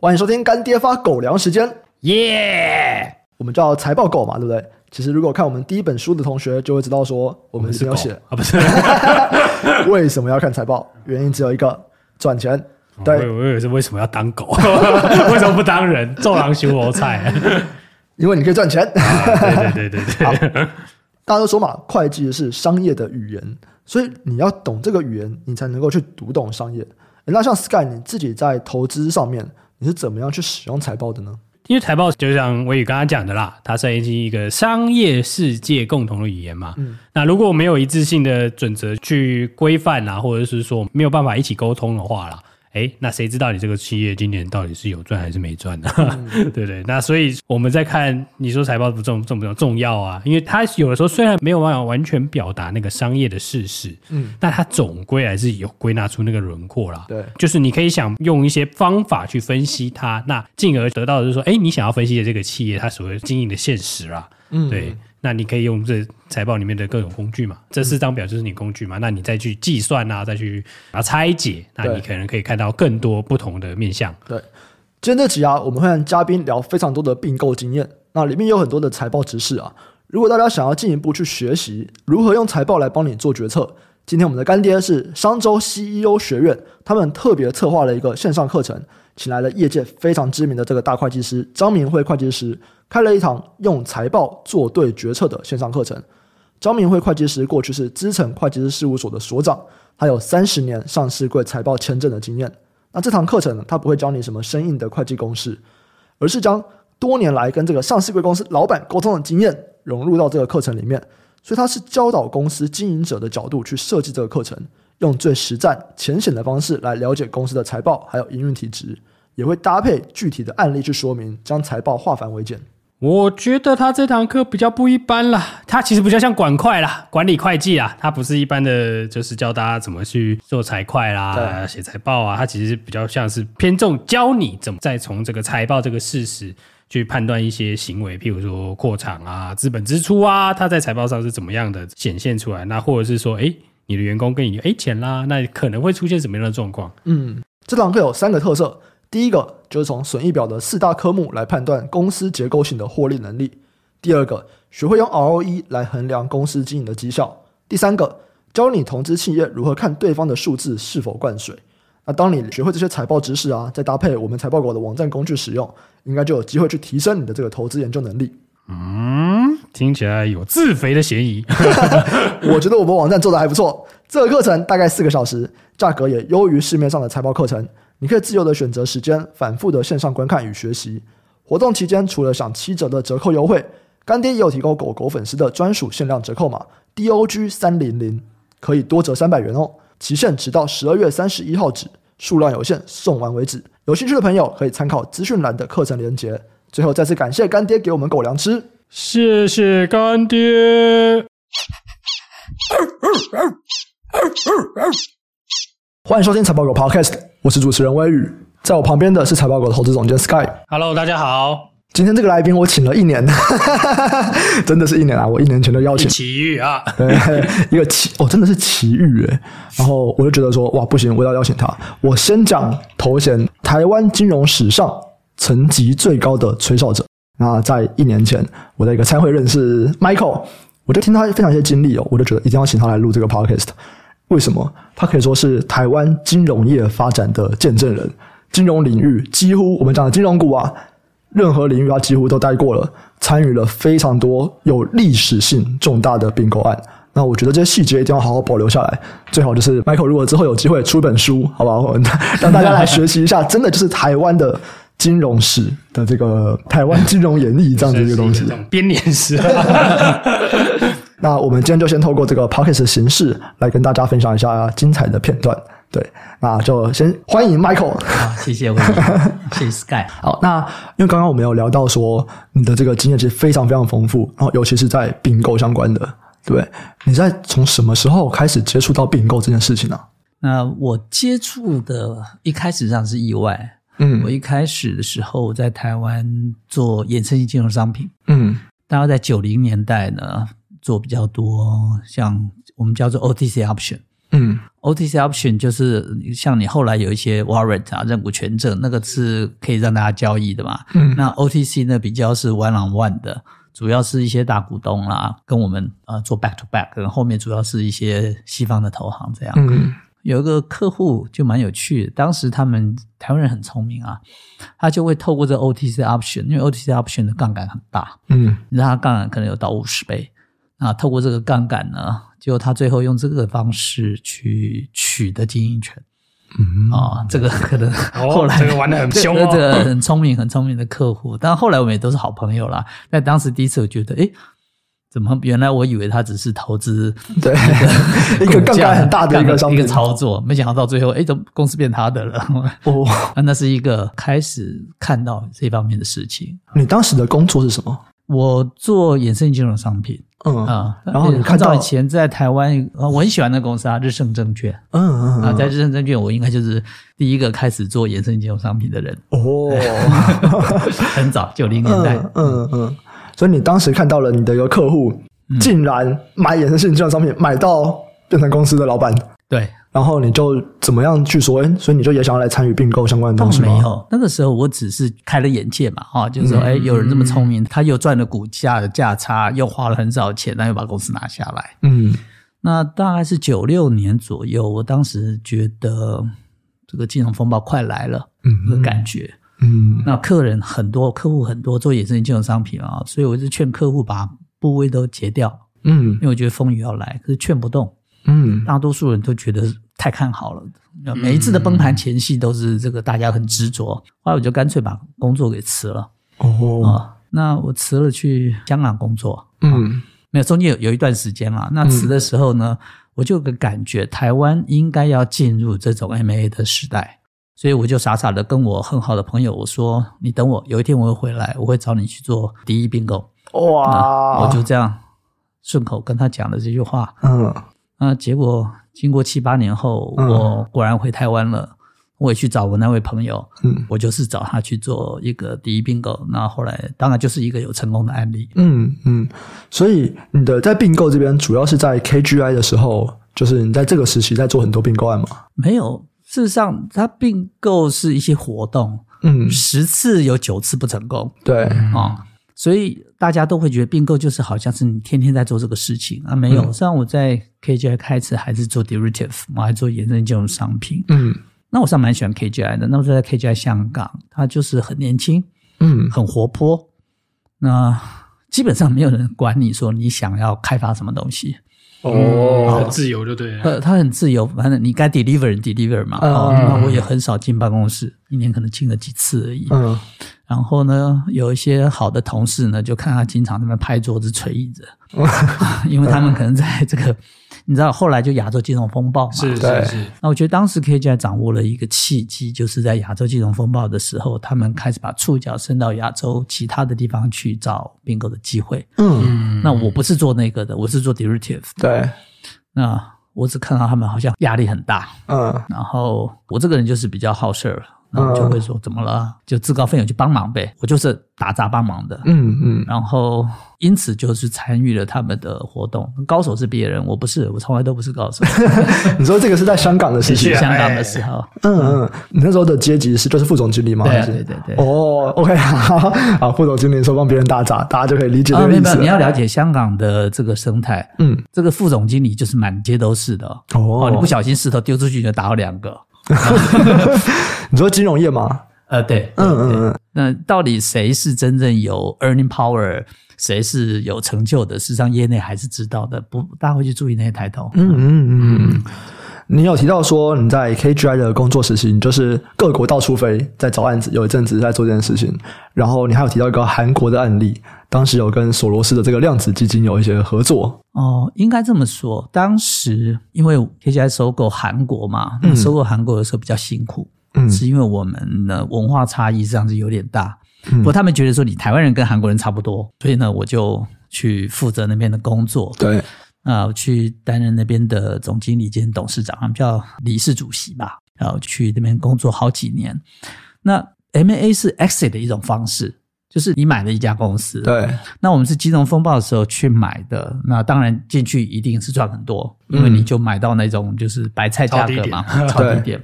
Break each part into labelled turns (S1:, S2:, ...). S1: 欢迎收听干爹发狗粮时间，
S2: 耶！
S1: 我们叫财报狗嘛，对不对？其实如果看我们第一本书的同学就会知道，说我们是没有写
S2: 啊，不是？
S1: 为什么要看财报，原因只有一个，赚钱。
S2: 我
S1: 对
S2: 以，为是为什么要当狗？ 为什么不当人？做狼修罗菜？
S1: 因为你可以赚钱。
S2: 对对对对对，
S1: 大家都说嘛，会计是商业的语言，所以你要懂这个语言，你才能够去读懂商业。诶那像 Sky，你自己在投资上面，你是怎么样去使用财报的呢？
S2: 因为财报就像微宇刚刚讲的啦，它是一个商业世界共同的语言嘛。那如果没有一致性的准则去规范啦，或者是说没有办法一起沟通的话啦。哎，那谁知道你这个企业今年到底是有赚还是没赚呢、 对不对？那所以我们在看，你说财报不重重不重重要啊？因为它有的时候虽然没有办法完全表达那个商业的事实，
S1: 嗯，
S2: 但它总归还是有归纳出那个轮廓啦。
S1: 对，
S2: 就是你可以想用一些方法去分析它，那进而得到的就是说，哎，你想要分析的这个企业它所谓经营的现实啦，
S1: 嗯
S2: 对。那你可以用这财报里面的各种工具嘛，这四张表就是你工具嘛，那你再去计算啊，再去啊拆解，那
S1: 对
S2: 你可能可以看到更多不同的面向。
S1: 对，今天这集啊，我们会和嘉宾聊非常多的并购经验，那里面有很多的财报知识啊。如果大家想要进一步去学习如何用财报来帮你做决策，今天我们的干爹是商周 CEO 学院，他们特别策划了一个线上课程，请来了业界非常知名的这个大会计师张明辉会计师，开了一堂用财报做对决策的线上课程。张明辉会计师过去是资诚会计师事务所的所长，他有三十年上市柜财报签证的经验。那这堂课程呢，他不会教你什么生硬的会计公式，而是将多年来跟这个上市贵公司老板沟通的经验融入到这个课程里面。所以他是教导公司经营者的角度去设计这个课程，用最实战、浅显的方式来了解公司的财报还有营运体质，也会搭配具体的案例去说明，将财报化繁为简。
S2: 我觉得他这堂课比较不一般啦，他其实比较像管会啦，管理会计啦，他不是一般的，就是教大家怎么去做财会啦、
S1: 对
S2: 写财报啊，他其实比较像是偏重教你怎么再从这个财报这个事实去判断一些行为，譬如说扩产啊、资本支出啊，它在财报上是怎么样的显现出来，那或者是说，哎，你的员工跟你哎钱啦，那可能会出现什么样的状况？
S1: 嗯，这堂课有三个特色，第一个就是从损益表的四大科目来判断公司结构性的获利能力；第二个，学会用 ROE 来衡量公司经营的绩效；第三个，教你投资企业如何看对方的数字是否灌水。那当你学会这些财报知识啊，再搭配我们财报狗的网站工具使用，应该就有机会去提升你的这个投资研究能力。
S2: 嗯，听起来有自肥的嫌疑。
S1: 我觉得我们网站做的还不错。这个课程大概四个小时，价格也优于市面上的财报课程。你可以自由的选择时间，反复的线上观看与学习。活动期间，除了享七折的折扣优惠，干爹也有提供狗狗粉丝的专属限量折扣码 DOG 三零零，可以多折三百元哦。期限直到十二月三十一号止，数量有限，送完为止。有兴趣的朋友可以参考资讯栏的课程链接。最后再次感谢干爹给我们狗粮吃。
S2: 谢谢干爹。
S1: 欢迎收听财报狗 Podcast，我是主持人微宇，在我旁边的是财报狗投资总监 Sky。
S2: Hello，大家好，
S1: 今天这个来宾我请了一年， 真的是一年啊！我一年前的邀
S2: 一
S1: 请，
S2: 起遇啊，
S1: 对 一个奇哦，真的是奇遇哎。然后我就觉得说，哇，不行，我要邀请他。我先讲头衔，台湾金融史上层级最高的吹哨者。那在一年前，我在一个参会认识 Michael，我就听他分享一些经历哦，我就觉得一定要请他来录这个 podcast。为什么？他可以说是台湾金融业发展的见证人。金融领域几乎我们讲的金融股啊，任何领域他几乎都待过了，参与了非常多有历史性重大的并购案。那我觉得这些细节一定要好好保留下来，最好就是 Michael 如果之后有机会出一本书，好不好？我 们让大家来学习一下，真的就是台湾的金融史的这个台湾金融演绎这样子一个东西。
S2: 编年史。啊
S1: 那我们今天就先透过这个 p o c k e t 的形式来跟大家分享一下精彩的片段。对，那就先欢迎 Michael。
S3: 好，谢谢魏宇， 谢谢 Sky。
S1: 好，那因为刚刚我们有聊到说你的这个经验其实非常非常丰富，然后尤其是在并购相关的，对不对？你在从什么时候开始接触到并购这件事情呢、
S3: 那我接触的一开始上是意外。我
S1: 嗯
S3: 一开始的时候在台湾做衍生性金融商品，
S1: 嗯
S3: 大概在九零年代呢做比较多，像我们叫做 OTC option，
S1: 嗯
S3: OTC option 就是像你后来有一些 warrant 啊、认股权证，那个是可以让大家交易的嘛。
S1: 嗯
S3: 那 OTC 呢比较是 one on one 的，主要是一些大股东啦，跟我们呃做 back to back，然后后面主要是一些西方的投行这样。
S1: 嗯
S3: 有一个客户就蛮有趣的，当时他们台湾人很聪明啊，他就会透过这 OTC option，因为 OTC option 的杠杆很大，
S1: 嗯
S3: 你知道它杠杆可能有到五十倍，那透过这个杠杆呢，就他最后用这个方式去取得经营权
S1: 嗯
S3: 啊、这个可能
S2: 哦
S3: 后来、
S2: 这个玩得很凶哦
S3: 这个这个很聪明、很聪明的客户，但后来我们也都是好朋友啦。但当时第一次我觉得，诶，怎么原来我以为他只是投资
S1: 对， 一个杠杆很大 的一个商
S3: 一
S1: 品
S3: 个操作，没想到到最后，哎，怎么公司变他的了？
S1: 哦，
S3: 啊那是一个开始看到这方面的事情。
S1: 你当时的工作是什么？
S3: 我做衍生金融商品
S1: 嗯嗯
S3: 啊，
S1: 然后你看到
S3: 很早以前在台湾，呃我很喜欢那公司啊，日盛证券
S1: 嗯
S3: 啊，
S1: 嗯
S3: 在日盛证券，我应该就是第一个开始做衍生金融商品的 人，
S1: 哦，
S3: 很早九零年代
S1: 嗯。嗯嗯，所以你当时看到了你的一个客户
S3: 嗯
S1: 竟然买衍生性金融商品，买到变成公司的老板，
S3: 对，
S1: 然后你就怎么样去说？哎，所以你就也想要来参与并购相关的
S3: 倒
S1: 东西吗？
S3: 没有，那个时候我只是开了眼界嘛，哈、
S1: 嗯
S3: 就是说，哎，有人这么聪明，他又赚了股价的价差，又花了很少钱，那又把公司拿下来。
S1: 嗯
S3: 那大概是九六年左右，我当时觉得这个金融风暴快来了，
S1: 嗯
S3: 这个感觉。
S1: 嗯
S3: 那客人很多，客户很多做衍生金融商品啊，所以我就劝客户把部位都结掉，
S1: 嗯
S3: 因为我觉得风雨要来，可是劝不动。
S1: 嗯
S3: 大多数人都觉得太看好了，每一次的崩盘前夕都是这个大家很执着，后来我就干脆把工作给辞了啊、
S1: 哦
S3: 那我辞了去香港工作，
S1: 嗯
S3: 没有，中间有有一段时间啦。那辞的时候呢，我就有个感觉，台湾应该要进入这种 MA 的时代，所以我就傻傻的跟我很好的朋友我说：“你等我，有一天我会回来，我会找你去做第一并购。
S1: 哇，
S3: 我就这样顺口跟他讲了这句话。
S1: 嗯
S3: 那结果经过七八年后，
S1: 嗯
S3: 我果然回台湾了。我也去找我那位朋友，
S1: 嗯
S3: 我就是找他去做一个第一并购。那后来当然就是一个有成功的案例。
S1: 嗯嗯，所以你的在并购这边主要是在 KGI 的时候，就是你在这个时期在做很多并购案嘛？
S3: 没有，事实上，它并购是一些活动，
S1: 嗯，
S3: 十次有九次不成功
S1: 对，
S3: 啊、所以大家都会觉得并购就是好像是你天天在做这个事情啊。没有，
S1: 嗯
S3: 实际上我在 KGI 开始还是做 derivative，我还做衍生金融商品。
S1: 嗯
S3: 那我上蛮喜欢 KGI 的，那我就在 KGI 香港，它就是很年轻，
S1: 嗯
S3: 很活泼，那基本上没有人管你说你想要开发什么东西。
S2: 很
S1: 哦，
S2: 自由就对了。
S3: 呃，他很自由，反正你该 deliver 你 deliver 嘛。
S1: 嗯
S3: 哦，那我也很少进办公室，一年可能进了几次而已。
S1: 嗯
S3: 然后呢，有一些好的同事呢，就看他经常在那边拍桌子、捶椅 子，因为他们可能在这个，你知道，后来就亚洲金融风暴嘛。
S2: 是
S1: 对
S2: 是是，
S3: 那我觉得当时 KGI 掌握了一个契机，就是在亚洲金融风暴的时候，他们开始把触角伸到亚洲其他的地方去找并购的机会。
S1: 嗯，
S2: 嗯，
S3: 那我不是做那个的，我是做 derivative。
S1: 对，
S3: 那我只看到他们好像压力很大，
S1: 嗯
S3: 然后我这个人就是比较好事儿，然后就会
S1: 嗯
S3: 说怎么了，就自告奋勇去帮忙呗，我就是打杂帮忙的。
S1: 嗯 嗯
S3: 然后因此就是参与了他们的活动。高手是别人，我不是，我从来都不是 高手。
S1: 你说这个是在香港的事
S2: 是
S1: 情
S2: 啊，
S3: 香港的时候，
S1: 嗯嗯，你那时候的阶级是就是副总经理吗？
S3: 对啊
S1: 还是
S3: 对对对
S1: 哦，OK，好， 好，副总经理说帮别人打杂，大家就可以理解
S3: 啊，
S1: 这个
S3: 没
S1: 意
S3: 有，没
S1: 思
S3: 有
S1: 了。
S3: 你要了解香港的这个生态。
S1: 嗯，
S3: 这个副总经理就是满街都是的哦，
S1: 哦，
S3: 你不小心石头丢出去你就打到两个。
S1: 你说金融业吗？
S3: 呃，对，
S1: 嗯嗯嗯，
S3: 那到底谁是真正有 earning power，谁是有成就的？事实上，业内还是知道的，不大家会去注意那些抬头。
S1: 嗯嗯嗯嗯。你有提到说你在 KGI 的工作时期，你就是各国到处飞，在找案子，有一阵子在做这件事情。然后你还有提到一个韩国的案例，当时有跟索罗斯的这个量子基金有一些合作。
S3: 哦，应该这么说。当时因为 KGI 收购韩国嘛，那收购韩国的时候比较辛苦，
S1: 嗯
S3: 是因为我们的文化差异实际上是有点大。
S1: 嗯
S3: 不过他们觉得说你台湾人跟韩国人差不多，所以呢，我就去负责那边的工作，
S1: 对，
S3: 啊、我去担任那边的总经理兼董事长，他们叫理事主席吧，然后去那边工作好几年。那 M A 是 exit 的一种方式，就是你买了一家公司，
S1: 对，
S3: 那我们是金融风暴的时候去买的，那当然进去一定是赚很多，因为
S1: 嗯
S3: 你就买到那种就是白菜价格嘛，超
S1: 对
S3: 低点。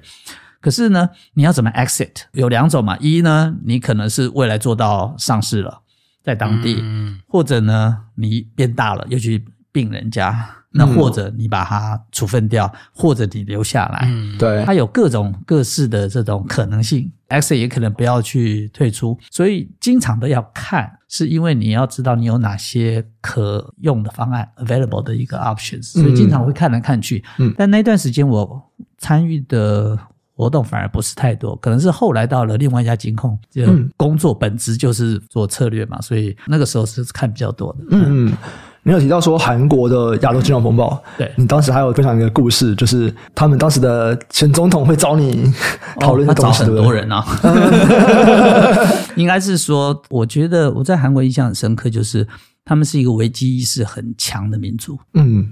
S3: 可是呢，你要怎么 exit？有两种嘛，一呢，你可能是未来做到上市了，在当地，
S2: 嗯
S3: 或者呢，你变大了又去并人家，那
S1: 嗯
S3: 或者你把它处分掉，或者你留下来。
S2: 嗯，
S1: 对，
S3: 它有各种各式的这种可能性，X 也可能不要去退出，所以经常的要看，是因为你要知道你有哪些可用的方案 available 的一个 options，所以经常会看来看去。
S1: 嗯
S3: 但那段时间我参与的。活动反而不是太多，可能是后来到了另外一家金控，就
S1: 嗯
S3: 工作本质就是做策略嘛，所以那个时候是看比较多的。
S1: 嗯嗯，你有提到说韩国的亚洲金融风暴，
S3: 对
S1: 你当时还有分享一个故事，就是他们当时的前总统会找你 讨论
S3: 哦他
S1: 的
S3: 找
S1: 东西，
S3: 很
S1: 对不
S3: 多
S1: 对？
S3: 人 啊。应该是说，我觉得我在韩国印象很深刻，就是他们是一个危机意识很强的民族。
S1: 嗯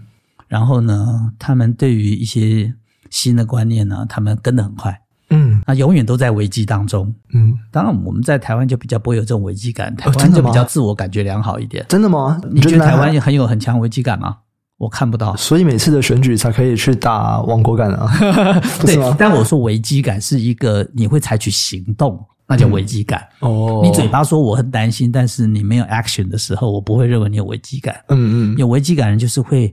S3: 然后呢，他们对于一些新的观念呢，他们跟得很快，
S1: 嗯
S3: 那永远都在危机当中。
S1: 嗯，
S3: 当然，我们在台湾就比较不会有这种危机感，台
S1: 真
S3: 湾
S1: 的
S3: 就
S1: 吗
S3: 比较自我感觉良好一点。
S1: 真的吗？
S3: 你觉得
S1: 南
S3: 台湾也很有很强危机感吗？我看不到。
S1: 所以每次的选举才可以去打亡国感 啊，不
S3: 对
S1: 是吗，？
S3: 但我说危机感是一个你会采取行动，那叫危机感。
S1: 哦
S3: 你嘴，巴说我很担心，但是你没有 action 的时候，我不会认为你有危机感。
S1: 嗯嗯
S3: 有危机感的人就是会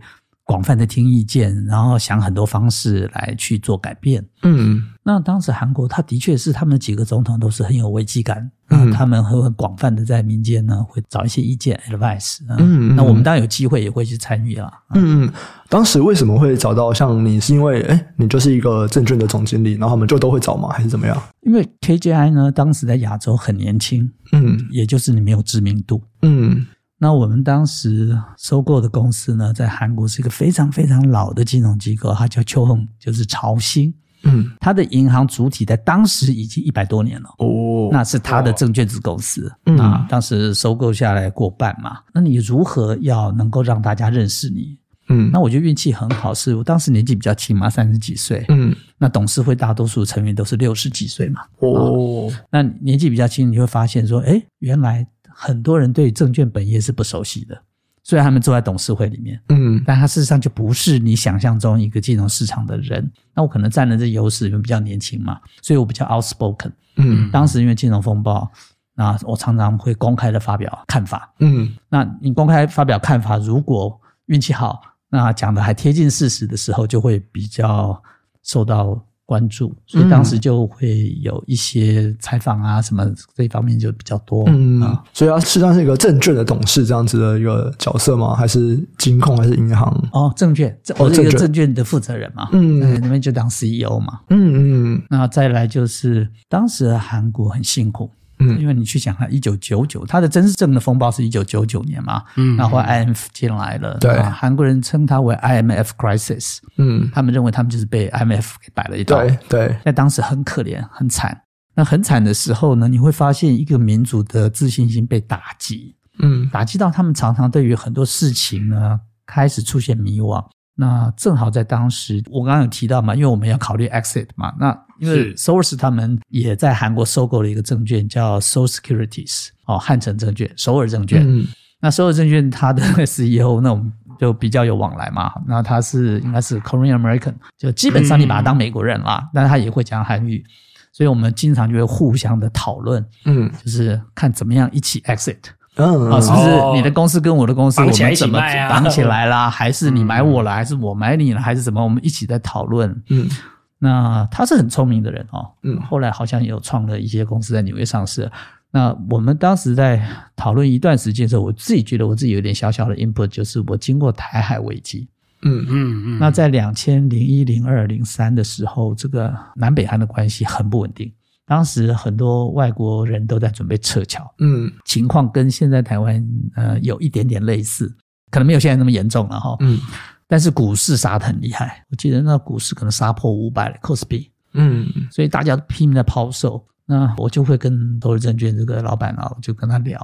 S3: 广泛的听意见，然后想很多方式来去做改变。
S1: 嗯
S3: 那当时韩国，他的确是他们几个总统都是很有危机感，
S1: 嗯
S3: 嗯，他们会很广泛的在民间呢会找一些意见 advice，
S1: 嗯嗯
S3: 那我们当然有机会也会去参与啊。
S1: 嗯嗯，当时为什么会找到像你？是因为哎，你就是一个证券的总经理，然后他们就都会找吗？还是怎么样？
S3: 因为 KJI 呢，当时在亚洲很年轻，
S1: 嗯
S3: 也就是你没有知名度，
S1: 嗯
S3: 那我们当时收购的公司呢，在韩国是一个非常非常老的金融机构，它叫秋红，就是潮兴。
S1: 嗯，
S3: 它的银行主体在当时已经一百多年了，
S1: 哦
S3: 那是它的证券子公司。
S1: 嗯
S3: 啊，当时收购下来过半嘛，那你如何要能够让大家认识你？
S1: 嗯
S3: 那我觉得运气很好，是我当时年纪比较轻嘛，三十几岁。
S1: 嗯
S3: 那董事会大多数成员都是六十几岁嘛，
S1: 哦
S3: 那年纪比较轻，你会发现说，哎，原来很多人对证券本业是不熟悉的。虽然他们坐在董事会里面，
S1: 嗯
S3: 但他事实上就不是你想象中一个金融市场的人。那我可能占了这优势，因为比较年轻嘛，所以我比较 outspoken。
S1: 嗯
S3: 当时因为金融风暴，那我常常会公开的发表看法。
S1: 嗯
S3: 那你公开发表看法，如果运气好，那讲的还贴近事实的时候，就会比较受到关注，所以当时就会有一些采访啊什么这一方面就比较多。
S1: 嗯
S3: 啊，，
S1: 所以他事实上是一个证券的董事这样子的一个角色吗？还是金控还是银行？
S3: 哦，证券，这
S1: 哦
S3: 我是一个
S1: 证券
S3: 证券的负责人嘛，
S1: 嗯
S3: 呃那边就当 CEO 嘛。
S1: 嗯嗯
S3: 那再来就是当时的韩国很辛苦，因
S1: 嗯
S3: 为你去想看一九九九，它的真正的风暴是一九九九年嘛，
S2: 嗯
S3: 然后 IMF 进来了，
S1: 对
S3: 啊韩国人称它为 IMF crisis，
S1: 嗯，
S3: 他们认为他们就是被 IMF 给摆了一道，
S1: 对对，
S3: 在当时很可怜很惨。那很惨的时候呢，你会发现一个民族的自信心被打击，
S1: 嗯
S3: 打击到他们常常对于很多事情呢开始出现迷惘。那正好在当时，我刚刚有提到嘛，因为我们要考虑 exit 嘛，那因为
S2: 是
S3: Source 他们也在韩国收购了一个证券叫 Soul Securities 哦，汉城证券、首尔证券。
S1: 嗯
S3: 那首尔证券它的 CEO 那我们就比较有往来嘛，那他是应该是 Korean American，就基本上你把他当美国人
S2: 嗯
S3: 啦，但他也会讲韩语，所以我们经常就会互相的讨论，
S1: 嗯
S3: 就是看怎么样一起 exit。
S1: 嗯
S3: 啊，是不
S2: 哦
S3: 是你的公司跟我的公司，我
S2: 绑起来
S3: 们怎么
S2: 一起卖啊嗯
S3: 绑起来啦？还是你买我了，还是我买你了，还是怎么？我们一起在讨论。
S1: 嗯
S3: 那他是很聪明的人哦，
S1: 嗯
S3: 后来好像也有创了一些公司在纽约上市。那我们当时在讨论一段时间的时候，我自己觉得我自己有点小小的 input，就是我经过台海危机，
S1: 嗯
S2: 嗯嗯，
S3: 那在两千零一、零二、零三的时候，这个南北韩的关系很不稳定，当时很多外国人都在准备撤侨，
S1: 嗯
S3: 情况跟现在台湾呃有一点点类似，可能没有现在那么严重了哈。
S1: 嗯
S3: 但是股市杀得很厉害，我记得那股市可能杀破五百了 c o s p i
S1: 嗯
S3: 所以大家都拼命的抛售。那我就会跟投资证券这个老板啊，我就跟他聊，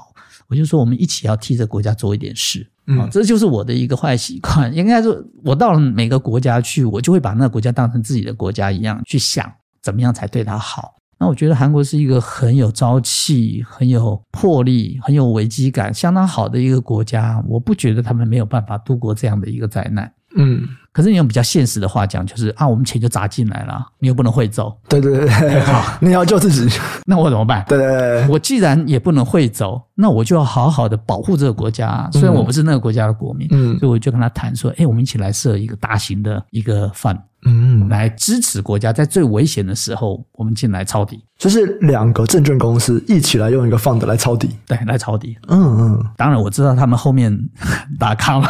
S3: 我就说我们一起要替这个国家做一点事。啊、
S1: 嗯
S3: 这就是我的一个坏习惯。应该说，我到了每个国家去，我就会把那个国家当成自己的国家一样去想，怎么样才对他好。那我觉得韩国是一个很有朝气、很有魄力、很有危机感、相当好的一个国家。我不觉得他们没有办法度过这样的一个灾难。
S1: 嗯，
S3: 可是你用比较现实的话讲，就是啊，我们钱就砸进来了，你又不能汇走，
S1: 对对对对，
S3: 好，
S1: 你要救自己，
S3: 那我怎么办？
S1: 对对对对，
S3: 我既然也不能汇走，那我就要好好的保护这个国家啊。虽然我不是那个国家的国民，
S1: 嗯
S3: 所以我就跟他谈说，哎，我们一起来设一个大型的一个 fund，
S1: 嗯，
S3: 来支持国家在最危险的时候，我们进来抄底，
S1: 就是两个证券公司一起来用一个 fund 来抄底，
S3: 对，来抄底。
S1: 嗯嗯，
S3: 当然，我知道他们后面 打 卡嘛，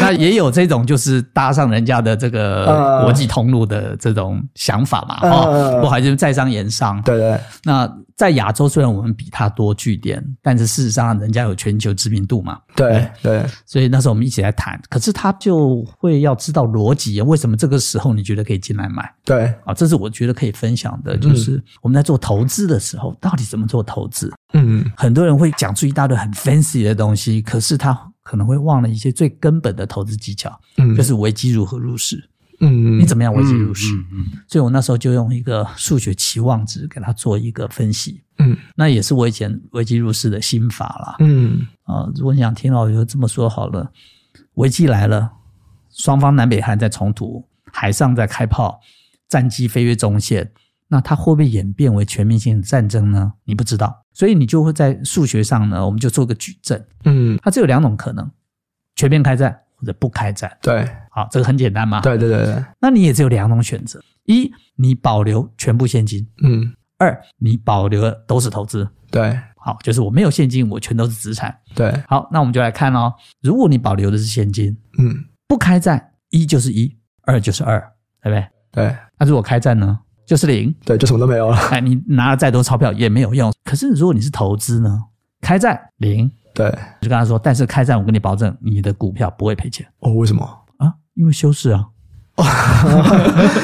S3: 那也有这种就是搭上人家的这个
S1: 嗯
S3: 国际通路的这种想法嘛，
S1: 嗯
S3: 哦
S1: 嗯，
S3: 不好意思，在商言商。
S1: 对对，对
S3: 那在亚洲，虽然我们比他多据点，但是事实上人家有全球知名度嘛，
S1: 对对，
S3: 所以那时候我们一起来谈。可是他就会要知道逻辑，啊为什么这个时候你觉得可以进来买？
S1: 对，
S3: 啊，这是我觉得可以分享的，就是
S2: 嗯
S3: 我们在做投资的时候，到底怎么做投资？
S1: 嗯
S3: 很多人会讲出一大堆很 fancy 的东西，可是他可能会忘了一些最根本的投资技巧，
S1: 嗯，
S3: 就是危机如何入市，
S1: 嗯，
S3: 你怎么样危机入市？
S2: 嗯嗯
S3: 所以我那时候就用一个数学期望值给他做一个分析，
S1: 嗯
S3: 那也是我以前危机入市的心法啦。
S1: 嗯
S3: 啊、如果你想听到，我就这么说好了：危机来了，双方南北韩在冲突，海上在开炮，战机飞越中线，那它会不会演变为全面性的战争呢？你不知道，所以你就会在数学上呢，我们就做个矩阵，
S1: 嗯，
S3: 它只有两种可能：全面开战或者不开战。
S1: 对
S3: 好，这个很简单嘛。。
S1: 对对对对，
S3: 那你也只有两种选择：一，你保留全部现金；
S1: 嗯
S3: 二，你保留的都是投资。
S1: 对
S3: 好，就是我没有现金，我全都是资产。
S1: 对，
S3: 好，那我们就来看哦。如果你保留的是现金，
S1: 嗯
S3: 不开战，一就是一，二就是二，对不对？
S1: 对
S3: 那如果开战呢，就是零。
S1: 对，就什么都没有了，
S3: 哎，你拿了再多钞票也没有用。可是如果你是投资呢，开战零，
S1: 对，
S3: 我就跟他说，但是开战我跟你保证，你的股票不会赔钱
S1: 哦，为什么？
S3: 啊，因为修饰啊，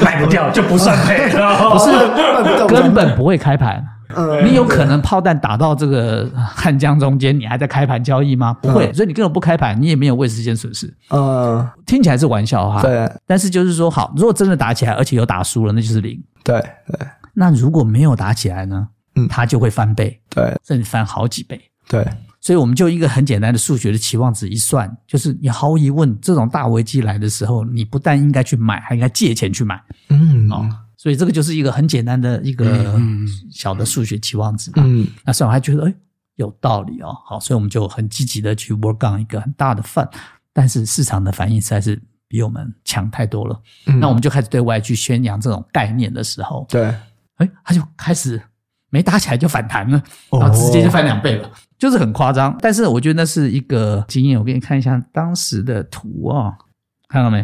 S2: 卖不掉就不算赔了。
S1: 不是，办不到
S3: 根，本不会开盘。
S1: 嗯，
S3: 你有可能炮弹打到这个汉江中间，你还在开盘交易吗？不会，所以你根本不开盘，你也没有为时间损失。
S1: 嗯，
S3: 听起来是玩笑哈，
S1: 对
S3: 但是就是说，好，如果真的打起来，而且有打输了，那就是零。
S1: 对对
S3: 那如果没有打起来呢？
S1: 嗯
S3: 它就会翻倍，
S1: 对
S3: 甚至翻好几倍。
S1: 对，
S3: 所以我们就一个很简单的数学的期望值一算，就是你毫无疑问，这种大危机来的时候，你不但应该去买，还应该借钱去买。
S1: 嗯
S3: 所以这个就是一个很简单的一个
S2: 嗯嗯
S3: 小的数学期望值。
S1: 嗯
S3: 那算我还觉得哎有道理哦，好，所以我们就很积极的去 work on 一个很大的饭，但是市场的反应实在是比我们强太多了。
S1: 嗯，
S3: 那我们就开始对外去宣扬这种概念的时候，
S1: 对，
S3: 哎，它就开始没打起来就反弹了，
S1: 哦
S3: 然后直接就翻两倍了，就是很夸张。但是我觉得那是一个经验，我给你看一下当时的图啊、看到没？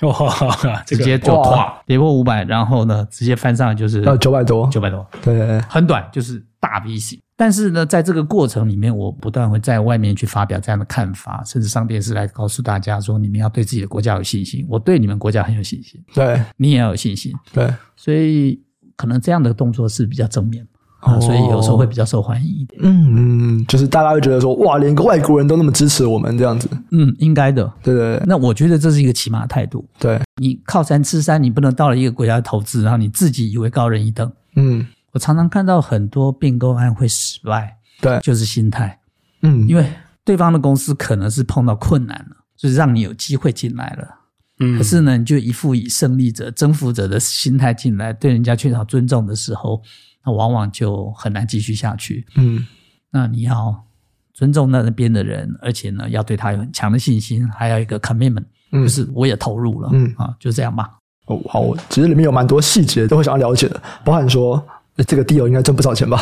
S2: 哇，嗯哦这
S3: 直
S2: 个
S3: 接就
S1: 哇呃
S3: 垮，跌破五百，然后呢，直接翻上来就是
S1: 要九百多，
S3: 九百多，
S1: 对对对，
S3: 很短，就是大 V 型。但是呢，在这个过程里面，我不断会在外面去发表这样的看法，甚至上电视来告诉大家说，你们要对自己的国家有信心。我对你们国家很有信心，
S1: 对
S3: 你也要有信心。
S1: 对，
S3: 所以可能这样的动作是比较正面啊，
S1: 哦
S3: 所以有时候会比较受欢迎一点。
S1: 嗯嗯，就是大家会觉得说，哇，连个外国人都那么支持我们这样子，
S3: 嗯，应该的。
S1: 对对对
S3: 那我觉得这是一个起码态度。
S1: 对，
S3: 你靠山吃山，你不能到了一个国家投资，然后你自己以为高人一等。
S1: 嗯
S3: 我常常看到很多并购案会失败，
S1: 对
S3: 就是心态，
S1: 嗯，
S3: 因
S1: 为
S3: 为对方的公司可能是碰到困难了，就是让你有机会进来了。
S2: 嗯
S3: 可是呢，你就一副以胜利者、征服者的心态进来，对人家缺少尊重的时候，那往往就很难继续下去。
S1: 嗯
S3: 那你要尊重那边的人，而且呢，要对他有很强的信心，还有一个 commitment，
S1: 嗯
S3: 就是我也投入了，
S1: 嗯
S3: 啊，就这样吧。
S1: 哦好，我其实里面有蛮多细节都会想要了解的，包含说呃这个 deal 应该挣不少钱吧。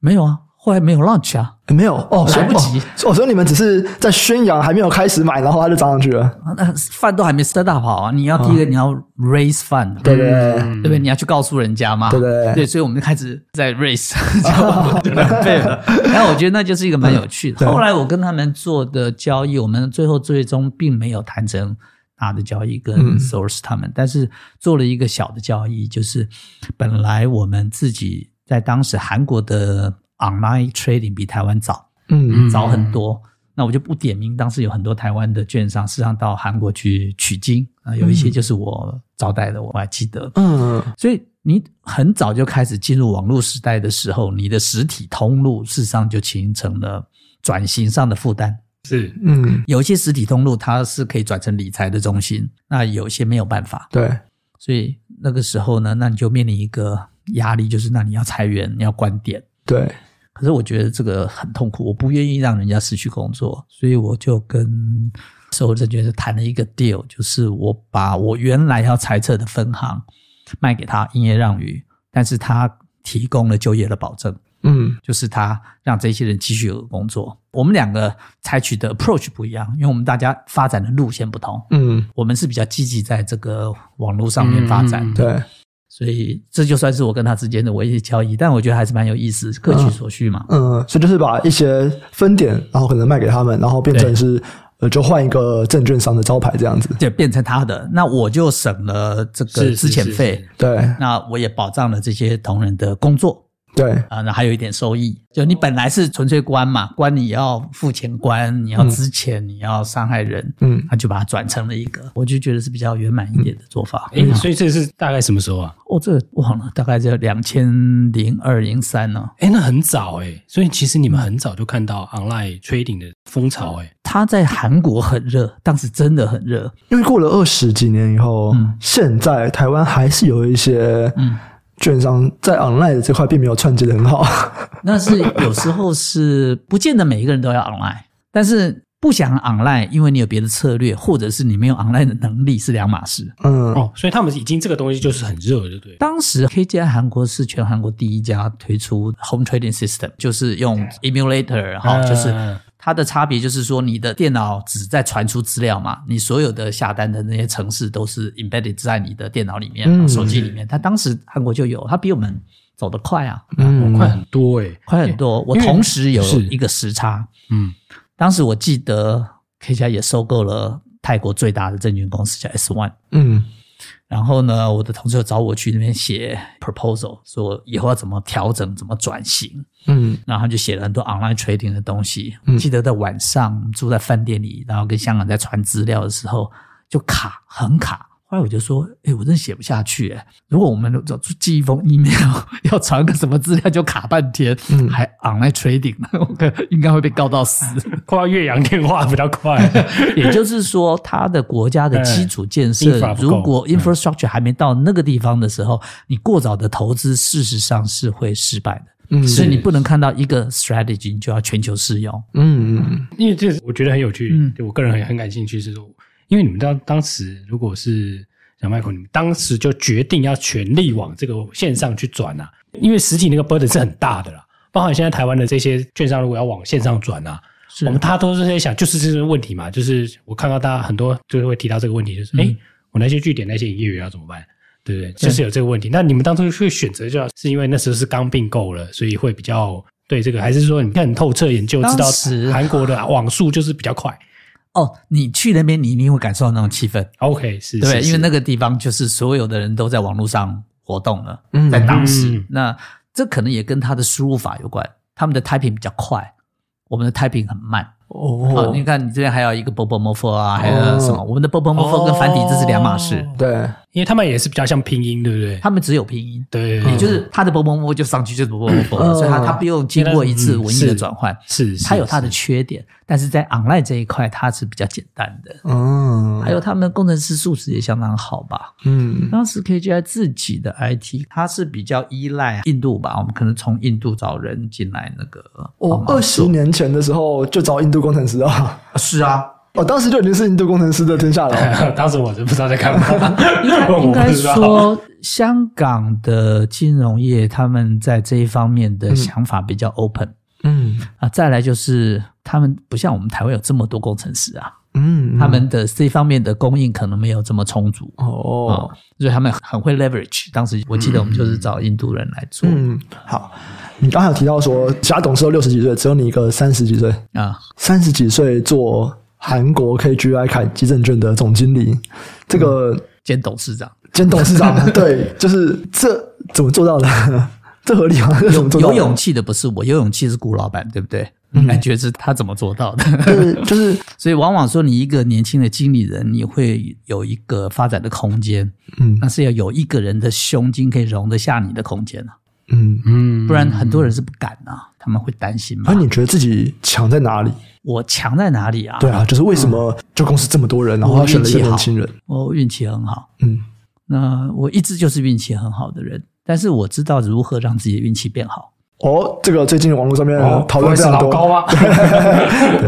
S3: 没有啊，后来没有 launch 啊，
S1: 没有哦，
S3: 来不及
S1: 所以哦，所以你们只是在宣扬还没有开始买，然后它就涨上去了。
S3: 啊那饭都还没 set up 好啊，你要第一个你要 raise fund，、
S1: 对对对
S3: 对不对？你要去告诉人家嘛，
S1: 嗯对对对
S3: 对，所以我们就开始 在 raise 就浪 费了。然后我觉得那就是一个蛮有趣的。
S1: 对
S3: 后来我跟他们做的交易，我们最后最终并没有谈成大的交易跟
S1: 嗯
S3: source 他们，但是做了一个小的交易，就是本来我们自己在当时韩国的 online trading 比台湾早，
S1: 嗯
S2: 嗯
S3: 早很多。那我就不点名，当时有很多台湾的券商，事实上到韩国去取经啊，有一些就是我招待的，我还记得。
S1: 嗯，
S3: 所以你很早就开始进入网络时代的时候，你的实体通路事实上就形成了转型上的负担。
S2: 是
S1: 嗯，
S3: 有一些实体通路它是可以转成理财的中心，那有些没有办法。
S1: 对，
S3: 所以那个时候呢，那你就面临一个压力，就是那你要裁员，你要关店。
S1: 对，
S3: 可是我觉得这个很痛苦，我不愿意让人家失去工作，所以我就跟首尔证券是谈了一个 deal，就是我把我原来要裁撤的分行卖给他，营业让与，但是他提供了就业的保证，
S1: 嗯，
S3: 就是他让这些人继续有工作。我们两个采取的 approach 不一样，因为我们大家发展的路线不同，
S1: 嗯，
S3: 我们是比较积极在这个网络上面发展
S2: 嗯
S3: 的。
S1: 对，
S3: 所以这就算是我跟他之间的唯一的交易，但我觉得还是蛮有意思，各取所需嘛。
S1: 嗯，所以就是把一些分点，然后可能卖给他们，然后变成
S3: 对
S1: 是呃，就换一个证券商的招牌这样子。
S3: 就变成他的，那我就省了这个
S2: 是
S3: 资遣费，，
S2: 是是是
S1: 对，
S3: 那我也保障了这些同仁的工作
S1: 对，
S3: 啊，那还有一点收益。就你本来是纯粹关嘛，关你要付钱关，你要资遣，你要伤害人，
S1: 嗯
S3: 他就把它转成了一个，我就觉得是比较圆满一点的做法。
S2: 哎，所以这是大概什么时候啊？
S3: 哦，这个忘了，大概在两千零二零三哦呢。
S2: 哎，那很早哎，所以其实你们很早就看到 online trading 的风潮哎，
S3: 他在韩国很热，当时真的很热，
S1: 因为过了二十几年以后，
S3: 嗯
S1: 现在台湾还是有一些
S3: 嗯
S1: 券商在 online 的这块并没有串接的很好。
S3: 那是有时候是不见得每一个人都要 online，但是不想 online，因为你有别的策略，或者是你没有 online 的能力是两码事。
S1: 嗯，
S2: 哦，所以他们已经这个东西就是很热了，对不对？
S3: 当时 KGI 韩国是全韩国第一家推出 home trading system，就是用 emulator 哈、就是
S2: 嗯
S3: 它的差别就是说你的电脑只在传输资料嘛，你所有的下单的那些程式都是 embedded 在你的电脑里面、
S1: 嗯
S3: 手机里面。它当时韩国就有，它比我们走得快啊，
S1: 嗯
S2: 快很多哎，
S3: 快很多。我
S2: 因为
S3: 同时有
S2: 是
S3: 一个时差，
S2: 嗯，
S3: 当时我记得 KGI 也收购了泰国最大的证券公司叫 S One，
S1: 嗯
S3: 然后呢，我的同事又找我去那边写 proposal，说以后要怎么调整、怎么转型，
S1: 嗯
S3: 然后就写了很多 online trading 的东西。
S1: 嗯
S3: 记得在晚上住在饭店里，然后跟香港在传资料的时候就卡，很卡。后来我就说，哎，我真的写不下去。诶如果我们寄一封 email 要传个什么资料，就卡半天，
S1: 嗯
S3: 还 online trading，我可应该会被告到死。
S2: 快要岳阳电话比较快，
S3: 也就是说，它的国家的基础建设
S2: infra，不够
S3: 如果
S2: 嗯
S3: infrastructure 还没到那个地方的时候，你过早的投资事实上是会失败的。
S1: 嗯，
S3: 所以你不能看到一个 strategy 你就要全球适用。
S1: 嗯嗯
S2: 因为这我觉得很有趣，
S3: 嗯
S2: 对我个人很很感兴趣，是说，因为你们当当时如果是小麦克，你们当时就决定要全力往这个线上去转啊，因为实体那个 burden 是很大的啦，包含现在台湾的这些券商如果要往线上转啊，
S3: 是
S2: 我们大家都是在想，就是这个问题嘛，就是我看到大家很多就是会提到这个问题，就是
S3: 嗯
S2: 哎、诶我那些据点那些营业员要怎么办？对不对？就是有这个问题。那你们当初会选择，就要是因为那时候是刚并购了，所以会比较对这个，还是说你们很透彻研究，知道
S3: 当时
S2: 韩国的网速就是比较快
S3: 哦，你去那边你一定会感受到那种气氛，
S2: ？OK，是，
S3: 对不对？
S2: 是
S3: 因为那
S2: 是
S3: 个地方就是所有的人都在网络上活动了，
S1: 嗯，
S3: 在当时
S2: 嗯，
S3: 那这可能也跟它的输入法有关，他们的 typing 比较快，我们的 typing 很慢。哦
S1: 哦，，
S3: 你看你这边还有一个 Bobo Mofo 啊，还有什么？我们的 Bobo Mofo 跟繁体字是两码事，
S2: 哦
S1: 对，
S2: 因为他们也是比较像拼音，对不对？
S3: 他们只有拼音，
S2: 对，
S3: 也就是他的 Bobo Mofo 就上去就是 Bobo Mofo，了
S1: 嗯
S3: 所以他他不用经过一次文艺的转换，
S2: 哦嗯是是
S3: 他有他的缺点，但是在 online 这一块它是比较简单的。
S1: 嗯，
S3: 还有他们工程师素质也相当好吧？
S1: 嗯
S3: 当时 KGI 自己的 IT，它是比较依赖印度吧，我们可能从印度找人进来那个
S1: 我
S2: 哦
S3: 帮忙
S1: 二十年前的时候就找印度工程师啊，
S3: 是啊，
S1: 我当时就已经是印度工程师 的天下了。
S2: 当时我是不 知道在干嘛，
S3: 应该
S2: 我
S3: 应
S2: 不
S3: 该
S2: 知道，
S3: 说，香港的金融业他们在这一方面的想法比较 open、
S1: 嗯
S3: 啊。再来就是，他们不像我们台湾有这么多工程师啊，
S1: 嗯，
S3: 他们的这方面的供应可能没有这么充足啊、
S1: 哦，
S3: 所以他们很会 leverage。当时我记得我们就是找印度人来做、
S1: 嗯，好，你刚才有提到说其他董事都六十几岁，只有你一个三十几岁，
S3: 啊，
S1: 三十几岁做韩国 KGI 凯基证券的总经理，这个
S3: 兼董事长。
S1: 兼董事 长，对，就是这 怎么做到的？这合理吗？这怎么做到嗯
S3: 有
S1: 的
S3: 勇气的不是我，有勇气是顾老板，对不对？感觉是他怎么做到的。
S1: 就是就是
S3: 所以往往说，你一个年轻的经理人，你会有一个发展的空间，
S1: 嗯
S3: 那是要有一个人的胸襟可以容得下你的空间啊，
S1: 嗯，
S2: 嗯，
S3: 不然很多人是不敢啊，他们会担心嘛
S1: 那。你觉得自己强在哪里？
S3: 我强在哪里啊？
S1: 对啊，就是为什么这公司这么多人，然后
S3: 我
S1: 他选了一个
S3: 运气好
S1: 年轻人？
S3: 我运气很好，
S1: 嗯
S3: 那我一直就是运气很好的人，但是我知道如何让自己的运气变好。
S1: 哦，这个最近网络上面
S2: 哦
S1: 呃讨论非
S2: 不会是
S1: 常
S2: 老
S1: 多，
S3: 啊
S2: 高吗？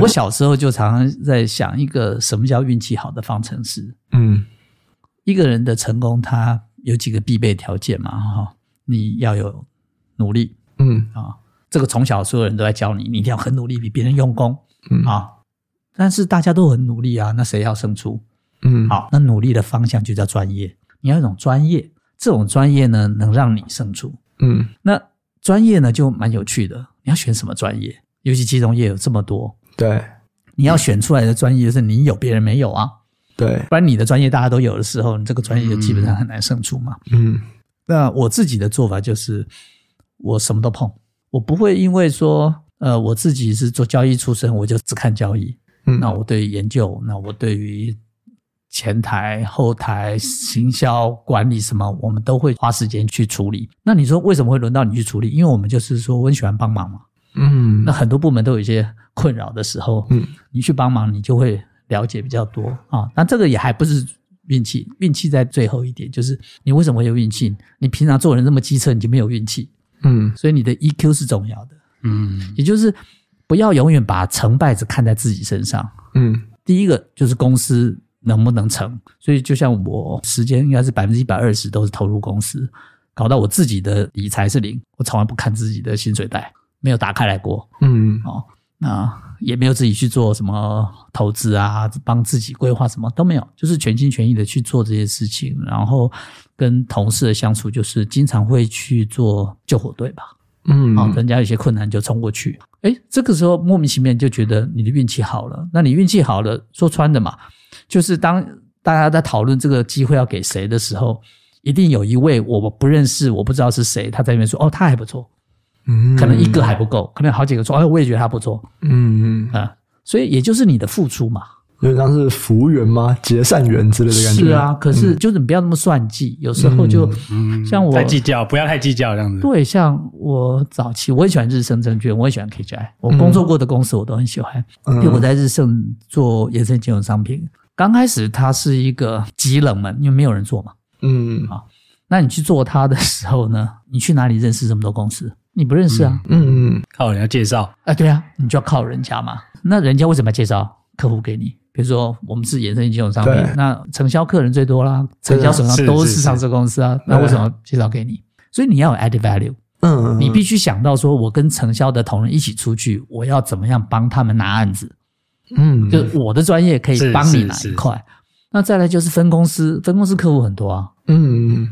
S3: 我小时候就常常在想一个什么叫运气好的方程式。
S1: 嗯
S3: 一个人的成功，他有几个必备条件嘛？哈、你要有努力
S1: 嗯
S3: 啊、这个从小所有人都在教你，你一定要很努力，比别人用功
S1: 嗯
S3: 啊、但是大家都很努力啊，那谁要胜出？
S1: 嗯，
S3: 好，那努力的方向就叫专业。你要有一种专业，这种专业呢，能让你胜出。
S1: 嗯
S3: 那专业呢就蛮有趣的，你要选什么专业？尤其金融业有这么多，
S1: 对
S3: 你要选出来的专业就是你有别人没有啊，
S1: 对
S3: 不然你的专业大家都有的时候，你这个专业就基本上很难胜出嘛。
S1: 嗯
S3: 那我自己的做法就是，我什么都碰，我不会因为说，呃，我自己是做交易出身，我就只看交易。
S1: 嗯，
S3: 那我对于研究，那我对于前台、后台、行销管理什么，我们都会花时间去处理。那你说为什么会轮到你去处理？因为我们就是说，我很喜欢帮忙嘛。
S1: 嗯
S3: 那很多部门都有一些困扰的时候，
S1: 嗯，
S3: 你去帮忙，你就会了解比较多啊。但这个也还不是运气，运气在最后一点，就是你为什么会有运气？你平常做人这么机车，你就没有运气，
S1: 嗯
S3: 所以你的 EQ 是重要的，
S2: 嗯
S3: 也就是不要永远把成败只看在自己身上。
S1: 嗯
S3: 第一个就是公司能不能成，所以就像我时间应该是百分之一百二十都是投入公司，搞到我自己的理财是零，我从来不看自己的薪水袋，没有打开来过
S1: 嗯
S3: 哦，那也没有自己去做什么投资啊，帮自己规划什么都没有，就是全心全意的去做这些事情，然后跟同事的相处就是经常会去做救火队吧，
S1: 嗯，
S3: 哦，人家有些困难就冲过去。哎，这个时候莫名其妙就觉得你的运气好了。那你运气好了，说穿的嘛，就是当大家在讨论这个机会要给谁的时候，一定有一位我不认识、我不知道是谁，他在那边说：“哦，他还不错。”
S1: 嗯
S3: 可能一个还不够，可能好几个说：“哎，我也觉得他不错。
S1: 嗯嗯，”
S3: 啊，所以也就是你的付出嘛。
S1: 有点像是服务员吗？结善缘之类的感觉。嗯
S3: 是，啊，可是就是你不要那么算计，有时候就
S2: 嗯，
S3: 像我
S2: 太计较，不要太计较，这样子。
S3: 对，像我早期我也喜欢日盛证券，我也喜欢 KGI，我工作过的公司我都很喜欢。因为我
S1: 嗯
S3: 在日盛做衍生金融商品，刚开始它是一个极冷门，因为没有人做嘛。
S1: 嗯
S3: 那你去做它的时候呢，你去哪里认识这么多公司？你不认识啊？
S1: 嗯
S2: 靠人家介绍，
S3: 啊，对啊，你就要靠人家嘛。那人家为什么要介绍客户给你？比如说，我们是衍生金融商品
S1: 对，
S3: 那承销客人最多啦，承销手上
S2: 是
S3: 都
S2: 是
S3: 是上市公司啊，那为什么要介绍给你？所以你要有 added value，
S1: 嗯，
S3: 你必须想到说，我跟承销的同仁一起出去，我要怎么样帮他们拿案子？
S1: 嗯
S3: 就是我的专业可以帮你哪
S2: 是是
S3: 一
S2: 是
S3: 块。那再来就是分公司，分公司客户很多啊，
S1: 嗯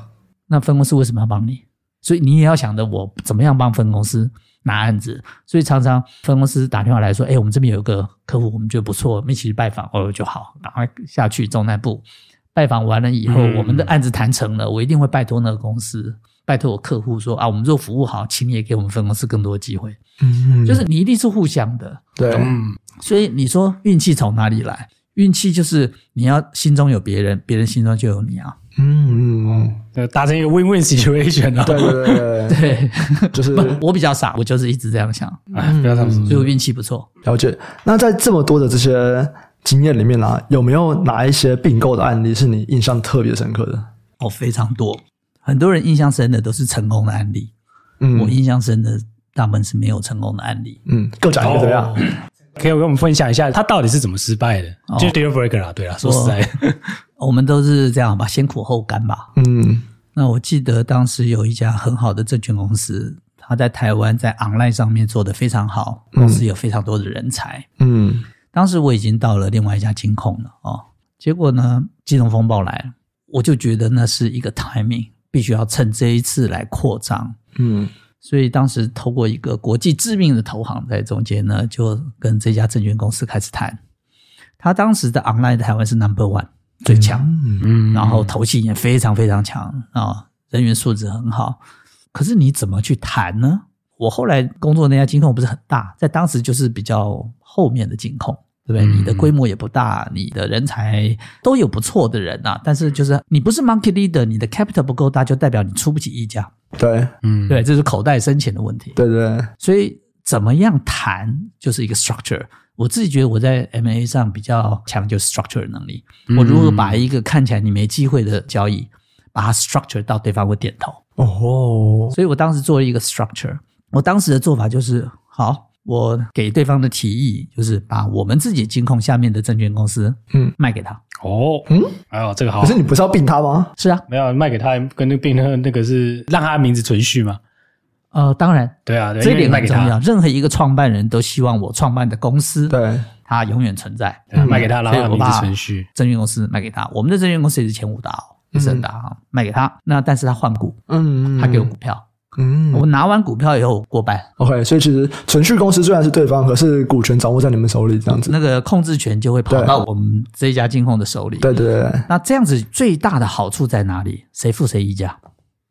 S3: 那分公司为什么要帮你？所以你也要想着我怎么样帮分公司拿案子。所以常常分公司打电话来说：“哎，我们这边有一个客户，我们觉得不错，我们一起去拜访。”哦，就好，赶快下去中南部拜访完了以后，
S2: 嗯
S3: 我们的案子谈成了，我一定会拜托那个公司，拜托我客户说：“啊，我们做服务好，请你也给我们分公司更多的机会。”
S1: 嗯，
S3: 就是你一定是互相的。
S1: 对，
S2: 嗯
S3: 所以你说运气从哪里来？运气就是你要心中有别人，别人心中就有你啊。
S1: 嗯嗯，
S2: 呃，达成一个 win-win situation 啊。
S1: 对对对对，
S3: 对，
S1: 就是
S3: 不，我比较傻，我就是一直这样想，
S2: 哎，不要这么说。
S1: 嗯
S3: 所以我运气不错。
S1: 了解。那在这么多的这些经验里面呢、有没有哪一些并购的案例是你印象特别深刻的？
S3: 哦，非常多，很多人印象深的都是成功的案例，
S1: 嗯，
S3: 我印象深的大部分是没有成功的案例。
S1: 嗯，各讲一个怎么样？
S2: 哦可以跟我们分享一下，他到底是怎么失败的？
S3: 哦
S2: 就是 deal breaker 啦，对啦，说实在的，
S3: 我们都是这样吧，先苦后甘吧。
S1: 嗯
S3: 那我记得当时有一家很好的证券公司，它在台湾在 online 上面做得非常好，公司有非常多的人才。
S1: 嗯
S3: 当时我已经到了另外一家金控了哦，结果呢，金融风暴来了，我就觉得那是一个 timing，必须要趁这一次来扩张。
S1: 嗯
S3: 所以当时透过一个国际知名的投行在中间呢，就跟这家证券公司开始谈。他当时的 online 台湾是 number one 最强，
S1: 嗯
S2: 嗯
S3: 然后投信也非常非常强啊、人员素质很好。可是你怎么去谈呢？我后来工作那家金控不是很大，在当时就是比较后面的金控，对不对？
S2: 嗯
S3: 你的规模也不大，你的人才都有不错的人啊，但是就是你不是 market leader，你的 capital 不够大，就代表你出不起溢价，
S1: 对
S2: 嗯，
S3: 对，这是口袋深浅的问题。
S1: 对对，
S3: 所以怎么样谈就是一个 structure。我自己觉得我在 M A 上比较强，就是 structure 的能力。
S2: 嗯
S3: 我如何把一个看起来你没机会的交易，把它 structure 到对方会点头。
S1: 哦，
S3: 所以我当时做了一个 structure。我当时的做法就是，好，我给对方的提议就是把我们自己金控下面的证券公司，
S1: 嗯，
S3: 卖给他。
S2: 哦，
S1: 嗯，
S2: 哎呦，这个好
S1: 可是，你不是要并他吗？
S3: 是啊，
S2: 没有卖给他，跟那个病人那个是让他名字存续嘛？
S3: 呃，当然，
S2: 对啊，对，
S3: 这一
S2: 因为你
S3: 点
S2: 卖
S3: 很
S2: 给
S3: 重
S2: 他，
S3: 要。任何一个创办人都希望我创办的公司，
S1: 对，
S3: 它永远存在。
S2: 对啊
S1: 嗯
S2: 卖给他，让
S3: 所以
S2: 他
S3: 我
S2: 名字
S3: 把
S2: 存续。
S3: 证券公司卖给他，我们的证券公司也是前五大
S2: 嗯
S3: 哦，也是很大啊、卖给他。那但是他换股，
S1: 嗯，
S3: 他给我股票，
S1: 嗯
S3: 我拿完股票以后我过半，
S1: ，OK，所以其实存续公司虽然是对方，可是股权掌握在你们手里，这样子。
S3: 那个控制权就会跑
S1: 对
S3: 到我们这家金控的手里。
S1: 对对对，对
S3: 那这样子最大的好处在哪里？谁付谁溢价？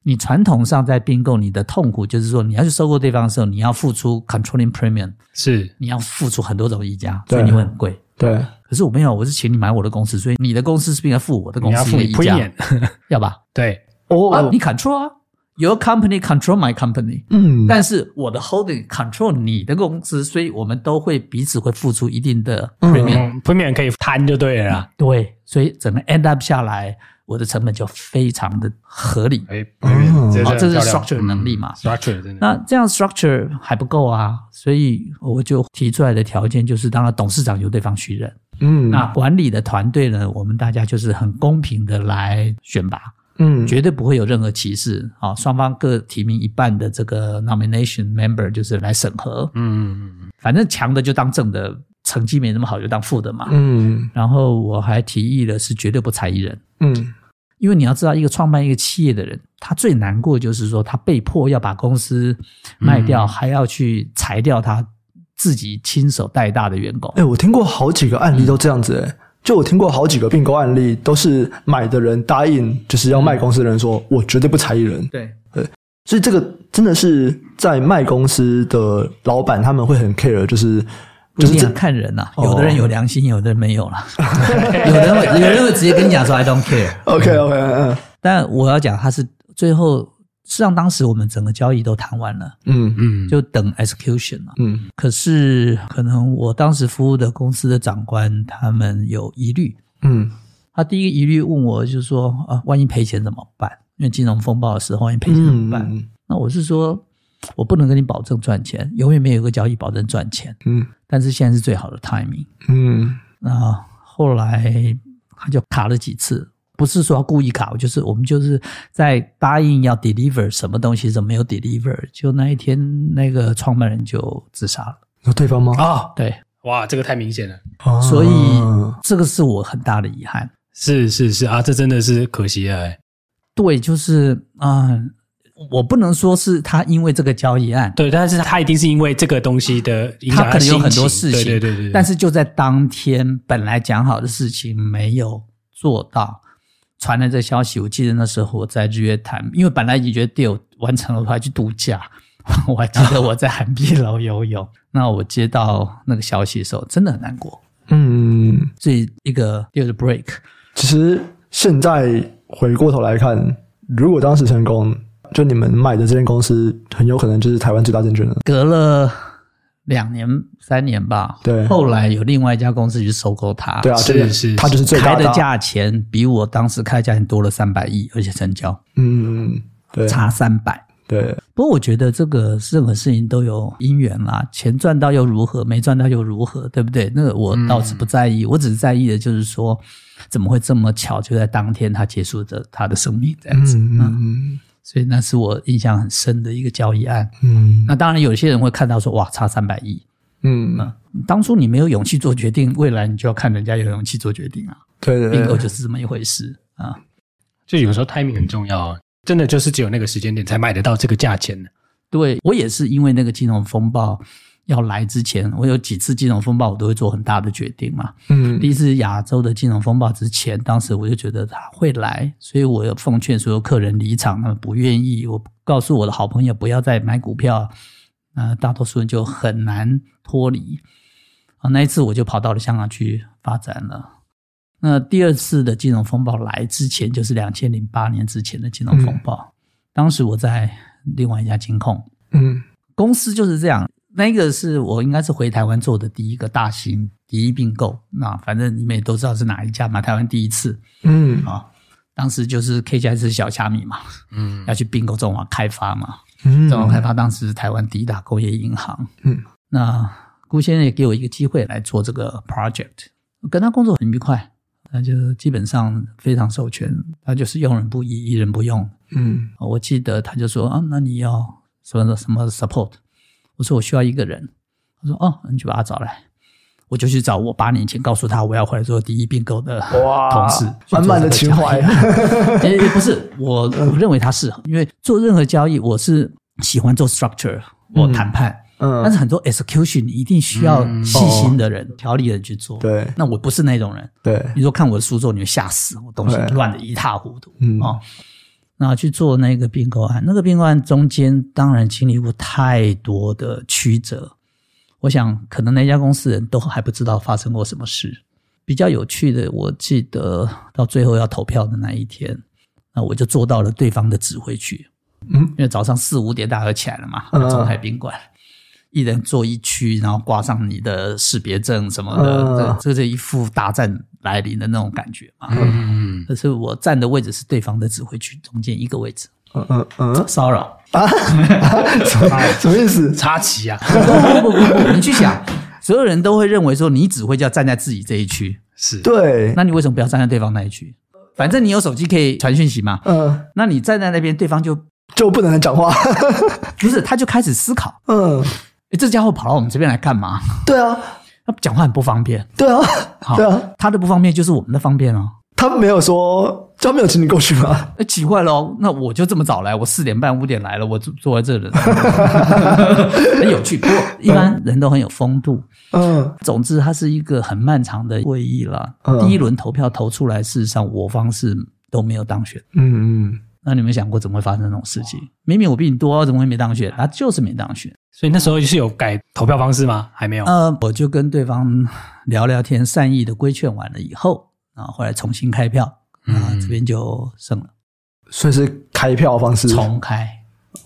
S3: 你传统上在并购，你的痛苦就是说，你要去收购对方的时候，你要付出 controlling premium，
S2: 是，
S3: 你要付出很多种溢价，
S1: 对
S3: 所以你会很贵。
S1: 对，
S3: 可是我没有，我是请你买我的公司，所以你的公司是不是应该付我的
S2: 你
S3: 公
S2: 要
S3: 司
S2: 付
S3: 的
S2: 你
S3: 溢价？
S2: premium，
S3: 要吧？
S2: 对，
S1: 哦
S3: 啊，你 control 啊，your company control my company，、
S1: 嗯，
S3: 但是我的 holding control 你的公司，所以我们都会彼此会付出一定的
S1: 嗯
S3: premium、啊
S2: 嗯，premium 可以摊就对了啦。
S3: 对，所以整个 end up 下来，我的成本就非常的合理。
S2: 哎，
S1: 嗯
S2: premium，
S3: 好
S2: 很
S3: 这是
S2: 漂亮
S3: structure 的能力嘛
S2: 嗯，structure 真的。
S3: 那这样 structure 还不够啊，所以我就提出来的条件就是，当然董事长由对方续任，
S1: 嗯，
S3: 那管理的团队呢，我们大家就是很公平的来选拔，
S1: 嗯，
S3: 绝对不会有任何歧视啊。双方各提名一半的这个 nomination member 就是来审核，
S2: 嗯，嗯
S3: 反正强的就当正的，成绩没那么好就当负的嘛。
S1: 嗯
S3: 然后我还提议了是绝对不裁一人，
S1: 嗯
S3: 因为你要知道，一个创办一个企业的人，他最难过就是说他被迫要把公司卖掉，
S2: 嗯
S3: 还要去裁掉他自己亲手带大的员工。
S1: 哎、我听过好几个案例都这样子、哎，就我听过好几个并购案例，都是买的人答应就是要卖公司的人说，我绝对不裁一人。
S3: 对，
S1: 所以这个真的是在卖公司的老板他们会很 care，就是就是
S3: 这
S1: 这
S3: 样看人呐、
S1: 哦
S3: 有的人有良心，有的人没有了。有的人会，有的人会直接跟你讲说 “I don't care”。
S1: OK OK 嗯
S3: 但我要讲，他是最后，实际上当时我们整个交易都谈完了，
S1: 嗯
S2: 嗯，
S3: 就等 execution 了。
S1: 嗯
S3: 可是可能我当时服务的公司的长官他们有疑虑，
S1: 嗯
S3: 他第一个疑虑问我就是说啊，万一赔钱怎么办？因为金融风暴的时候，万一赔钱怎么办？
S1: 嗯
S3: 那我是说，我不能跟你保证赚钱，永远没有一个交易保证赚钱。
S1: 嗯
S3: 但是现在是最好的 timing。
S1: 嗯
S3: 那啊后来他就卡了几次，不是说故意卡，我就是我们就是在答应要 deliver 什么东西，怎么没有 deliver，就那一天那个创办人就自杀了。
S1: 有对方吗？
S2: 啊，
S3: 对，
S2: 哇，这个太明显了。
S1: 啊
S3: 所以这个是我很大的遗憾。
S2: 是是是啊，这真的是可惜了哎。
S3: 对，就是啊、我不能说是他因为这个交易案，
S2: 对，但是他一定是因为这个东西的影响
S3: 他可能有
S2: 心
S3: 很
S2: 情
S3: 多事情，
S2: 对对对对。
S3: 但是就在当天，本来讲好的事情没有做到，传来这消息，我记得那时候我在日月潭，因为本来也觉得 deal 完成了，我还去度假。 我还记得我在寒碧楼游泳，那我接到那个消息的时候，真的很难过。
S1: 嗯，
S3: 所以一个 deal 的 break，
S1: 其实现在回过头来看，如果当时成功，就你们买的这间公司很有可能就是台湾最大证券了。
S3: 隔了两年三年吧，
S1: 对
S3: 后来有另外一家公司去收购它，
S1: 对啊，
S2: 是
S1: 这个
S2: 是
S1: 它就是最大
S3: 开
S1: 的
S3: 的
S1: 啊，
S3: 价钱比我当时开的价钱多了三百亿，而且成交
S1: 嗯，嗯对
S3: 差三百。
S1: 对，
S3: 不过我觉得这个任何事情都有因缘啦，钱赚到又如何，没赚到又如何，对不对？那个我倒是不在意，我只是在意的就是说，怎么会这么巧，就在当天他结束的他的生命这样子。
S1: 嗯嗯
S3: 所以那是我印象很深的一个交易案。
S1: 嗯
S3: 那当然，有些人会看到说，哇，差三百亿，
S1: 嗯嗯，
S3: 当初你没有勇气做决定，未来你就要看人家有勇气做决定啊。
S1: 对对
S3: 并购
S1: 对，
S3: 就是这么一回事啊。
S2: 就有时候 timing 很重要啊，真的就是只有那个时间点才买得到这个价钱呢。
S3: 对我也是因为那个金融风暴要来之前，我有几次金融风暴我都会做很大的决定嘛。
S1: 嗯
S3: 第一次亚洲的金融风暴之前，当时我就觉得它会来，所以我有奉劝所有客人离场，他们不愿意。我告诉我的好朋友不要再买股票，呃，大多数人就很难脱离。啊，那一次我就跑到了香港去发展了。那第二次的金融风暴来之前，就是两千零八年之前的金融风暴。当时我在另外一家金控
S1: 嗯
S3: 公司，就是这样。那个是我应该是回台湾做的第一个大型第一并购。那反正你们也都知道是哪一家嘛，台湾第一次
S1: 嗯
S3: 啊。当时就是 KGI 是小虾米嘛，
S2: 嗯
S3: 要去并购中华开发嘛。
S1: 嗯，
S3: 中华开发当时是台湾第一大工业银行。
S1: 嗯，
S3: 那顾先生也给我一个机会来做这个 project，我跟他工作很愉快，那就基本上非常授权，他就是用人不疑，疑人不用。
S1: 嗯
S3: 我记得他就说啊，那你要什么什么 support？我说我需要一个人。他说哦，你就把他找来。我就去找我八年前告诉他我要回来做第一并购的
S1: 哇
S3: 同事，
S1: 满满的情怀
S3: 去做他的交易也也不是我，我认为他适合，因为做任何交易，我是喜欢做 structure，我谈判，
S1: 嗯，哦
S3: 但是很多 execution 你一定需要
S2: 嗯
S3: 细心的人、条理的人去做。，
S1: 对
S3: 那我不是那种人，
S1: 对，
S3: 你说看我的书之后，你会吓死，我东西
S1: 对
S3: 乱的一塌糊涂。
S1: 嗯
S3: 哦，那去做那个并购案，那个并购案中间当然经历过太多的曲折，我想可能那家公司人都还不知道发生过什么事。比较有趣的，我记得到最后要投票的那一天，那我就坐到了对方的指挥区，
S1: 嗯
S3: 因为早上四五点大家都起来了嘛，
S1: 嗯
S3: 中台宾馆。一人坐一区，然后挂上你的识别证什么的，
S1: 嗯
S3: 这这是一副大战来临的那种感觉嘛。
S2: 嗯，
S3: 可是我站的位置是对方的指挥区中间一个位置，
S1: 嗯嗯 嗯，
S3: 骚扰。
S1: 什么什么意思？
S2: 插旗啊，
S3: 不不不不不，你去想，所有人都会认为说你只会叫站在自己这一区，
S2: 是，
S1: 对，
S3: 那你为什么不要站在对方那一区？反正你有手机可以传讯息嘛。
S1: 嗯，
S3: 那你站在那边，对方就
S1: 就不能讲话。
S3: 不是，他就开始思考，
S1: 嗯，
S3: 诶这家伙跑到我们这边来干嘛？
S1: 对啊，
S3: 他讲话很不方便。
S1: 对啊，
S3: 好
S1: 对啊，
S3: 他的不方便就是我们的方便哦。
S1: 他没有说，他没有请你过去吗？
S3: 哎，奇怪喽，那我就这么早来，我四点半五点来了，我坐坐在这里， 很有趣。不过一般人都很有风度，
S1: 嗯
S3: 总之，它是一个很漫长的会议啦。
S1: 嗯
S3: 第一轮投票投出来，事实上我方是都没有当选。
S1: 嗯嗯，
S3: 那你们想过怎么会发生这种事情？明明我比你多，怎么会没当选？他就是没当选。
S2: 所以那时候是有改投票方式吗？还没有，
S3: 呃，我就跟对方聊聊天，善意的规劝完了以后，啊，后来重新开票，啊，
S2: 嗯
S3: 这边就胜了，
S1: 所以是开票方式。
S3: 重开。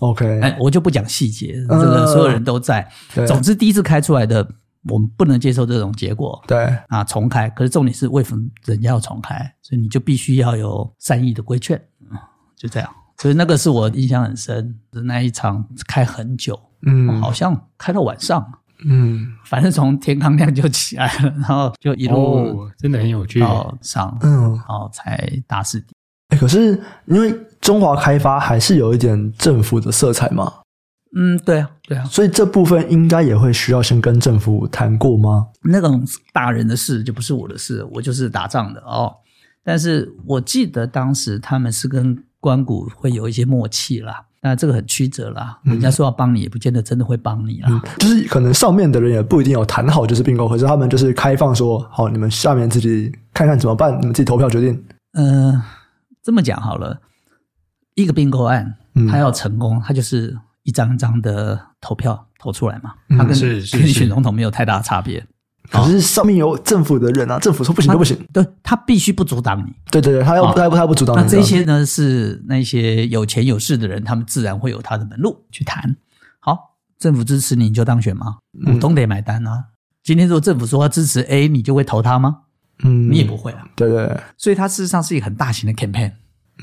S1: OK，
S3: 哎，我就不讲细节，这
S1: 嗯
S3: 个所有人都在。
S1: 对
S3: 总之，第一次开出来的，我们不能接受这种结果。
S1: 对，
S3: 啊重开，可是重点是为什么人要重开？所以你就必须要有善意的规劝，嗯，就这样。所以那个是我印象很深，那一场开很久，
S1: 嗯
S3: 好像开到晚上，
S1: 嗯
S3: 反正从天刚亮就起来了，然后就一路哦
S2: 哦，真的很有趣，
S3: 到上，
S1: 嗯。
S3: 然后才大四底。
S1: 哎可是因为中华开发还是有一点政府的色彩嘛，
S3: 嗯，对啊，对啊，
S1: 所以这部分应该也会需要先跟政府谈过吗？
S3: 那种大人的事就不是我的事，我就是打仗的哦。但是我记得当时他们是跟关谷会有一些默契啦，那这个很曲折啦，
S2: 嗯
S3: 人家说要帮你，也不见得真的会帮你啦。
S1: 嗯，就是可能上面的人也不一定有谈好，就是并购，可是他们就是开放说，好，你们下面自己看看怎么办，你们自己投票决定。
S3: 嗯、这么讲好了，一个并购案
S1: 嗯，
S3: 它要成功，它就是一张张的投票投出来嘛，它跟
S2: 嗯是是
S3: 跟
S2: 是
S3: 选总统没有太大的差别。
S1: 可是上面有政府的人啊，政府说不行
S3: 它
S1: 就不行。，
S3: 对，它必须不阻挡你。
S1: 对对对，他要
S3: 好
S1: 他不他不阻挡你
S3: 啊那
S1: 的。
S3: 这些呢是那些有钱有势的人，他们自然会有他的门路去谈。好，政府支持你，你就当选吗？
S1: 嗯
S3: 股东得买单啊。今天如果政府说他支持 A，你就会投他吗？
S1: 嗯，
S3: 你也不会啊。
S1: 对对，对
S3: 所以它事实上是一个很大型的 campaign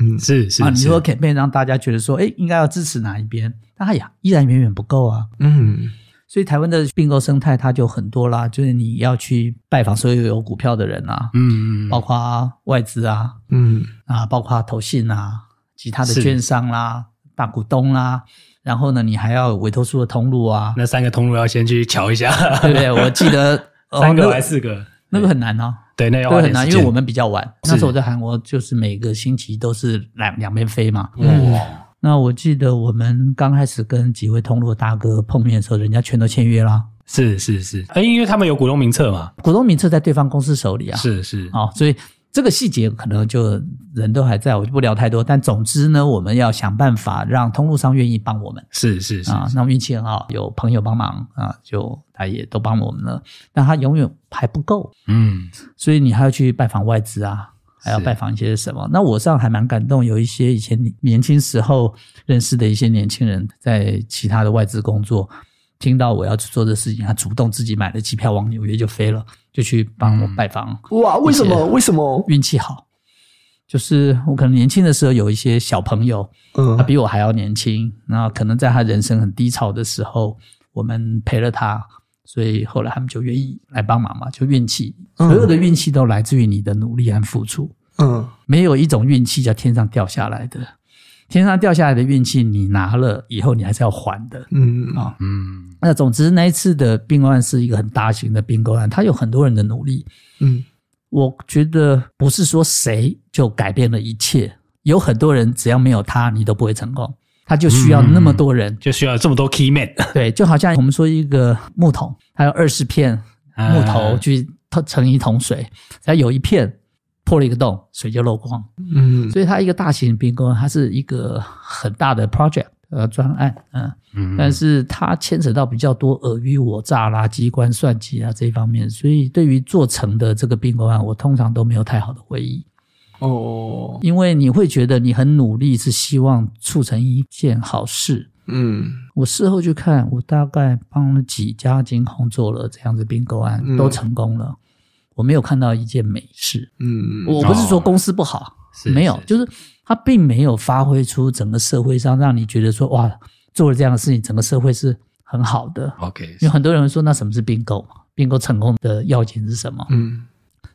S1: 嗯
S2: 是是
S3: 啊。你
S2: 是
S3: 说 campaign 让大家觉得说，哎，应该要支持哪一边？但它也依然远远不够啊。
S1: 嗯
S3: 所以台湾的并购生态它就很多啦，就是你要去拜访所有有股票的人啊，
S2: 嗯嗯，
S3: 包括外资啊，
S1: 嗯
S3: 啊，包括投信啊、其他的
S2: 是
S3: 券商啦、大股东啦，然后呢，你还要有委托书的通路啊，
S2: 那三个通路要先去瞧一下，
S3: 对 不对？我记得
S2: 三
S3: 哦那
S2: 个还是四个？
S3: 那个很难哦，
S2: 对，那
S3: 那
S2: 要
S3: 个
S2: 花
S3: 很
S2: 点
S3: 难，
S2: 时
S3: 因为
S2: 间
S3: 我们比较晚。那时候我在韩国，就是每个星期都是两两边飞嘛。
S1: 嗯
S2: 哇，
S3: 那我记得我们刚开始跟几位通路大哥碰面的时候，人家全都签约啦，
S2: 是是是，哎，因为他们有股东名册嘛，
S3: 股东名册在对方公司手里啊。
S2: 是是，
S3: 哦，所以这个细节可能就人都还在，我就不聊太多。但总之呢，我们要想办法让通路商愿意帮我们
S2: 是是是，
S3: 啊。那我们运气很好，有朋友帮忙啊，就他也都帮我们了。但他永远还不够，
S2: 嗯，
S3: 所以你还要去拜访外资啊，还要
S2: 是
S3: 拜访一些什么？那我上还蛮感动，有一些以前年年轻时候认识的一些年轻人，在其他的外资工作，听到我要去做这事情，他主动自己买了机票往纽约就飞了，就去帮我拜访。
S1: 哇，为什么？为什么？
S3: 运气好，就是我可能年轻的时候有一些小朋友，他
S1: 嗯
S3: 啊比我还要年轻，那可能在他人生很低潮的时候，我们陪了他，所以后来他们就愿意来帮忙嘛，就运气，
S1: 嗯
S3: 所有的运气都来自于你的努力和付出，
S1: 嗯
S3: 没有一种运气叫天上掉下来的，天上掉下来的运气你拿了以后，你还是要还的。
S1: 嗯
S3: 啊
S2: 嗯，
S3: 那总之那一次的并购案是一个很大型的并购案，它有很多人的努力，
S1: 嗯
S3: 我觉得不是说谁就改变了一切，有很多人只要没有他，你都不会成功。他就需要那么多人，
S2: 就需要这么多 key man
S3: 对，就好像我们说一个木桶，它有二十片
S2: 啊
S3: 木头去盛一桶水，它有一片破了一个洞，水就漏光。
S1: 嗯
S3: 所以它一个大型并购，它是一个很大的 project 呃专案，嗯，
S2: 嗯
S3: 但是它牵扯到比较多尔虞我诈啦、机关算计啊这一方面，所以对于做成的这个并购案，我通常都没有太好的回忆，
S1: 哦
S3: 因为你会觉得你很努力，是希望促成一件好事。
S1: 嗯
S3: 我事后去看，我大概帮了几家金控做了这样子并购案，
S1: 嗯
S3: 都成功了，我没有看到一件美事。
S1: 嗯
S3: 我不是说
S2: 哦
S3: 公司不好，
S2: 是
S3: 没有，
S2: 是
S3: 就是他并没有发挥出整个社会上让你觉得说哇，做了这样的事情，整个社会是很好的。
S2: OK，
S3: 因为很多人会说，那什么是并购嘛？并购成功的要件是什么？
S1: 嗯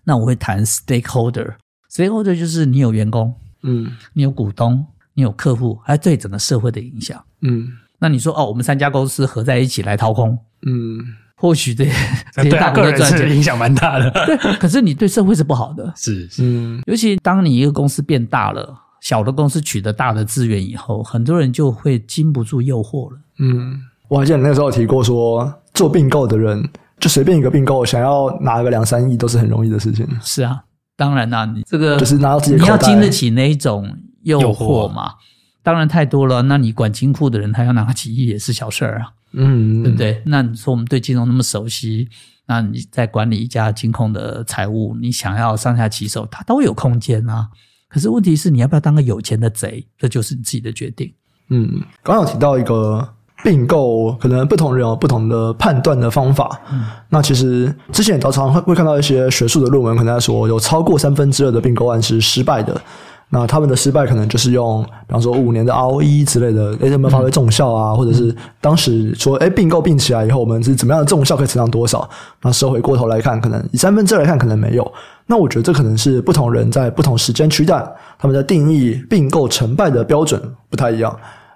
S3: 那我会谈 stakeholder。stakeholder 就是你有员工，
S1: 嗯
S3: 你有股东，你有客户，还有对整个社会的影响。
S1: 嗯
S3: 那你说哦，我们三家公司合在一起来掏空，
S1: 嗯
S3: 或许这这些
S2: 对
S3: 大
S2: 啊，
S3: 股
S2: 个
S3: 在
S2: 人
S3: 赚
S2: 是
S3: 钱，
S2: 影响蛮大的，
S3: 对，可是你对社会是不好的。
S2: 是是
S1: 嗯
S3: 尤其当你一个公司变大了，小的公司取得大的资源以后，很多人就会禁不住诱惑了。
S1: 嗯，我还记得你那个时候有提过说，做并购的人就随便一个并购，想要拿个两三亿都是很容易的事情，
S3: 是啊，当然啦、你这个
S1: 就是拿到自己的
S3: 你
S1: 口
S3: 要
S1: 袋
S3: 经得起那一种诱
S2: 诱惑
S3: 惑嘛。当然太多了，那你管金库的人他要拿几亿也是小事儿啊，
S1: 嗯，
S3: 对不？对？那你说我们对金融那么熟悉，那你在管理一家金控的财务，你想要上下其手，它都有空间啊。可是问题是，你要不要当个有钱的贼？这就是你自己的决定。
S1: 嗯，刚刚有提到一个并购，可能不同人有不同的判断的方法。那其实之前也常常会会看到一些学术的论文，可能在说有超过三分之二的并购案是失败的。那他们的失败可能就是用，比方说五年的 ROE 之类的，诶，有没有发挥重效啊？或者是当时说，诶，并购并起来以后，我们是怎么样的重效可以成长多少？那收回过头来看，可能以三分之二来看，可能没有。那我觉得这可能是不同人在不同时间区段，他们在定义并购成败的标准不太一样。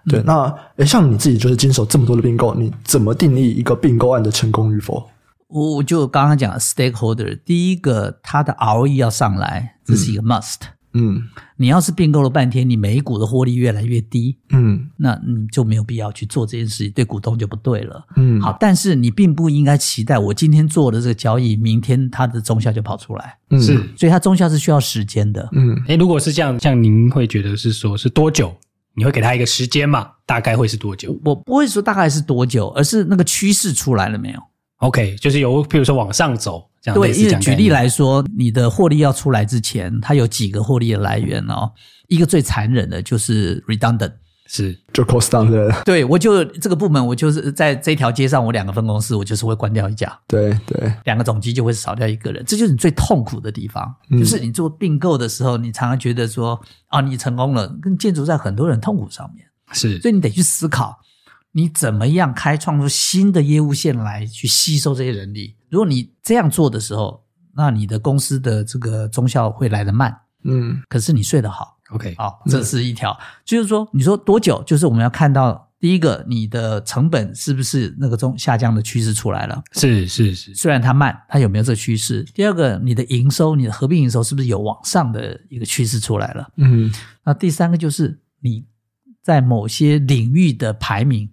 S3: 嗯
S1: 对，那诶，像你自己就是经手这么多的并购，你怎么定义一个并购案的成功与否？
S3: 我我就刚刚讲的 stakeholder，第一个它的 ROE 要上来，这是一个 must。
S1: 嗯
S3: 你要是并购了半天，你每一股的获利越来越低，
S1: 嗯
S3: 那你就没有必要去做这件事情，对股东就不对了。
S1: 嗯，
S3: 好，，但是你并不应该期待我今天做的这个交易，明天它的中效就跑出来，
S1: 嗯
S2: 是，
S3: 所以它中效是需要时间的。
S1: 嗯
S2: 哎，如果是这样，像您会觉得是说是多久？你会给他一个时间嘛？大概会是多久
S3: 我不会说大概是多久，而是那个趋势出来了没有？
S2: ？OK，就是由譬如说往上走这样
S3: 对，
S2: 类似
S3: 因
S2: 这
S3: 为
S2: 样
S3: 举
S2: 概
S3: 例
S2: 念
S3: 来说，你的获利要出来之前，它有几个获利的来源哦。一个最残忍的就是 redundant，
S2: 是
S1: 就 cost down 的，
S3: 对我就这个部门，我就是在这条街上，我两个分公司，我就是会关掉一家，
S1: 对对，
S3: 两个总机就会少掉一个人，这就是你最痛苦的地方。
S1: 嗯
S3: 就是你做并购的时候，你常常觉得说啊，你成功了，跟建筑在很多人痛苦上面，
S2: 是
S3: 所以你得去思考，你怎么样开创出新的业务线来去吸收这些人力。如果你这样做的时候，那你的公司的这个中效会来得慢，
S1: 嗯
S3: 可是你睡得好。
S2: OK，
S3: 好，这是一条，就是说，你说多久？就是我们要看到第一个，你的成本是不是那个中下降的趋势出来了？
S2: 是是是
S3: 虽然它慢，它有没有这个趋势？第二个，你的营收，你的合并营收是不是有往上的一个趋势出来了？
S1: 嗯
S3: 那第三个就是你在某些领域的排名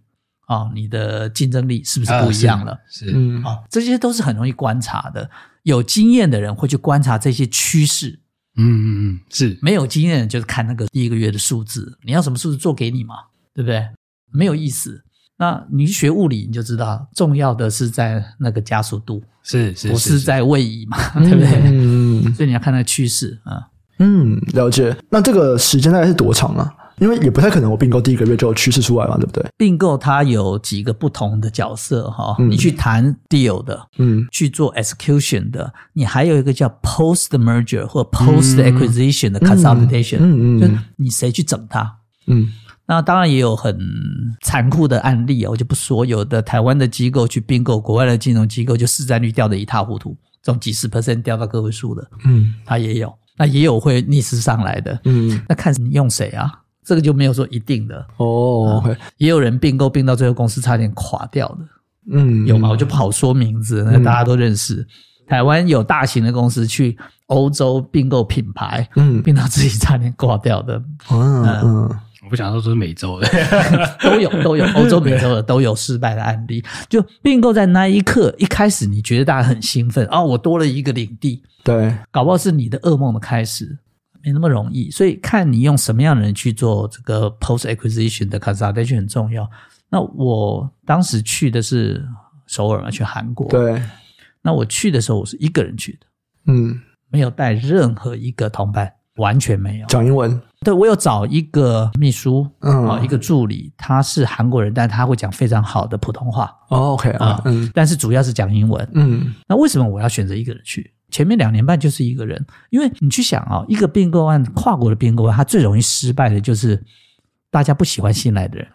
S3: 啊、你的竞争力是不是
S2: 啊
S3: 不一样了？哦
S2: 是
S1: 嗯
S3: 啊、这些都是很容易观察的。有经验的人会去观察这些趋势，
S2: 嗯嗯，是
S3: 没有经验的就是看那个第一个月的数字，你要什么数字做给你嘛，对不对？没有意思。那你学物理你就知道，重要的是在那个加速度，
S2: 是是，
S3: 不是在位移嘛， 对不对？
S1: 嗯
S3: 所以你要看那个趋势啊。
S1: 嗯，了解。那这个时间大概是多长啊？因为也不太可能我并购第一个月就有趋势出来嘛，对不对？
S3: 并购它有几个不同的角色哈，
S1: 嗯
S3: 你去谈 deal 的，
S1: 嗯
S3: 去做 execution 的，你还有一个叫 post merger 或 post acquisition 的 consolidation，、
S1: 嗯嗯嗯嗯
S3: 就是你谁去整它。
S1: 嗯
S3: 那当然也有很残酷的案例啊，我就不说，有的台湾的机构去并购国外的金融机构，就市占率掉的一塌糊涂，从几十 percent 掉到个位数的，
S1: 嗯
S3: 它也有。那也有会逆势上来的，
S1: 嗯，
S3: 那看你用谁啊，这个就没有说一定的。
S1: 哦，OK，
S3: 也有人并购并到最后公司差点垮掉的，
S1: 嗯，
S3: 有吗？我就不好说名字，那大家都认识。台湾有大型的公司去欧洲并购品牌，
S1: 嗯
S3: 并到自己差点挂掉 的
S1: 嗯嗯
S2: 我不想说都是美洲 的，
S3: 都有，都有，欧洲、美洲的都有失败的案例。就并购在那一刻，一开始你觉得大家很兴奋，哦，我多了一个领地，
S1: 对，
S3: 搞不好是你的噩梦的开始，没那么容易。所以看你用什么样的人去做这个 post acquisition 的 consolidation 很重要。那我当时去的是首尔嘛，去韩国。，
S1: 对，
S3: 那我去的时候我是一个人去的，
S1: 嗯，
S3: 没有带任何一个同伴，完全没有。
S1: 讲英文，
S3: 对我有找一个秘书，
S1: 嗯
S3: 啊、一个助理，他是韩国人，但他会讲非常好的普通话，
S1: 哦，OK 啊
S3: 啊，
S1: 嗯
S3: 但是主要是讲英文。
S1: 嗯
S3: 那为什么我要选择一个人去？前面两年半就是一个人，因为你去想啊、哦，一个并购案，跨国的并购案，它最容易失败的就是大家不喜欢信赖的人。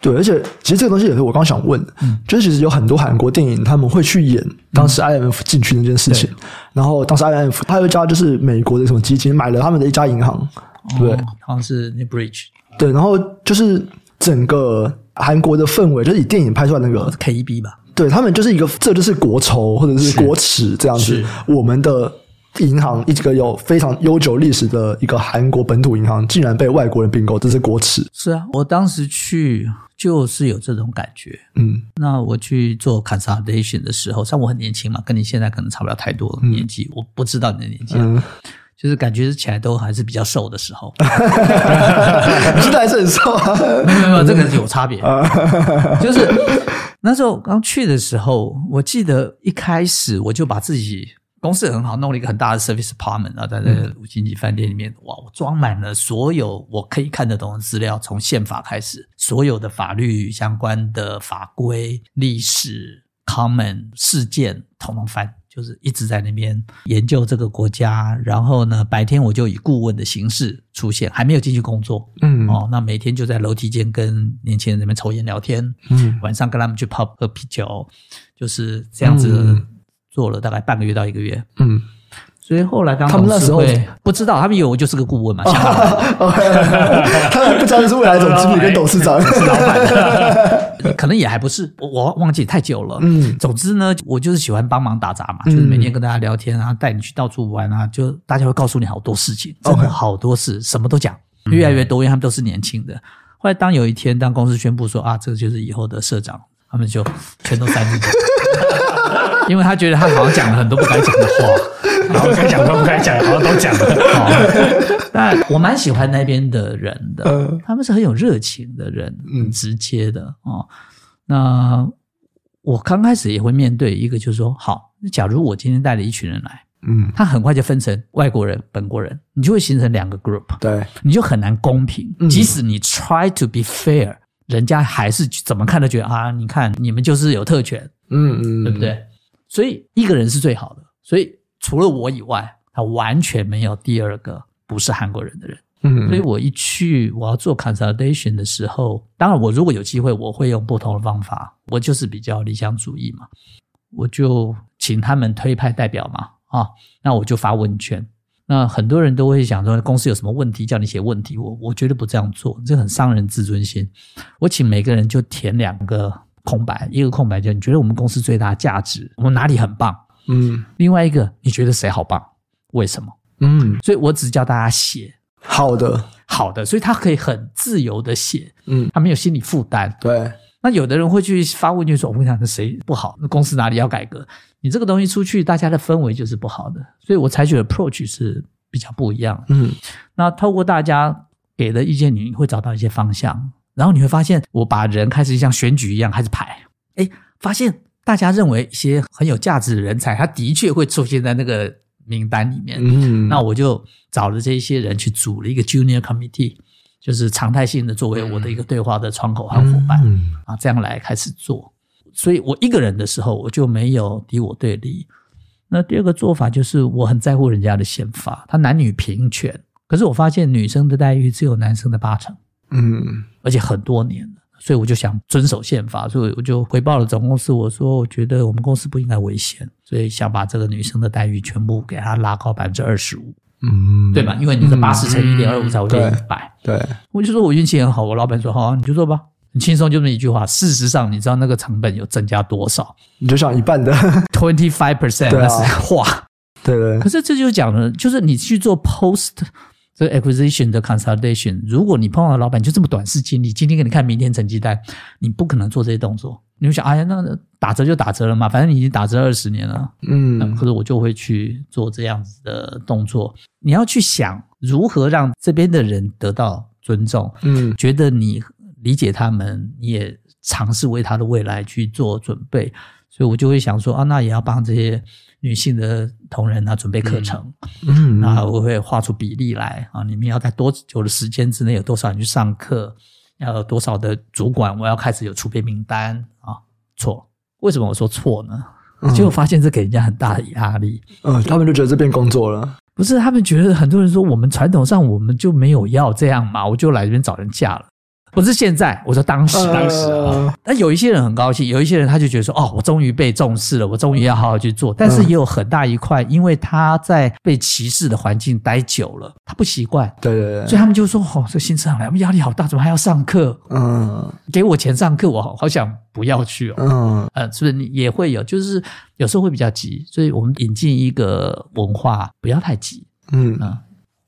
S1: 对，而且其实这个东西也是我刚想问的
S3: 嗯，
S1: 就是其实有很多韩国电影他们会去演当时 IMF 进去那件事情，然后当时 IMF 还有一家就是美国的什么基金买了他们的一家银行，对
S3: 哦，好像是 New Bridge
S1: 对，然后就是整个韩国的氛围，就是以电影拍出来那
S3: 呃
S1: 个，
S3: KEB E 吧？
S1: 对他们就是一个，这就是国仇或者是国耻这样子
S3: 是。
S1: 我们的银行一个有非常悠久历史的一个韩国本土银行，竟然被外国人并购，这是国耻。
S3: 是啊，我当时去就是有这种感觉。
S1: 嗯
S3: 那我去做 consolidation 的时候，像我很年轻嘛，跟你现在可能差不了太多年纪，我不知道你的年纪啊、
S1: 嗯，
S3: 就是感觉起来都还是比较瘦的时候，
S1: 你现在还是很瘦啊。
S3: 没有没有 没有，这个是有差别，啊就是那时候刚去的时候，我记得一开始我就把自己公司很好，弄了一个很大的 service apartment，然后在那个五星级饭店里面，哇，我装满了所有我可以看得懂的资料，从宪法开始，所有的法律相关的法规、历史、common 事件，统统翻。就是一直在那边研究这个国家，然后呢，白天我就以顾问的形式出现，还没有进去工作，
S1: 嗯
S3: 哦，那每天就在楼梯间跟年轻人那边抽烟聊天，
S1: 嗯
S3: 晚上跟他们去 pub 喝啤酒，就是这样子
S1: 嗯
S3: 做了大概半个月到一个月。
S1: 嗯
S3: 所以后来当
S1: 他们那
S3: 董事
S1: 时候
S3: 会不知道，他们以为我就是个顾问嘛，想法
S1: ，OK，他们不知道这是未来总经理跟董事长。
S3: 可能也还不是，我我忘记太久了。
S1: 嗯
S3: 总之呢，我就是喜欢帮忙打杂嘛，
S1: 嗯
S3: 就是每天跟大家聊天啊，带你去到处玩啊，就大家会告诉你好多事情，真的好多事，什么都讲，
S1: 嗯
S3: 越来越多，因为他们都是年轻的。后来当有一天，当公司宣布说啊，这个就是以后的社长，他们就全都删进去， 因为他觉得他好像讲了很多不该讲的话。
S2: 然后该讲都不该讲，然后都讲了，
S3: 哦，但我蛮喜 欢那边的人的，
S1: 嗯
S3: 他们是很有热情的人，
S1: 嗯
S3: 很直接的哦。那我刚开始也会面对一个，就是说，好，假如我今天带了一群人来，
S1: 嗯，
S3: 他很快就分成外国人、本国人，你就会形成两个 group，
S1: 对，
S3: 你就很难公平
S1: 嗯。
S3: 即使你 try to be fair，人家还是怎么看都觉得啊，你看你们就是有特权，
S1: 嗯嗯，
S3: 对不对？？所以一个人是最好的。所以除了我以外，他完全没有第二个不是韩国人的人。
S1: 嗯，
S3: 所以我一去我要做 consolidation 的时候，当然我如果有机会，我会用不同的方法。我就是比较理想主义嘛，我就请他们推派代表嘛，啊，那我就发问卷。那很多人都会想说，公司有什么问题叫你写问题，我我绝对不这样做，这很伤人自尊心。我请每个人就填两个空白，一个空白就你觉得我们公司最大的价值，我们哪里很棒；
S1: 嗯
S3: 另外一个你觉得谁好棒，为什么？
S1: 嗯，
S3: 所以我只教大家写
S1: 好的，
S3: 好的，所以他可以很自由的写，
S1: 嗯，
S3: 他没有心理负担。
S1: 对，
S3: 那有的人会去发问卷说：“我跟你讲，谁不好？那公司哪里要改革？”你这个东西出去，大家的氛围就是不好的。所以我采取的 approach 是比较不一样。
S1: 嗯
S3: 那透过大家给的意见，你会找到一些方向，然后你会发现，我把人开始像选举一样开始排，哎，发现大家认为一些很有价值的人才，他的确会出现在那个名单里面。
S1: 嗯，
S3: 那我就找了这一些人去组了一个 junior committee，就是常态性的作为我的一个对话的窗口和伙伴、
S1: 嗯
S3: 啊，这样来开始做。所以我一个人的时候，我就没有敌我对立。那第二个做法就是我很在乎人家的宪法，它男女平权。可是我发现女生的待遇只有男生的八成，
S1: 嗯
S3: 而且很多年了，所以我就想遵守宪法，所以我就回报了总公司，我说我觉得我们公司不应该违宪，所以想把这个女生的待遇全部给她拉高百分之二十五。
S1: 嗯，
S3: 对吧？因为你是
S1: 嗯
S3: 八十乘一点二五才会变一
S1: 对
S3: 百。
S1: 对，
S3: 我就说我运气很好，我老板说好、啊，你就做吧，很轻松，就这么一句话。事实上，你知道那个成本有增加多少
S1: 你就想一半的，
S3: ？Twenty five percent，
S1: 对啊
S3: 那是话。
S1: 对对
S3: 可是这就讲了，就是你去做 post 这 acquisition 的 consolidation，如果你碰到的老板就这么短视经理，今天给你看，明天成绩单，你不可能做这些动作。你会想，哎呀，那打折就打折了嘛，反正你已经打折二十年了，嗯，
S1: 嗯
S3: 可是我就会去做这样子的动作。你要去想如何让这边的人得到尊重，
S1: 嗯
S3: 觉得你理解他们，你也尝试为他的未来去做准备。所以我就会想说啊，那也要帮这些女性的同仁啊准备课程，
S1: 嗯，
S3: 那我会画出比例来啊，你们要在多久的时间之内有多少人去上课，要有多少的主管，我要开始有储备名单啊。错，为什么我说错呢？结果发现这给人家很大的压力。
S1: 嗯，他们就觉得这变工作了，
S3: 不是他们觉得很多人说我们传统上我们就没有要这样嘛，我就来这边找人嫁了。不是现在，我说当时，
S1: 呃
S2: 当时啊，
S3: 那有一些人很高兴，有一些人他就觉得说，哦，我终于被重视了，我终于要好好去做。但是也有很大一块，因为他在被歧视的环境待久了，他不习惯，
S1: 对对
S3: 所
S1: 对，
S3: 以他们就说，哦，这新职场来，我们压力好大，怎么还要上课？
S1: 嗯
S3: 给我钱上课，我好好想不要去哦。
S1: 嗯
S3: 呃，是不是你也会有？就是有时候会比较急，所以我们引进一个文化，不要太急。
S1: 嗯嗯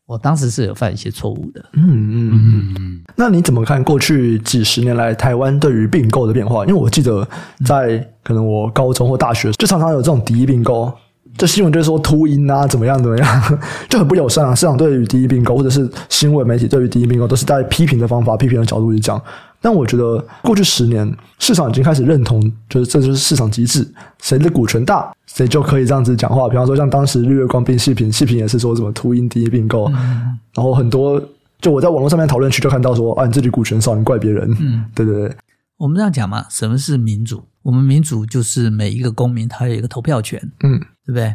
S3: 我当时是有犯一些错误的。
S1: 嗯嗯。
S2: 嗯，
S1: 那你怎么看过去几十年来台湾对于并购的变化？因为我记得在可能我高中或大学就常常有这种敌意并购，这新闻就是说秃鹰啊怎么样怎么样，就很不友善啊。市场对于敌意并购或者是新闻媒体对于敌意并购都是在批评的方法、批评的角度去讲。但我觉得过去十年市场已经开始认同，就是这就是市场机制，谁的股权大，谁就可以这样子讲话。比方说像当时日月光并细品，细品也是说什么秃鹰第一并购，然后很多就我在网络上面讨论区就看到说啊，你自己股权少，你怪别人。
S3: 嗯，
S1: 对对对，
S3: 我们这样讲嘛，什么是民主？我们民主就是每一个公民他有一个投票权，
S1: 嗯
S3: 对不对？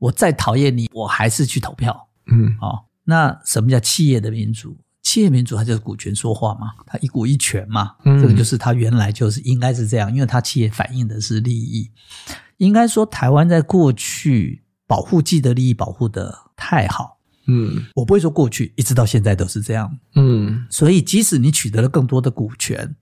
S3: 我再讨厌你，我还是去投票。
S1: 嗯
S3: 哦，那什么叫企业的民主？企业民主它就是股权说话嘛，它一股一权嘛，
S1: 嗯
S3: 这个就是它原来就是应该是这样，因为它企业反映的是利益。应该说，台湾在过去保护既得利益保护的太好，
S1: 嗯
S3: 我不会说过去一直到现在都是这样，
S1: 嗯
S3: 所以，即使你取得了更多的股权，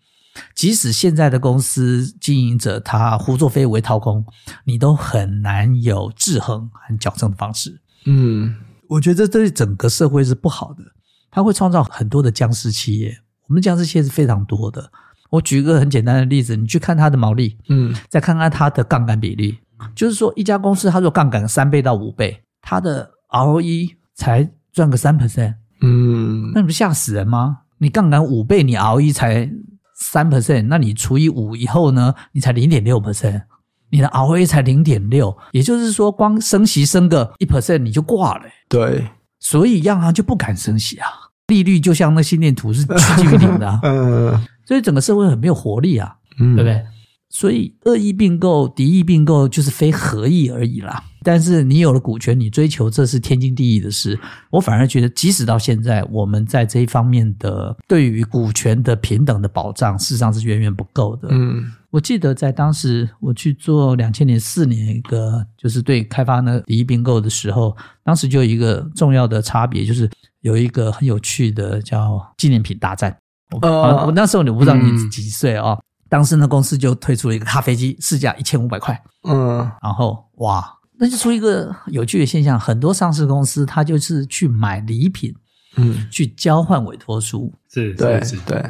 S3: 即使现在的公司经营者他胡作非为、掏空，你都很难有制衡和矫正的方式。
S1: 嗯
S3: 我觉得这对整个社会是不好的，它会创造很多的僵尸企业。我们僵尸企业是非常多的。我举一个很简单的例子，你去看它的毛利，
S1: 嗯
S3: 再看看它的杠杆比例，就是说一家公司它做杠杆三倍到五倍，它的 ROE 才赚个三 percent。
S1: 嗯
S3: 那你不吓死人吗？你杠杆五倍，你 ROE 才三 percent，那你除以五以后呢，你才零点六 percent，你的 ROE 才零点六，也就是说，光升息升个一 percent 你就挂了欸、
S1: 对，，
S3: 所以央行就不敢升息啊。利率就像那心电图是趋近于零的、啊
S1: 嗯
S3: 所以整个社会很没有活力啊，
S1: 嗯
S3: 对不？对？所以恶意并购、敌意并购就是非合意而已啦。但是你有了股权，你追求这是天经地义的事。我反而觉得，即使到现在，我们在这一方面的对于股权的平等的保障，事实上是远远不够的。
S1: 嗯
S3: 我记得在当时我去做两千年四年一个就是对开发呢第一并购的时候，当时就有一个重要的差别，就是有一个很有趣的叫纪念品大战。我
S1: 呃
S3: 啊我那时候我不知道你
S2: 嗯
S3: 几岁哦，当时呢公司就推出了一个咖啡机，市价一千五百块，
S1: 嗯
S3: 然后哇，那就出一个有趣的现象，很多上市公司它就是去买礼品
S1: 嗯，
S3: 去交换委托书，
S2: 是，
S1: 对
S2: 是是，
S1: 对，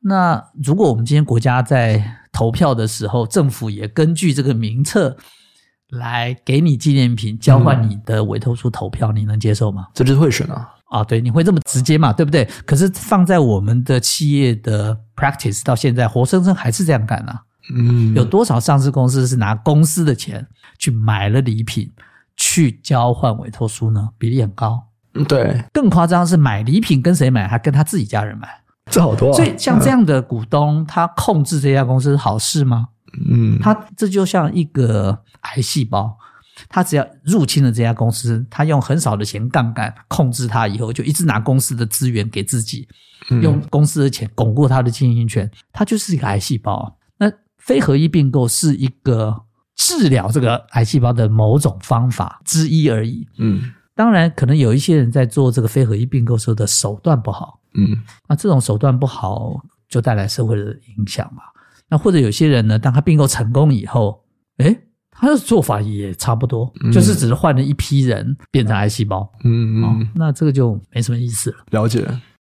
S3: 那如果我们今天国家在投票的时候，政府也根据这个名册来给你纪念品，交换你的委托书投票，你能接受吗？
S1: 这就是会选啊。
S3: 啊，对，你会这么直接嘛，对不对？可是放在我们的企业的 practice 到现在，活生生还是这样干啊。
S1: 嗯，
S3: 有多少上市公司是拿公司的钱去买了礼品，去交换委托书呢？比例很高。
S1: 嗯对，
S3: 更夸张的是买礼品跟谁买，还跟他自己家人买。
S1: 这好多、啊。
S3: 所以像这样的股东，他控制这家公司是好事吗？
S1: 嗯，
S3: 他这就像一个癌细胞，他只要入侵了这家公司，他用很少的钱杠杆控制它，以后就一直拿公司的资源给自己，
S1: 嗯
S3: 用公司的钱巩固他的经营权，他就是一个癌细胞。啊那非合一并购是一个治疗这个癌细胞的某种方法之一而已。
S1: 嗯
S3: 当然，可能有一些人在做这个非合一并购时候的手段不好，
S1: 嗯
S3: 那这种手段不好，就带来社会的影响嘛。那或者有些人呢，当他并购成功以后，诶，他的做法也差不多，
S1: 嗯
S3: 就是只是换了一批人变成癌细胞，
S1: 嗯
S3: 哦
S1: 嗯，，
S3: 那这个就没什么意思了。
S1: 了解。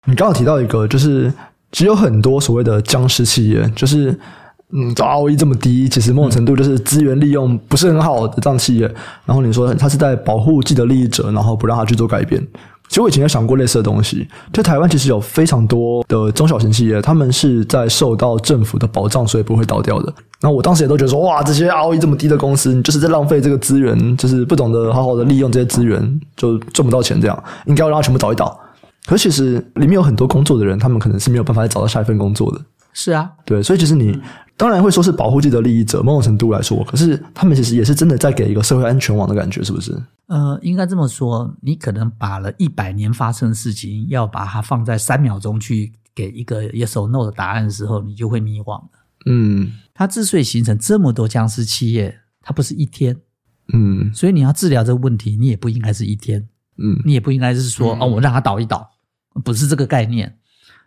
S1: 你刚刚提到一个，就是只有很多所谓的僵尸企业，就是嗯，ROE 这么低，其实某种程度就是资源利用不是很好的这样企业。然后你说它是在保护既得利益者，然后不让他去做改变。其实我以前也想过类似的东西，就台湾其实有非常多的中小型企业，他们是在受到政府的保障，所以不会倒掉的。然后我当时也都觉得说，哇，这些 ROE 这么低的公司，你就是在浪费这个资源，就是不懂得好好的利用这些资源，就赚不到钱，这样应该要让它全部倒一倒。可是其实里面有很多工作的人，他们可能是没有办法再找到下一份工作的。
S3: 是啊，
S1: 对，所以其实你当然会说是保护既得利益者，某种程度来说，可是他们其实也是真的在给一个社会安全网的感觉，是不是？
S3: 呃，应该这么说，你可能把了一百年发生的事情，要把它放在三秒钟去给一个 yes or no 的答案的时候，你就会迷惘了。
S1: 嗯
S3: 它之所以形成这么多僵尸企业，它不是一天，
S1: 嗯
S3: 所以你要治疗这个问题，你也不应该是一天，
S1: 嗯
S3: 你也不应该是说、
S2: 嗯
S3: 哦，我让它倒一倒，不是这个概念，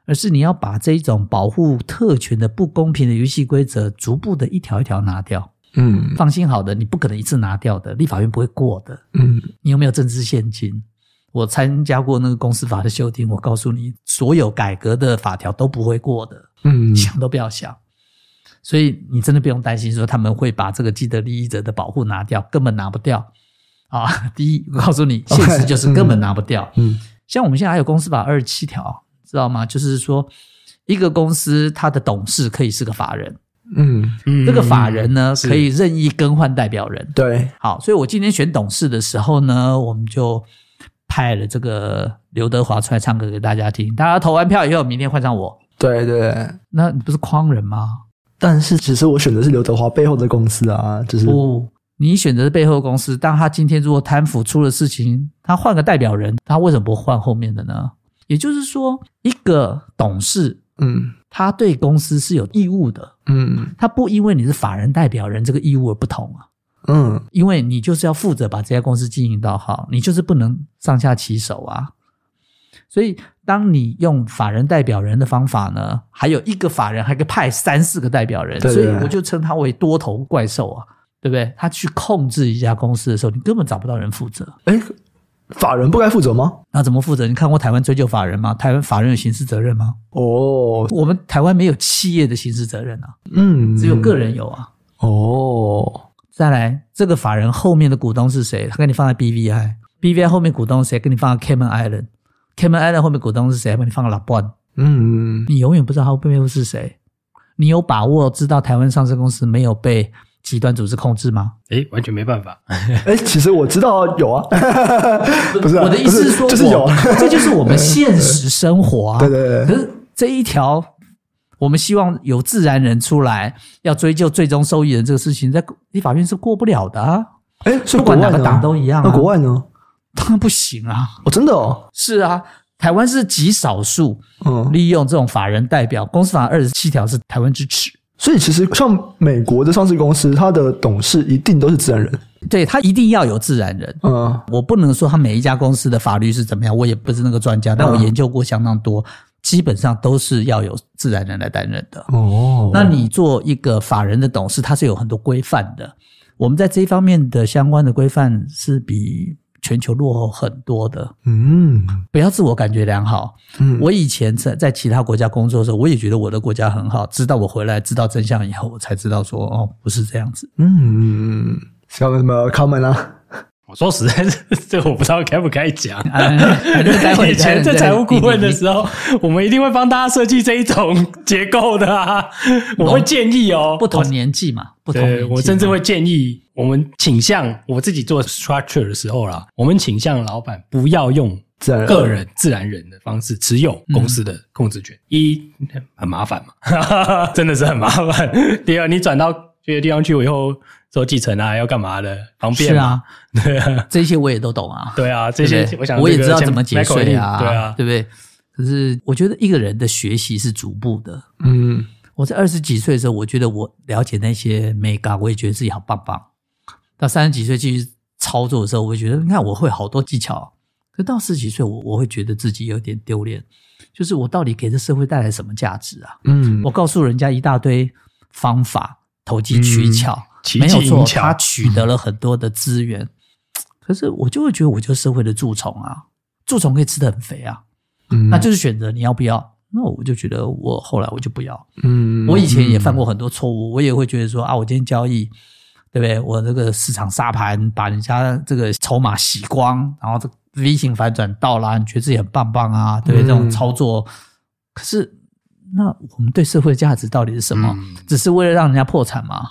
S3: 而是你要把这种保护特权的不公平的游戏规则，逐步的一条一条拿掉。
S1: 嗯
S3: 放心好的，你不可能一次拿掉的，立法院不会过的。
S1: 嗯
S3: 你有没有政治现金？我参加过那个公司法的修订，我告诉你，所有改革的法条都不会过的。
S1: 嗯
S3: 想都不要想。所以你真的不用担心说他们会把这个既得利益者的保护拿掉，根本拿不掉啊！ 第一，我告诉你，现
S1: OK，
S3: 实就是根本拿不掉。
S1: 嗯
S3: 像我们现在还有公司法二十七条，知道吗？就是说，一个公司它的董事可以是个法人，
S1: 嗯，
S2: 嗯
S3: 这个法人呢
S2: 是
S3: 可以任意更换代表人。
S1: 对，
S3: 好，所以我今天选董事的时候呢，我们就派了这个刘德华出来唱歌给大家听，大家投完票以后，明天换上我，
S1: 对对。
S3: 那你不是诓人吗？
S1: 但是其实我选的是刘德华背后的公司啊，就是
S3: 不，哦你选择的背后公司，当他今天如果贪腐出了事情，他换个代表人，他为什么不换后面的呢？也就是说，一个董事
S1: 嗯
S3: 他对公司是有义务的，
S1: 嗯
S3: 他不因为你是法人代表人这个义务而不同啊，
S1: 嗯
S3: 因为你就是要负责把这家公司经营到好，你就是不能上下其手啊。所以，当你用法人代表人的方法呢，还有一个法人还可以派三四个代表人，
S1: 对
S3: 所以
S1: 对
S3: 我就称他为多头怪兽啊，对不对？他去控制一家公司的时候，你根本找不到人负责。
S1: 哎，法人不该负责吗？
S3: 那怎么负责？你看过台湾追究法人吗？台湾法人有刑事责任吗？
S1: 哦，
S3: 我们台湾没有企业的刑事责任啊，
S1: 嗯，
S3: 只有个人有啊。
S1: 哦，
S3: 再来，这个法人后面的股东是谁？他给你放在 BVI，BVI 后面股东是谁？给你放在 Cayman Island，Cayman Island 后面股东是谁？给你放在 La b o n
S1: 嗯
S3: 你永远不知道他背后是谁。你有把握知道台湾上市公司没有被极端组织控制吗？
S2: 哎，完全没办法。
S1: 哎，其实我知道有 啊，不是啊
S3: 我的意思是说，
S1: 不就是有啊
S3: 我，这就是 我们现实生活啊。
S1: 对对
S3: 可
S1: 对，
S3: 是这一条，我们希望有自然人出来要追究最终受益人这个事情，在立法院是过不了的啊。
S1: 哎，所以国
S3: 不管
S1: 外
S3: 哪
S1: 呢
S3: 个党都一样、啊。
S1: 那国外呢？
S3: 当然不行啊。
S1: 哦，真的哦，
S3: 是啊，台湾是极少数
S1: 嗯，
S3: 利用这种法人代表。公司法二十七条是台湾之耻，
S1: 所以其实像美国的上市公司，它的董事一定都是自然人，
S3: 对他一定要有自然人。
S1: 嗯
S3: 我不能说他每一家公司的法律是怎么样，我也不是那个专家，但我
S1: 嗯
S3: 研究过相当多，基本上都是要有自然人来担任的。
S1: 哦
S3: 那你做一个法人的董事，它是有很多规范的。我们在这一方面的相关的规范是比全球落后很多的。
S1: 嗯
S3: 不要自我感觉良好，
S1: 嗯
S3: 我以前在在其他国家工作的时候，我也觉得我的国 家很好，直到我回来知道真相以后，我才知道说哦，不是这样子。
S1: 嗯嗯嗯，像什么 common 啊，
S2: 我说实在是， 这我不知道该不该 讲。
S3: 哎反正待 会
S2: 以前在
S3: 再
S2: 财务顾问的时候，我们一定会帮大家设计这一种结构的啊。 我会建议哦，
S3: 不同年纪嘛，不同年啊
S2: 对
S3: 纪嘛
S2: 我甚至会建议，我们倾向我自己做 structure 的时候啦，我们倾向老板不要用
S1: 自然而然
S2: 个人自然人的方式持有公司的控制权。一很麻烦嘛，嗯 真的是很麻烦。 第二，你转到别的地方去，我以后收继承啊，要干嘛的，方便
S3: 是
S2: 嘛。
S3: 啊，
S2: 对啊，
S3: 这些我也都懂啊。
S2: 对啊，这些
S3: 对不对
S2: 我想
S3: 我也
S2: 这个
S3: 知道
S2: 前
S3: 怎么节
S2: Michael 一
S3: 税
S2: 定
S3: 啊，
S2: 对啊，
S3: 对不对？可是我觉得一个人的学习是逐步的。
S1: 嗯，
S3: 我在二十几岁的时候，我觉得我了解那些美感，我也觉得自己好棒棒。到三十几岁继续操作的时候，我觉得你看我会好多技巧，可到四十几岁我，我会觉得自己有点丢脸，就是我到底给这社会带来什么价值啊？
S1: 嗯
S3: 我告诉人家一大堆方法，投机取巧，
S2: 嗯奇
S3: 没有
S2: 技淫
S3: 错，
S2: 巧嗯
S3: 他取得了很多的资源，可是我就会觉得我就是社会的蛀虫啊，蛀虫可以吃的很肥啊，
S1: 嗯
S3: 那就是选择你要不要。那我就觉得我后来我就不要，
S1: 嗯
S3: 我以前也犯过很多错误，我也会觉得说啊，我今天交易，对不对？我这个市场杀盘把人家这个筹码洗光，然后这 V 型反转到啦，你觉得自己很棒棒啊，对不对？
S1: 嗯
S3: 这种操作，可是那我们对社会价值到底是什么？
S2: 嗯
S3: 只是为了让人家破产吗？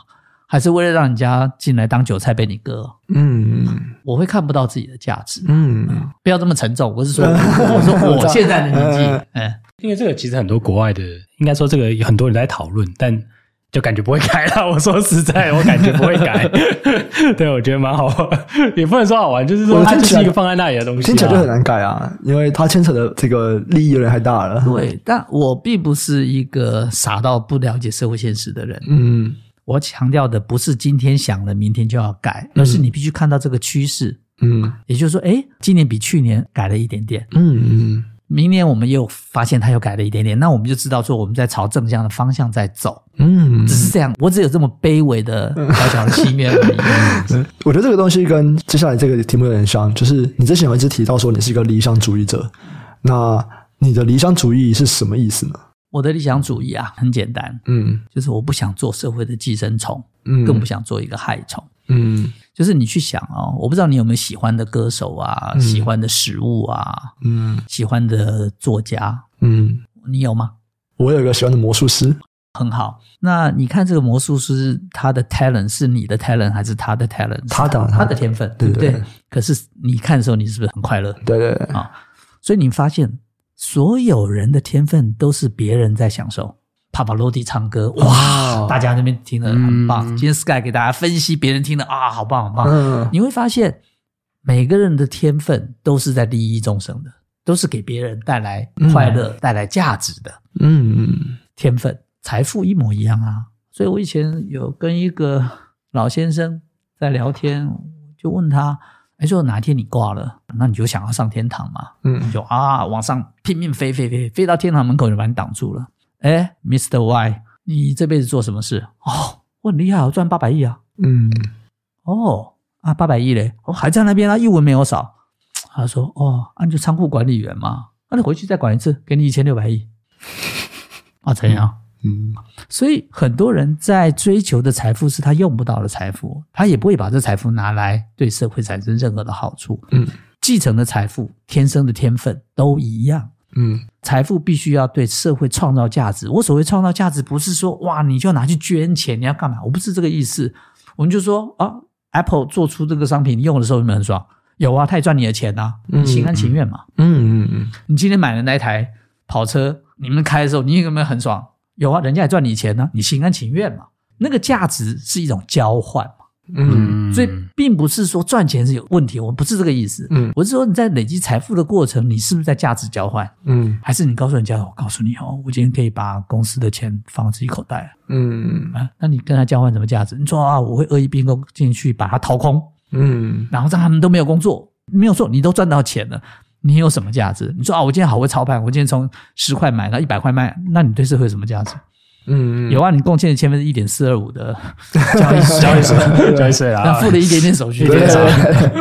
S3: 还是为了让人家进来当韭菜被你割？
S1: 嗯
S3: 我会看不到自己的价值。
S1: 嗯
S3: 不要这么沉重，我是说，我说我现在的年 纪，哎，
S2: 因为这个其实很多国外的，应该说这个有很多人在讨论，但就感觉不会改啦。我说实在，我感觉不会 改。对，我觉得蛮好 玩，也不能说好玩，就是说
S1: 我
S2: 它
S1: 听
S2: 就
S1: 起
S2: 是
S1: 来
S2: 一个放在那里的东西、啊，
S1: 听起来就很难改啊，因为它牵扯的这个利益有点太大了，
S3: 对，但我并不是一个傻到不了解社会现实的人。
S1: 嗯
S3: 我强调的不是今天想了明天就要改，而是你必须看到这个趋势。
S1: 嗯
S3: 也就是说，哎，今年比去年改了一点点，
S1: 嗯
S3: 明年我们又发现它又改了一点点，那我们就知道说我们在朝正向的方向在走。
S1: 嗯
S3: 只是这样，我只有这么卑微的小小的心愿而 已。
S1: 我觉得这个东西跟接下来这个题目有点像，就是你之前有一直提到说你是一个理想主义者，那你的理想主义是什么意思呢？
S3: 我的理想主义啊，很简单，
S1: 嗯
S3: 就是我不想做社会的寄生虫，
S1: 嗯，
S3: 更不想做一个害虫。
S1: 嗯
S3: 就是你去想哦，我不知道你有没有喜欢的歌手啊，喜欢的食物啊，
S1: 嗯
S3: 喜欢的作家，
S1: 嗯，
S3: 你有吗？
S1: 我有一个喜欢的魔术师，
S3: 很好。那你看这个魔术师，他的 talent 是你的 talent 还是他的 talent？
S1: 他的
S3: 他的天分，对不
S1: 对
S3: 对？可是你看的时候，你是不是很快乐？
S1: 对对对，
S3: 所以你发现，所有人的天分都是别人在享受。帕瓦罗蒂唱歌，哇，
S1: 哇
S3: 大家那边听了很棒。
S2: 嗯
S3: 今天 Sky 给大家分析，别人听了啊，好棒，好棒。
S1: 嗯
S3: 你会发现，每个人的天分都是在利益众生的，都是给别人带来快乐、带来价值的。
S1: 嗯
S3: 天分、财富一模一样啊。所以我以前有跟一个老先生在聊天，就问他：“哎，说哪天你挂了，那你就想要上天堂嘛？”
S1: 嗯
S3: 就啊往上拼命飞飞飞，飞到天堂门口就把你挡住了。哎，Mr. Y，你这辈子做什么事？哦，我很厉害，我赚八百亿啊！
S1: 嗯
S3: 哦啊，八百亿嘞，我、还在那边啊，一文没有少。他说哦，啊你就仓库管理员嘛，那、你回去再管一次，给你一千六百亿。啊，怎样？
S1: 嗯
S3: 所以很多人在追求的财富是他用不到的财富，他也不会把这财富拿来对社会产生任何的好处。
S1: 嗯，
S3: 继承的财富、天生的天分都一样，
S1: 嗯
S3: 财富必须要对社会创造价值。我所谓创造价值，不是说哇你就拿去捐钱，你要干嘛？我不是这个意思。我们就说啊，Apple 做出这个商品，你用的时候有没有很爽？有啊，他也赚你的钱呐、
S1: 嗯
S3: 心甘情愿嘛。
S1: 嗯嗯
S3: 你今天买了那一台跑车，你们开的时候，你有没有很爽？有啊，人家也赚你钱呢、你心甘情愿嘛。那个价值是一种交换嘛，
S1: 嗯
S3: 所以并不是说赚钱是有问题，我不是这个意思。
S1: 嗯
S3: 我是说你在累积财富的过程，你是不是在价值交换？
S1: 嗯
S3: 还是你告诉人家，我告诉你哦，我今天可以把公司的钱放自己口袋
S1: 嗯
S3: 啊？那你跟他交换什么价值？你说啊，我会恶意并购进去把它掏空，
S1: 嗯
S3: 然后让他们都没有工作，没有做，你都赚到钱了，你有什么价值？你说啊，我今天好会操盘，我今天从十块买到一百块卖，那你对社会有什么价值？
S1: 嗯，
S3: 有啊，你贡献了千分之一点四二五的
S2: 交易 交易所交易税
S3: 那
S2: 啦，
S3: 付了一点点手续
S2: 一
S3: 费，
S2: 点
S1: 啊对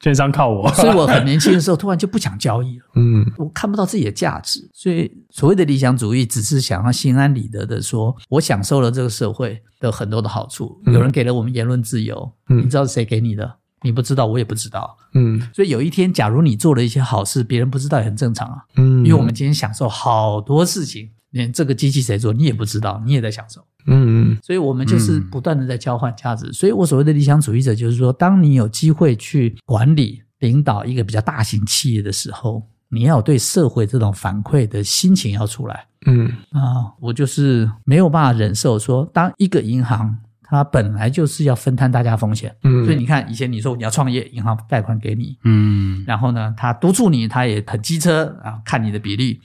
S2: 券商靠我，
S3: 所以我很年轻的时候突然就不想交易了，
S1: 嗯
S3: 我看不到自己的价值。所以所谓的理想主义，只是想要心安理得的说，我享受了这个社会的很多的好处，
S1: 嗯
S3: 有人给了我们言论自由，
S1: 嗯
S3: 你知道是谁给你的？你不知道，我也不知道。
S1: 嗯
S3: 所以有一天，假如你做了一些好事，别人不知道也很正常啊。
S1: 嗯，
S3: 因为我们今天享受好多事情，连这个机器谁做你也不知道，你也在享受。
S1: 嗯嗯
S3: 所以我们就是
S2: 嗯
S3: 不断的在交换价值。所以我所谓的理想主义者，就是说，当你有机会去管理、领导一个比较大型企业的时候，你要有对社会这种反馈的心情要出来
S1: 嗯
S3: 啊！我就是没有办法忍受说，当一个银行它本来就是要分摊大家风险，
S1: 嗯，
S3: 所以你看以前你说你要创业，银行贷款给你，
S2: 嗯
S3: 然后呢，他督促你，他也很机车啊，看你的比例。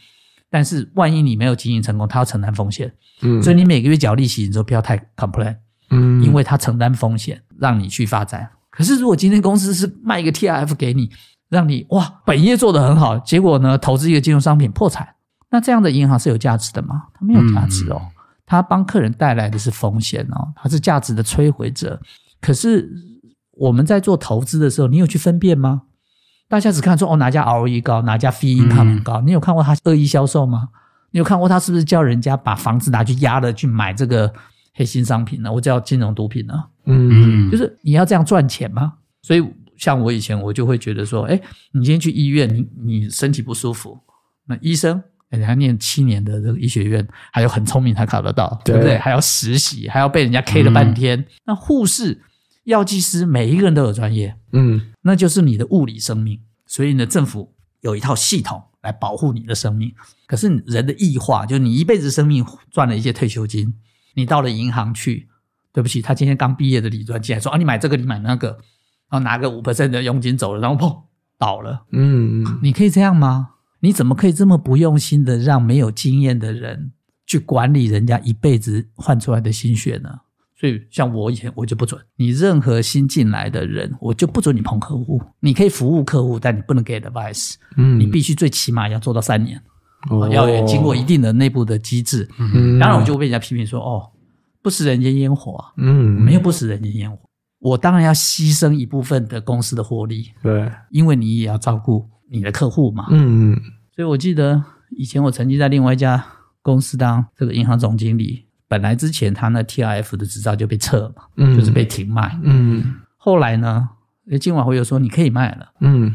S3: 但是万一你没有经营成功，他要承担风险，
S1: 嗯，
S3: 所以你每个月缴利息，你就不要太 complain，
S1: 嗯，
S3: 因为他承担风险，让你去发展。可是如果今天公司是卖一个 TRF 给你，让你哇本业做得很好，结果呢投资一个金融商品破产，那这样的银行是有价值的吗？它没有价值哦，它帮客人带来的是风险哦，它是价值的摧毁者。可是我们在做投资的时候，你有去分辨吗？大家只看说哦哪家 ROE 高，哪家 fee income 很高，你有看过它恶意销售吗？你有看过他是不是叫人家把房子拿去押了去买这个黑心商品呢？我叫金融毒品呢？
S1: 嗯
S2: 嗯，
S3: 就是你要这样赚钱吗？所以像我以前我就会觉得说，哎，你今天去医院，你你身体不舒服，那医生。哎人家念七年的这个医学院，还有很聪明才考得到，对不
S1: 对
S3: 对？还要实习，还要被人家 K 了半天。那护士、药剂师，每一个人都有专业，
S1: 嗯
S3: 那就是你的物理生命。所以呢，政府有一套系统来保护你的生命。可是人的异化，就是你一辈子生命赚了一些退休金，你到了银行去，对不起，他今天刚毕业的理专进来说啊，你买这个，你买那个，然后拿个五 percent 的佣金走了，然后砰倒了，
S1: 嗯
S3: 你可以这样吗？你怎么可以这么不用心的让没有经验的人去管理人家一辈子换出来的心血呢？所以，像我以前我就不准你任何新进来的人，我就不准你碰客户。你可以服务客户，但你不能给 advice。
S1: 嗯，
S3: 你必须最起码要做到三年，
S1: 哦
S3: 要有经过一定的内部的机制。
S1: 嗯
S3: 当然，我就被人家批评说：“哦，不食人间烟火、啊，
S1: 嗯
S3: 没有不食人间烟火。”我当然要牺牲一部分的公司的获利，
S1: 对，
S3: 因为你也要照顾你的客户嘛。
S1: 嗯
S3: 所以我记得以前我曾经在另外一家公司当这个银行总经理，本来之前他那 TRF 的执照就被撤嘛，
S1: 嗯，
S3: 就是被停卖。
S1: 嗯
S3: 后来呢，诶金管会又说你可以卖了，
S1: 嗯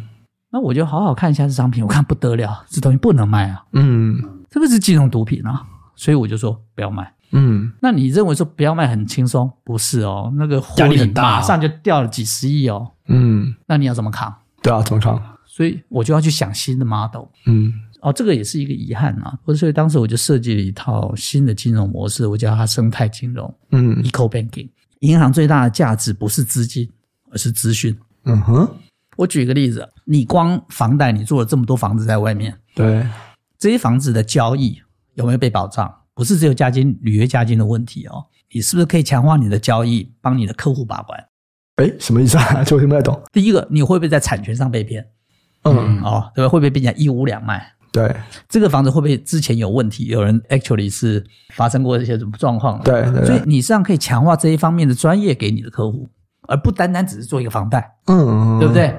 S3: 那我就好好看一下这商品，我看不得了，这东西不能卖啊，
S1: 嗯
S3: 这个是金融毒品啊，所以我就说不要卖。
S1: 嗯
S3: 那你认为说不要卖很轻松？不是哦，那个获
S2: 压力
S3: 利
S2: 很大啊
S3: 马上就掉了几十亿哦，
S1: 嗯，
S3: 那你要怎么扛？
S1: 对啊，怎么扛？
S3: 所以我就要去想新的 model。
S1: 嗯
S3: 哦，这个也是一个遗憾啊。所以当时我就设计了一套新的金融模式，我叫它生态金融
S1: 嗯
S3: （eco banking）。银行最大的价值不是资金，而是资讯。
S1: 嗯哼，
S3: 我举个例子，你光房贷，你做了这么多房子在外面，
S1: 对，
S3: 这些房子的交易有没有被保障？不是只有价金、履约价金的问题哦，你是不是可以强化你的交易，帮你的客户把关？
S1: 哎，什么意思啊？ 就听不太懂。
S3: 第一个，你会不会在产权上被骗？
S1: 嗯，
S3: 哦，对吧？会不会被人家一屋两卖？
S1: 对
S3: 这个房子会不会之前有问题？有人 actually 是发生过一些什么状况了？
S1: 对对啊
S3: 所以
S1: 对，
S3: 你实际上可以强化这一方面的专业给你的客户，而不单单只是做一个房贷，
S1: 嗯，
S3: 对不？对？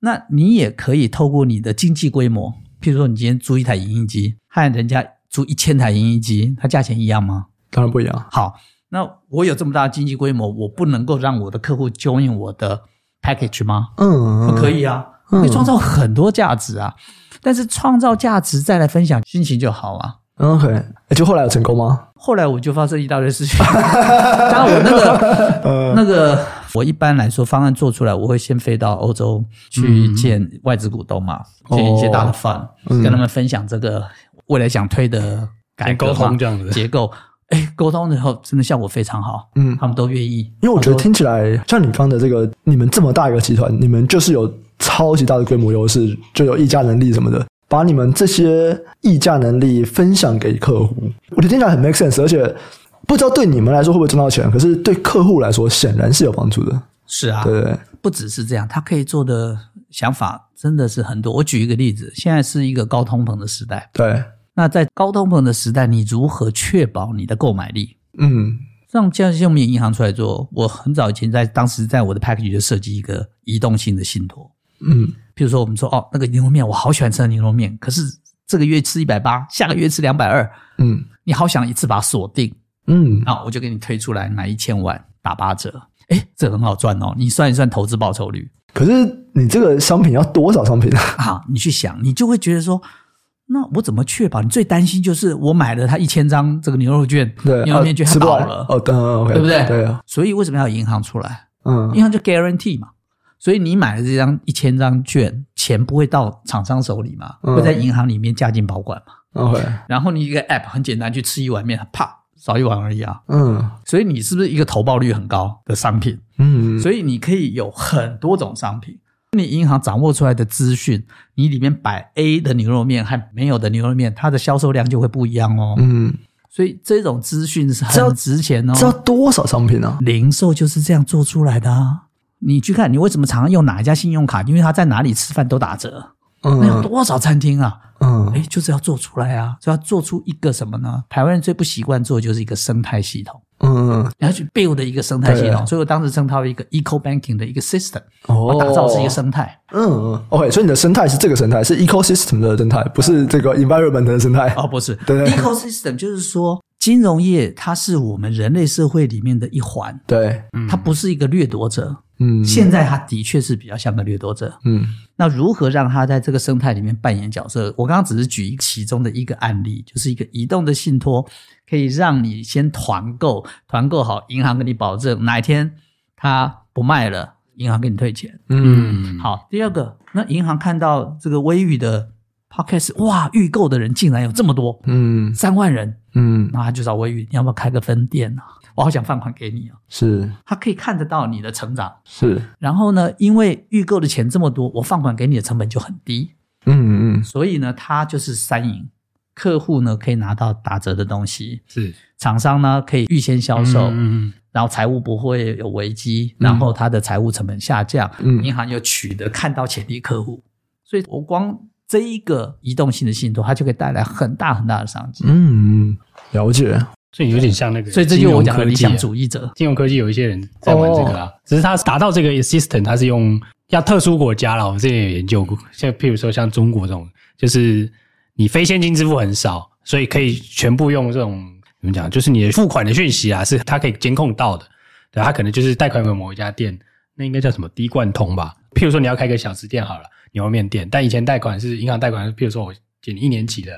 S3: 那你也可以透过你的经济规模，譬如说你今天租一台影印机，和人家租一千台影印机，它价钱一样吗？
S1: 当然不一样。
S3: 好，那我有这么大的经济规模，我不能够让我的客户 join 我的 package 吗？
S1: 嗯，
S3: 不可。以啊，
S1: 嗯
S3: 可以创造很多价值啊。但是创造价值再来分享，心情就好啊。
S1: 嗯 OK，诶就后来有成功吗？
S3: 后来我就发生一大堆 事情。当然，我那个、
S2: 呃
S3: 那个，我一般来说方案做出来，我会先飞到欧洲
S2: 嗯
S3: 去见外资股东嘛，
S1: 哦
S3: 见一些大的 fund，、
S1: 嗯
S3: 跟他们分享这个未来想推的改
S2: 先
S3: 革
S2: 沟
S3: 嘛
S2: 通这样子，
S3: 结构。哎，沟通以后真的效果非常好，
S1: 嗯
S3: 他们都愿意。
S1: 因为我觉得
S3: 他们
S1: 听起来像你刚的这个，你们这么大一个集团，你们就是有超级大的规模优势，就有议价能力什么的，把你们这些议价能力分享给客户，我觉得听起来很 make sense，而且不知道对你们来说会不会赚到钱，可是对客户来说显然是有帮助的，
S3: 都是啊，
S1: 对不对？
S3: 不只是这样，他可以做的想法真的是很多。我举一个例子，现在是一个高通膨的时代，
S1: 对，
S3: 那在高通膨的时代，你如何确保你的购买力？
S1: 嗯
S3: 像这样用民营银行出来做，我很早以前在当时在我的 package 就设计一个移动性的信托，
S1: 嗯
S3: 譬如说我们说哦，那个牛肉面我好喜欢吃的牛肉面，可是这个月吃一百八，下个月吃两百二，
S1: 嗯
S3: 你好想一次把它锁定，
S1: 嗯
S3: 那我就给你推出来买一千万打八折，哎，这很好赚哦，你算一算投资报酬率，
S1: 可是你这个商品要多少商品 啊？
S3: 啊，你去想，你就会觉得说，那我怎么确保？你最担心就是我买了它一千张这个牛肉券，
S1: 对，
S3: 牛肉面券
S1: 啊
S3: 它
S1: 吃不
S3: 倒
S1: 完
S3: 了，
S1: 哦，对，嗯，OK，
S3: 对不对
S1: 对啊，
S3: 所以为什么要有银行出来？银
S1: 嗯
S3: 行就 guarantee 嘛。所以你买了这张一千张券，钱不会到厂商手里嘛，
S1: 嗯
S3: 会在银行里面加进保管嘛。
S1: ，OK，
S3: 然后你一个 app 很简单，去吃一碗面，啪少一碗而已啊。
S1: 嗯
S3: 所以你是不是一个投报率很高的商品？
S1: 嗯，
S3: 所以你可以有很多种商品。你银行掌握出来的资讯，你里面摆 A 的牛肉面和没有的牛肉面，它的销售量就会不一样哦。
S1: 嗯，
S3: 所以这种资讯是
S1: 这要
S3: 很值钱哦。
S1: 这要多少商品啊呢？
S3: 零售就是这样做出来的啊。你去看，你为什么常常用哪一家信用卡？因为它在哪里吃饭都打折。那有
S1: 嗯
S3: 多少餐厅啊？哎
S1: 嗯，，
S3: 就是要做出来啊，就要做出一个什么呢？台湾人最不习惯做的就是一个生态系统，
S1: 嗯，
S3: 你要去 build 的一个生态系
S1: 对
S3: 统。所以我当时称它为一个 eco banking 的一个 system。
S1: 哦
S3: 我打造是一个生态。
S1: 嗯，OK，所以你的生态是这个生态，是 ecosystem 的生态，不是这个 environment 的生态。
S3: 嗯哦，不是
S1: 对
S3: ，ecosystem 就是说，金融业它是我们人类社会里面的一环，
S1: 对，
S2: 嗯
S3: 它不是一个掠夺者。
S1: 嗯，
S3: 现在它的确是比较像个掠夺者。
S1: 嗯
S3: 那如何让它在这个生态里面扮演角色？我刚刚只是举其中的一个案例，就是一个移动的信托，可以让你先团购，团购好，银行给你保证哪一天它不卖了，银行给你退钱。
S1: 嗯
S2: 嗯，
S3: 好，第二个，那银行看到这个微宇的 podcast，哇，预购的人竟然有这么多，
S1: 嗯
S3: 三万人，
S1: 嗯，
S3: 那他就找微宇，你要不要开个分店啊？我好想放款给你啊！
S1: 是
S3: 他可以看得到你的成长，
S1: 是，
S3: 然后呢，因为预购的钱这么多，我放款给你的成本就很低，
S1: 嗯嗯
S3: 所以呢，它就是三赢。客户呢可以拿到打折的东西，
S2: 是
S3: 厂商呢可以预先销售，
S2: 嗯嗯
S3: 然后财务不会有危机，然后它的财务成本下降，
S1: 嗯
S3: 银行又取得看到潜力客户，所以我光这一个移动性的信托，它就可以带来很大很大的商机。
S1: 嗯，了解。
S2: 这有点像那个，
S3: 所以这就是我讲的理想
S2: 义。
S3: 主义者。
S2: 金融科技啊有一些人在玩这个啦，只是他达到这个 assistant，他是用要特殊国家啦，我们之前有研究过，像譬如说像中国这种，就是你非现金支付很少，所以可以全部用这种怎么讲，就是你的付款的讯息啊，是它可以监控到的，对，它可能就是贷款给某一家店，那应该叫什么滴灌通吧？譬如说你要开个小吃店好了，牛肉面店，但以前贷款是银行贷款，譬如说我给你一年期的，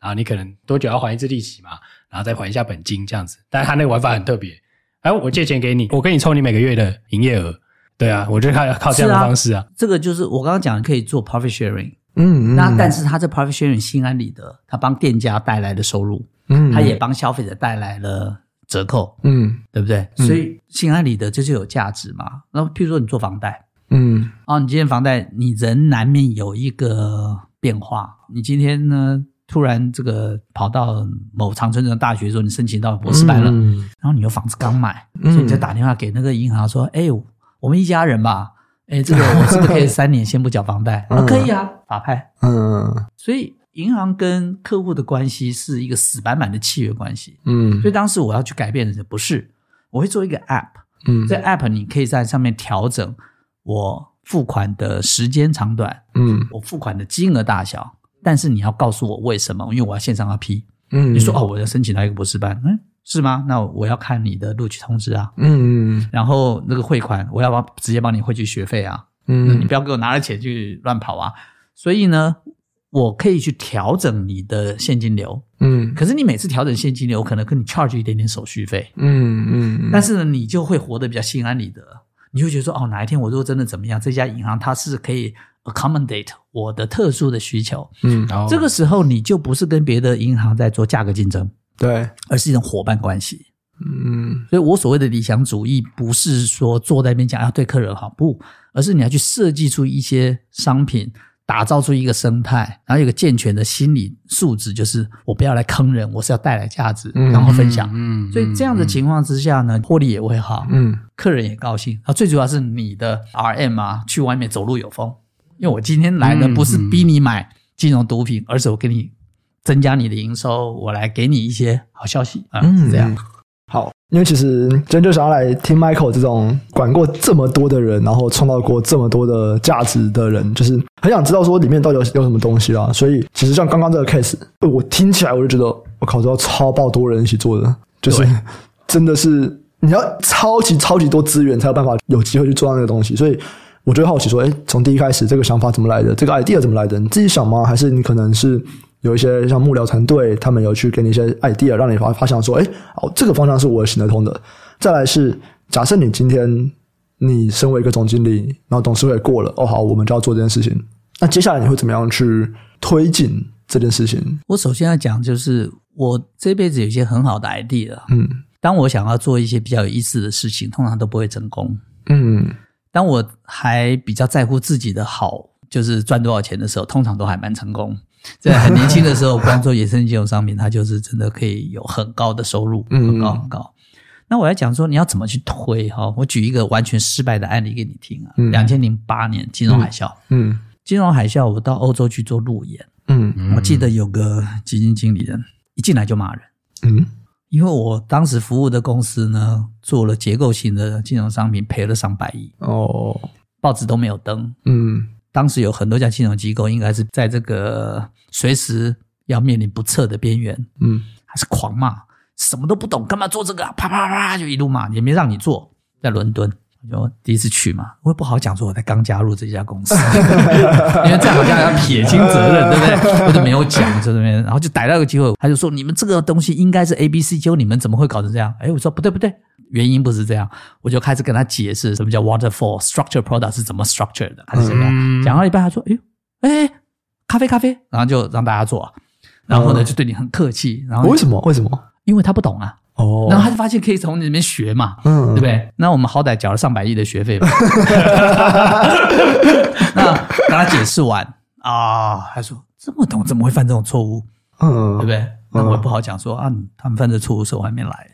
S2: 然后你可能多久要还一次利息嘛，然后再还一下本金这样子，但是它那个玩法很特别。哎，我借钱给你，我跟你抽你每个月的营业额。对啊，我就靠靠这样的
S3: 是啊
S2: 方式啊。
S3: 这个就是我刚刚讲的，可以做 profit sharing，、
S1: 嗯，
S3: 那但是它这 profit sharing 心安理得，它帮店家带来的收入，
S1: 嗯，
S3: 它也帮消费者带来了折扣，
S1: 嗯
S3: 对不对？所以心安理得这就有价值嘛。那譬如说你做房贷，
S1: 嗯
S3: 哦，你今天房贷你人难免有一个变化，你今天呢突然这个跑到某长春的大学说你申请到博士班了，
S1: 嗯
S3: 然后你有房子刚买，
S1: 嗯
S3: 所以你就打电话给那个银行说，哎、我们一家人吧，哎，这个我是不是可以三年先不缴房贷？
S1: 嗯
S3: 啊，可以啊，法拍。
S1: 嗯
S3: 所以银行跟客户的关系是一个死板板的契约关系，
S1: 嗯
S3: 所以当时我要去改变的不是，我会做一个 app。
S1: 嗯
S3: 这 app 你可以在上面调整我付款的时间长短，
S1: 嗯
S3: 我付款的金额大小，但是你要告诉我为什么，因为我要线上要批。
S1: 嗯，
S3: 你说哦，我要申请到一个博士班，嗯，是吗？那我要看你的录取通知啊，
S1: 嗯嗯
S3: 然后那个汇款，我要不要直接帮你汇去学费啊？那
S1: 嗯，
S3: 你不要给我拿了钱去乱跑啊。所以呢，我可以去调整你的现金流，
S1: 嗯
S3: 可是你每次调整现金流，可能跟你 charge 一点点手续费。
S1: 嗯嗯，
S3: 但是呢，你就会活得比较心安理得，你就觉得说，哦，哪一天我如果真的怎么样，这家银行它是可以 accommodate 我的特殊的需求。
S1: 嗯
S2: 然后
S3: 这个时候，你就不是跟别的银行在做价格竞争，
S1: 对，
S3: 而是一种伙伴关系。
S1: 嗯
S3: 所以我所谓的理想主义，不是说坐在那边讲要对客人好，不，而是你要去设计出一些商品，打造出一个生态，然后有个健全的心理素质，就是我不要来坑人，我是要带来价值，
S1: 嗯
S3: 然后分享。
S2: 嗯
S3: 所以这样的情况之下呢，获利也会好。
S1: 嗯
S3: 客人也高兴。啊，最主要是你的 RM 啊，去外面走路有风。因为我今天来呢，
S2: 嗯
S3: 不是逼你买金融毒品，而是我给你增加你的营收，我来给你一些好消息啊，
S1: 嗯
S3: 是这样。
S1: 好，因为其实真就想要来听 Michael 这种管过这么多的人，然后创造过这么多的价值的人，就是很想知道说里面到底有有什么东西啦。所以其实像刚刚这个 case，呃我听起来我就觉得，我靠，这要超爆多人一起做的，就是
S2: 对
S1: 真的是你要超级超级多资源才有办法有机会去做到那个东西，所以。我就会好奇说，哎，从第一开始这个想法怎么来的？这个 idea 怎么来的？你自己想吗？还是你可能是有一些像幕僚团队，他们有去给你一些 idea，让你发发想说，哎，哦，这个方向是我行得通的。再来是，假设你今天你身为一个总经理，然后董事会过了，哦，好，我们就要做这件事情。那接下来你会怎么样去推进这件事情？
S3: 我首先要讲就是，我这辈子有一些很好的 idea，啊
S1: 嗯
S3: 当我想要做一些比较有意思的事情，通常都不会成功。
S1: 嗯
S3: 当我还比较在乎自己的好，就是赚多少钱的时候，通常都还蛮成功。在很年轻的时候，光做野生金融商品，它就是真的可以有很高的收入，
S1: 嗯
S3: 很高很高。那我来讲说，你要怎么去推哈、我举一个完全失败的案例给你听啊。
S1: 嗯
S3: 两千零八年金融海啸，
S1: 嗯
S3: 金融海啸，我到欧洲去做路演，
S1: 嗯
S2: 嗯
S3: 我记得有个基金经理人一进来就骂人。
S1: 嗯
S3: 因为我当时服务的公司呢，做了结构型的金融商品，赔了上百亿，
S1: 哦
S3: 报纸都没有登。
S1: 嗯
S3: 当时有很多家金融机构，应该是在这个随时要面临不测的边缘，
S1: 嗯
S3: 还是狂骂，什么都不懂，干嘛做这个啊、啪啪啪就一路骂，也没让你做。在伦敦，我就第一次去嘛，我也不好讲说我才刚加入这家公司， 因为这样好像要撇清责任，对不对？我就没有讲在这边，然后就逮到一个机会，他就说你们这个东西应该是 A B C，结果你们怎么会搞成这样？哎，我说不对不对。原因不是这样，我就开始跟他解释什么叫 waterfall structure product 是怎么 structure 的，还是怎么样。
S2: 嗯
S3: 哦讲到一半，他说：“哎呦，哎，咖啡咖啡。”然后就让大家做，然后呢
S1: 嗯
S3: 就对你很客气，然后
S1: 为什么？为什么？
S3: 因为他不懂啊，
S1: 哦，
S3: 然后他就发现可以从里面学嘛，
S1: 嗯
S3: 对不对？那我们好歹缴了上百亿的 学费吧。那跟他解释完啊，他说这么懂怎么会犯这种错误，
S1: 嗯
S3: 对不对？那我也不好讲说啊，他们犯这错误是我还没来。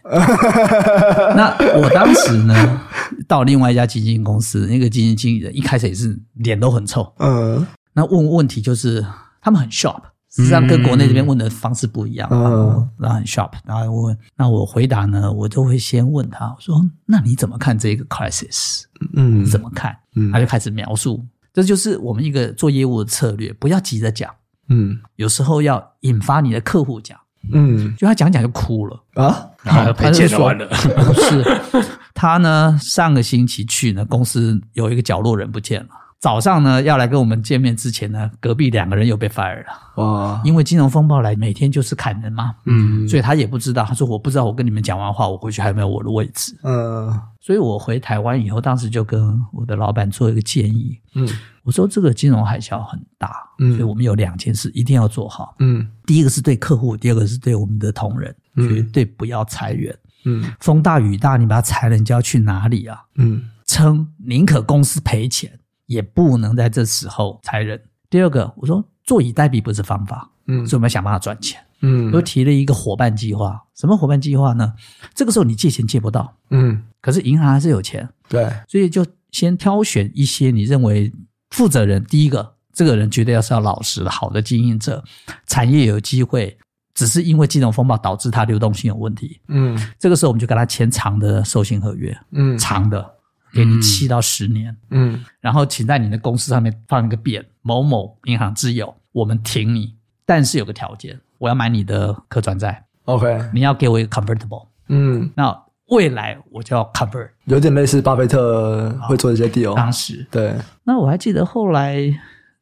S3: 那我当时呢，到另外一家基金公司，那个基金经理人一开始也是脸都很臭，
S1: 嗯
S3: 那问问题就是他们很 sharp，实际上跟国内这边问的方式不一样，
S1: 嗯
S3: 然后很 sharp，然后问，那我回答呢，我就会先问他，我说那你怎么看这个 crisis？
S1: 嗯
S3: 怎么看？
S1: 嗯
S3: 他就开始描述，这就是我们一个做业务的策略，不要急着讲，
S1: 嗯
S3: 有时候要引发你的客户讲，
S1: 嗯
S3: 就他讲讲就哭了。
S1: 啊
S2: 啊赔
S3: 他就
S2: 钱
S3: 说
S2: 完了
S3: 不是，他呢上个星期去呢，公司有一个角落人不见了。早上呢要来跟我们见面之前呢，隔壁两个人又被 fire 了，
S1: 哇
S3: 因为金融风暴来每天就是砍人嘛，
S1: 嗯
S3: 所以他也不知道。他说我不知道，我跟你们讲完话，我回去还有没有我的位置。
S1: 嗯
S3: 所以我回台湾以后，当时就跟我的老板做一个建议，
S1: 嗯
S3: 我说这个金融海啸很大，
S1: 嗯
S3: 所以我们有两件事一定要做好，
S1: 嗯
S3: 第一个是对客户，第二个是对我们的同仁，
S1: 嗯
S3: 绝对不要裁员。
S1: 嗯
S3: 风大雨大，你把它裁了，你就要去哪里啊？
S1: 嗯
S3: 撑，宁可公司赔钱，也不能在这时候裁人。第二个，我说坐以待毙不是方法，
S1: 嗯
S3: 所以我们要想办法赚钱。
S1: 嗯
S3: 我又提了一个伙伴计划，什么伙伴计划呢？这个时候你借钱借不到，
S1: 嗯
S3: 可是银行还是有钱，
S1: 对
S3: 所以就先挑选一些你认为负责人，第一个，这个人绝对要是要老实、好的经营者，产业有机会，只是因为金融风暴导致它流动性有问题。
S1: 嗯
S3: 这个时候我们就跟他签长的授信合约，
S1: 嗯
S3: 长的，给你
S2: 嗯
S3: 七到十年，
S1: 嗯
S3: 然后请在你的公司上面放一个匾，某某银行之友，我们挺你，但是有个条件，我要买你的可转债，
S1: OK
S3: 你要给我一个 convertible，
S1: 嗯
S3: 那未来我就要 convert。
S1: 有点类似巴菲特会做的一些
S2: 哦
S1: deal
S3: 当时，
S1: 对
S3: 那我还记得后来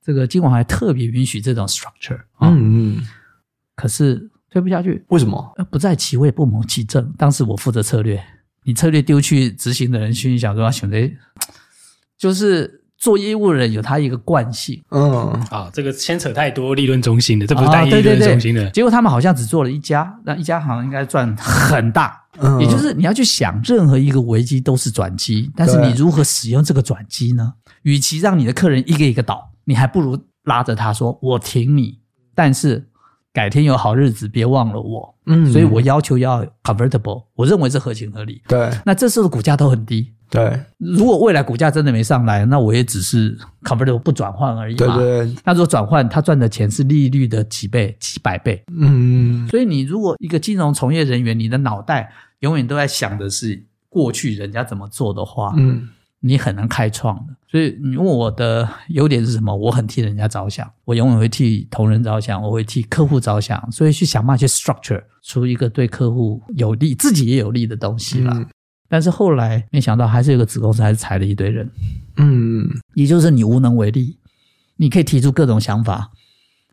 S3: 这个金管还特别允许这种 structure，啊、
S1: 嗯嗯
S3: 可是推不下去，
S1: 为什么
S3: 呃，不在其位不谋其政。当时我负责策略，你策略丢去执行的人，心里想说，选择就是做业务的人有他一个惯性，
S1: 嗯
S2: 啊，这个牵扯太多利润中心的，这
S3: 这
S2: 不是单一利
S3: 哦啊对对
S2: 润中心
S3: 对
S2: 的。
S3: 结果他们好像只做了一家，那一家好像应该赚很大。
S1: 嗯
S3: 也就是你要去想，任何一个危机都是转机，但是
S1: 对
S3: 你如何使用这个转机呢？与其让你的客人一个一个倒，你还不如拉着他说：“我挺你，但是改天有好日子，别忘了我。”
S1: 嗯
S3: 所以我要求要 convertible，我认为是合情合理。
S1: 对
S3: 那这时候的股价都很低，
S1: 对
S3: 如果未来股价真的没上来，那我也只是 convertible 不转换而已
S1: 对
S3: 嘛。
S1: 对，
S3: 那如果转换，他赚的钱是利率的几倍、几百倍。
S1: 嗯，
S3: 所以你如果一个金融从业人员，你的脑袋永远都在想的是过去人家怎么做的话，
S1: 嗯，
S3: 你很难开创的。所以你问我的优点是什么？我很替人家着想，我永远会替同仁着想，我会替客户着想，所以去想办法去 structure 出一个对客户有利、自己也有利的东西啦。
S1: 嗯
S3: 但是后来没想到，还是有个子公司，还是裁了一堆人，
S1: 嗯，
S3: 也就是你无能为力。你可以提出各种想法，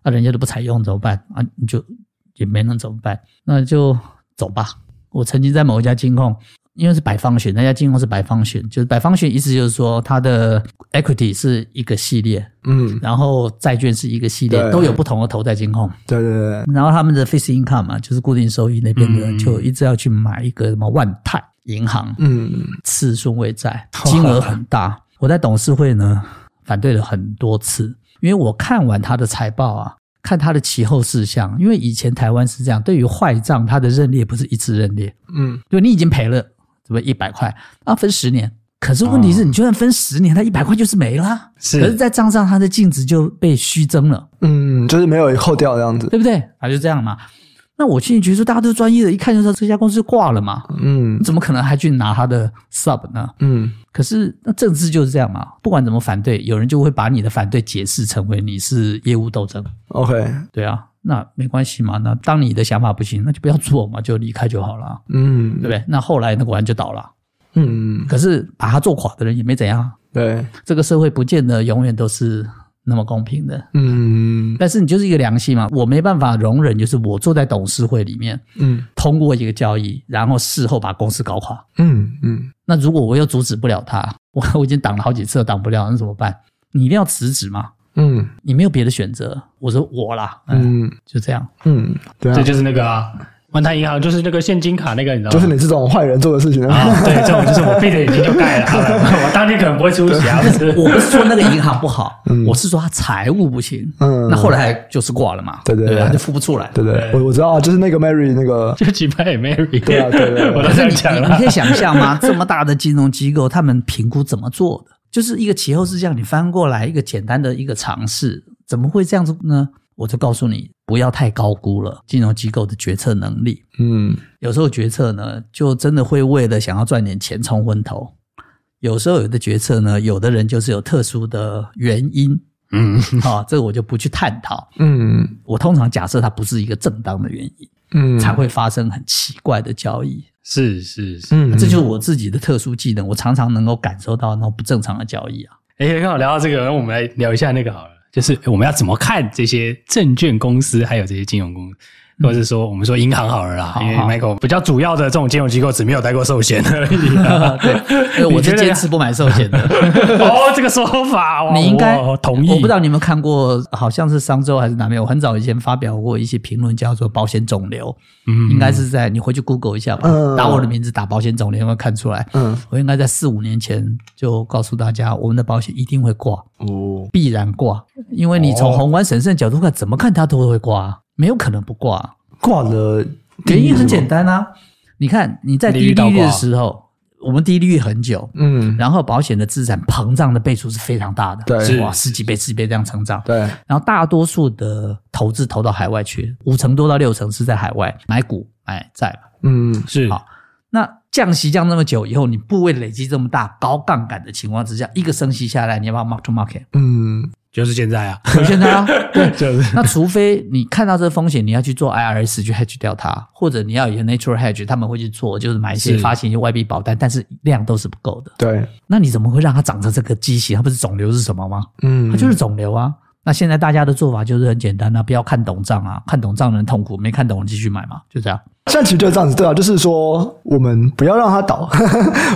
S3: 啊，人家都不采用怎么办？啊，你就也没能怎么办，那就走吧。我曾经在某一家金控，因为是百方选，那家金控是百方选，就是百方选意思就是说它的 equity 是一个系列，
S1: 嗯，
S3: 然后债券是一个系列，
S1: 对
S3: 都有不同的投在金控。
S1: 对对对，
S3: 然后他们的 fixed income 嘛，就是固定收益那边的，
S2: 嗯
S3: 就一直要去买一个什么万泰银行
S1: 嗯
S3: 次顺位债，
S2: 啊
S3: 金额很大。我在董事会呢反对了很多次，因为我看完他的财报啊，看他的其后事项，因为以前台湾是这样，对于坏账它的认列不是一次认列，
S1: 嗯，
S3: 对你已经赔了，怎么一百块，啊分十年。可是问题是
S2: 哦
S3: 你就算分十年，它一百块就是没啦。
S2: 是
S3: 可是在账上它的净值就被虚增了。
S1: 嗯，就是没有后调这样子，
S3: 对不对？啊，就这样嘛。那我心里觉得说大家都是专业的，一看就知道这家公司挂了嘛，
S1: 嗯
S3: 怎么可能还去拿他的 sub 呢？
S1: 嗯
S3: 可是那政治就是这样嘛，不管怎么反对，有人就会把你的反对解释成为你是业务斗争，
S1: ，OK，
S3: 对啊，那没关系嘛。那当你的想法不行，那就不要做嘛，就离开就好了，
S1: 嗯，
S3: 对不对？那后来那果然就倒了，
S1: 嗯，
S3: 可是把他做垮的人也没怎样啊。
S1: 对，
S3: 这个社会不见得永远都是那么公平的，
S1: 嗯
S3: 但是你就是一个良心嘛，我没办法容忍，就是我坐在董事会里面，
S1: 嗯
S3: 通过一个交易，然后事后把公司搞垮。
S1: 嗯嗯，
S3: 那如果我又阻止不了他，我我已 经挡了好几次了，挡不了，那怎么办？你一定要辞职嘛，
S1: 嗯
S3: 你没有别的选择。我说我啦，嗯，
S1: 嗯
S3: 就这样。
S1: 嗯，对
S2: 这
S1: 啊，
S2: 就是那个啊，万泰银行就是那个现金卡那个，你知道吗？
S1: 就是你这种坏人做的事情啊，
S2: 啊，对，这种就是我闭着眼睛就盖了，我当天可能不会出血啊，不是
S3: 我不是说那个银行不好，
S1: 嗯
S3: 我是说他财务不行。
S1: 嗯
S3: 那后来就是挂了嘛，
S1: 对对
S3: 对
S1: 对
S3: 不他就付不出来。
S1: 对对，
S2: 对
S1: 我我知道啊，就是那个 Mary 那 个，
S2: 就击败 Mary，
S1: 对啊对对对
S2: 我都
S3: 可是
S2: 这样
S3: 你
S2: 讲
S3: 你你
S1: 啊
S2: 了
S3: 可，以想象吗？ 这么大的金融机构，他们评估怎么做的？就是一个其后事项，你翻过来一个简单的一个尝试，怎么会这样子呢？我就告诉你，不要太高估了金融机构的决策能力。
S1: 嗯
S3: 有时候决策呢，就真的会为了想要赚点钱冲昏头。有时候有的决策呢，有的人就是有特殊的原 因
S2: 嗯，
S3: 啊、这个我就不去探讨。
S1: 嗯
S3: 我通常假设它不是一个正当的原因，
S1: 嗯，
S3: 才会发生很奇怪的交易。
S2: 是是是，
S1: 嗯，
S3: 这就是我自己的特殊技能，我常常能够感受到那种不正常的交易 啊。
S2: 哎，刚好聊到这个，那我们来聊一下那个好了，就是诶我们要怎么看这些证券公司，还有这些金融公司。或者是说，我们说银行好了啦，
S3: 嗯好
S2: 因为
S3: 好
S2: Michael 比较主要的这种金融机构只没有待过寿险而 已啊、
S3: 对，我
S2: 你觉
S3: 是
S2: 得
S3: 坚持不买寿险的。
S2: 哦，这个说法，哇
S3: 你应该
S2: 我同意。
S3: 我不知道你有没有看过，好像是商周还是哪边，我很早以前发表过一些评论，叫做“保险肿瘤”，
S2: 嗯
S3: 应该是在你回去 Google 一下吧，
S1: 嗯
S3: 打我的名字打“保险肿瘤”，有没有看出来？
S1: 嗯
S3: 我应该在四五年前就告诉大家，我们的保险一定会挂，
S1: 哦，
S3: 必然挂，因为你从宏观审慎角度看，怎么看它都会挂，没有可能不挂。
S1: 挂了，
S3: 原因很简单啊，你看你在
S2: 利
S3: 低
S2: 率倒
S3: 利率的
S2: 挂
S3: 时候，我们低利率很久，
S1: 嗯，
S3: 然后保险的资产膨胀的倍数是非常大的，
S1: 对
S2: 是
S3: 哇，十几倍、十几倍这样成长。
S1: 对，
S3: 然后大多数的投资投到海外去，五成多到六成是在海外买股买债嘛。
S1: 嗯
S2: 是
S3: 好那降息降那么久以后，你部位累积这么大高杠杆的情况之下，一个升息下来，你要不要 mark to market？
S1: 嗯
S2: 就是现在啊，
S3: 有现在啊，对，
S2: 就是
S3: 那除非你看到这个风险，你要去做 IRS 去 hedge 掉它，或者你要有一个 natural hedge，他们会去做，就是买一些
S2: 是
S3: 发行一些外币保单，但是量都是不够的。
S1: 对，
S3: 那你怎么会让它长成这个畸形？它不是肿瘤是什么吗？
S1: 嗯，
S3: 它就是肿瘤啊。那现在大家的做法就是很简单啊，不要看懂账啊，看懂账的人痛苦，没看懂人继续买嘛，就这样。
S1: 现在其实就是这样子，对啊，就是说我们不要让它倒，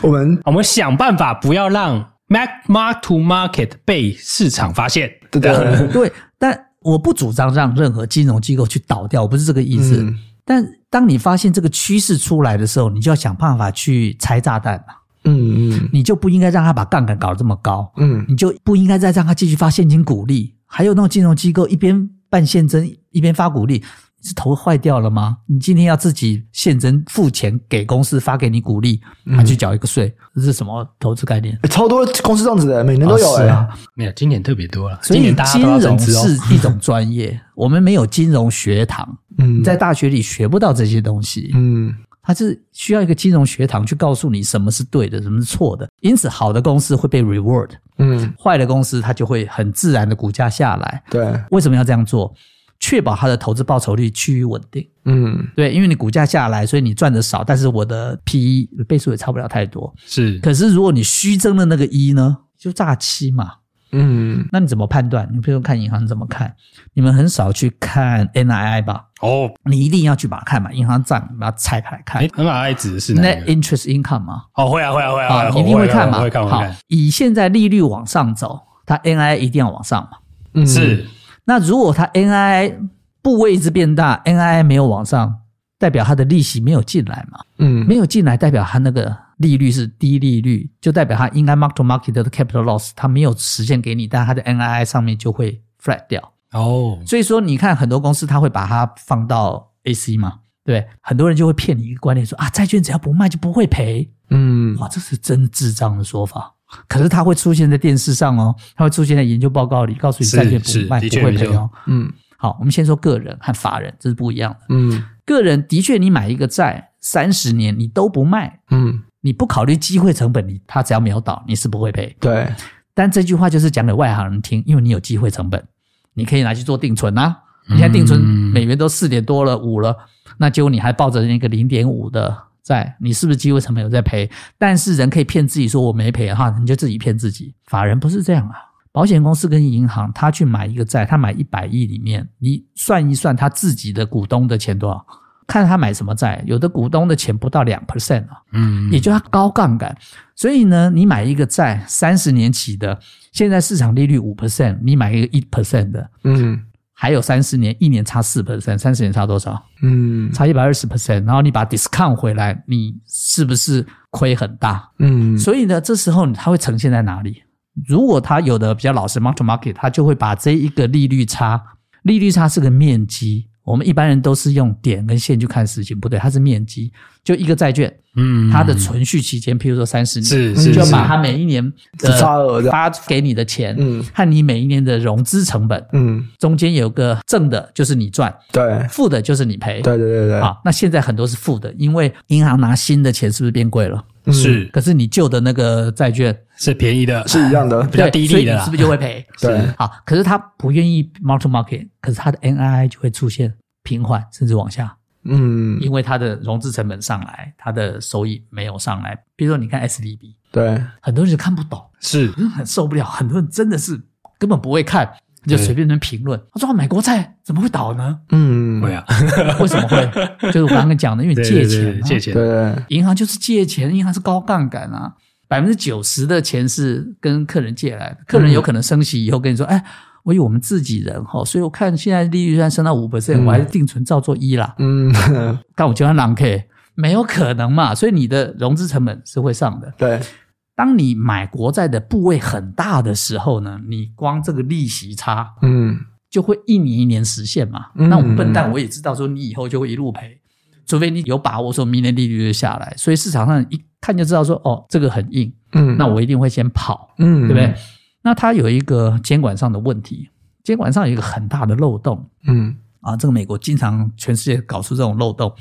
S1: 我们
S2: 我们想办法不要让 Mac Mark to Market 被市场发现。
S1: 对对
S2: 这样
S1: 对，
S3: 对，但我不主张让任何金融机构去倒掉，我不是这个意思。
S1: 嗯
S3: 但当你发现这个趋势出来的时候，你就要想办法去拆炸弹嘛。
S1: 嗯嗯
S3: 你就不应该让他把杠杆搞得这么高，
S1: 嗯
S3: 你就不应该再让他继续发现金股利，还有那种金融机构一边办现增一边发股利。是头坏掉了吗？你今天要自己现真付钱给公司发给你股利，
S1: 嗯
S3: 还去缴一个税，这是什么投资概念？
S1: 欸超多公司这样子的，每年都有
S3: 哦
S1: 哎、
S3: 是啊
S2: 没有，今年特别多了，
S3: 所
S2: 今
S3: 以
S2: 年大家都
S3: 金
S2: 要
S3: 融
S2: 升值哦。
S3: 是一种专 业，我们没有金融学堂，
S1: 嗯，
S3: 在大学里学不到这些东西。
S1: 嗯
S3: 它是需要一个金融学堂去告诉你什么是对的，什么是错的。因此，好的公司会被 reward，
S1: 嗯，
S3: 坏的公司它就会很自然的股价下来。
S1: 对，
S3: 为什么要这样做？确保它的投资报酬率趋于稳定。
S1: 嗯
S3: 对，因为你股价下来，所以你赚的少，但是我的 P E 倍数也差不了太多。
S2: 是
S3: 可是如果你虚增的那个一呢，就诈欺嘛。
S1: 嗯，
S3: 那你怎么判断？你比如说看银行怎么看？你们很少去看 NII 吧？
S2: 哦，
S3: 你一定要去把它看嘛，银行账把它拆开来看
S2: 哎。，很好，爱指的是哪一
S3: Net
S2: 个？
S3: interest income 嘛，
S2: 哦，会啊，会啊，会啊，
S3: 啊，
S2: 会
S3: 你一定
S2: 会
S3: 看嘛
S2: 会看，。会
S3: 好
S2: 看，，
S3: 以现在利率往上走，它 NII 一定要往上嘛。
S1: 嗯
S2: 是
S3: 那如果它 NII 部位一直变大，NII 没有往上，代表它的利息没有进来嘛？
S1: 嗯
S3: 没有进来，代表它那个利率是低利率，就代表它应该 mark to market 的 capital loss 它没有实现给你，但它的 NII 上面就会 flat 掉。
S2: 哦，
S3: 所以说，你看很多公司它会把它放到 AC 嘛，对不对，很多人就会骗你一个观念说啊，债券只要不卖就不会赔，
S1: 嗯
S3: 哇，这是真智障的说法。可是它会出现在电视上哦，它会出现在研究报告里，告诉你
S2: 是
S3: 债券
S2: 是
S3: 不卖
S2: 的
S3: 不
S2: 确
S3: 会
S2: 没
S3: 赔
S2: 错
S3: 哦。
S1: 嗯
S3: 好，我们先说个人和法人，这是不一样的。
S1: 嗯
S3: 个人的确，你买一个债三十年你都不卖，
S1: 嗯，
S3: 你不考虑机会成本，你它只要秒倒，你是不会赔。
S1: 对，
S3: 但这句话就是讲给外行人听，因为你有机会成本，你可以拿去做定存啊。你现在定存
S2: 嗯
S3: 美元都四点多了五了，那结果你还抱着那个零点五的债，你是不是机会成本有在赔？但是人可以骗自己说我没赔哈，你就自己骗自己。法人不是这样啊。保险公司跟银行，他去买一个债，他买一百亿里面，你算一算他自己的股东的钱多少，看他买什么债。有的股东的钱不到两 percent 啊，
S2: 嗯，
S3: 也就它高杠杆。所以呢，你买一个债三十年期的，现在市场利率五 percent，你买一个一 percent 的，
S1: 嗯
S3: 还有三十年，一年差四 percent，三十年差多少？
S1: 嗯
S3: 差一百二十 percent。然后你把 discount 回来，你是不是亏很大？
S1: 嗯，
S3: 所以呢，这时候它会呈现在哪里？如果它有的比较老实 mark to market，它就会把这一个利率差，利率差是个面积。我们一般人都是用点跟线去看事情，不对，它是面积。就一个债券，
S2: 嗯，
S3: 它的存续期间，譬如说三十年，
S2: 是
S3: 你
S2: 是，
S3: 就是把它每一年
S1: 只差额这样
S3: 发给你的钱，
S1: 嗯
S3: 和你每一年的融资成本
S1: 嗯，
S3: 中间有个正的，就是你赚；
S1: 对
S3: 负的，就是你赔。
S1: 对对对对，
S3: 啊，那现在很多是负的，因为银行拿新的钱是不是变贵了？
S1: 嗯
S2: 是
S3: 可是你旧的那个债券
S2: 是便宜的，
S1: 是一样的，
S2: 比较低
S3: 对所
S2: 利
S3: 以
S2: 的
S3: 你
S2: 啦
S3: 是不，是就会赔？
S1: 对，
S3: 好，可是他不愿意 mark to market，可是他的 NII 就会出现平缓甚至往下，
S1: 嗯
S3: 因为它的融资成本上来，它的收益没有上来。比如说，你看 SDB，
S1: 对，
S3: 很多人看不懂，
S2: 是
S3: 很受不了，很多人真的是根本不会看，就随便能评论。他说啊买国债怎么会倒呢？
S1: 嗯
S2: 会啊，
S3: 为什么会？就是我刚刚讲的，因为你
S2: 对
S3: 借
S2: 对
S3: 钱、啊
S2: 对借钱，
S1: 对，
S3: 银行就是借钱，银行是高杠杆啊，百分之九十的钱是跟客人借来的，客
S2: 嗯
S3: 人有可能升息以后跟你说，哎，我有我们自己人哈，所以我看现在利率虽然升到五
S2: 嗯
S3: percent，我还是定存照做一啦，
S1: 嗯
S3: 但我就要狼 K，没有可能嘛，所以你的融资成本是会上的。
S1: 对，
S3: 当你买国债的部位很大的时候呢，你光这个利息差
S1: 嗯
S3: 就会一年一年实现嘛。
S1: 嗯
S3: 那我笨蛋我也知道说你以后就会一路赔，除非你有把握说明年利率就下来，所以市场上一看就知道说哦这个很硬，
S1: 嗯，
S3: 那我一定会先跑，
S1: 嗯
S3: 对不对？？那它有一个监管上的问题，监管上有一个很大的漏洞
S1: 嗯
S3: 啊，这个美国经常全世界搞出这种漏洞。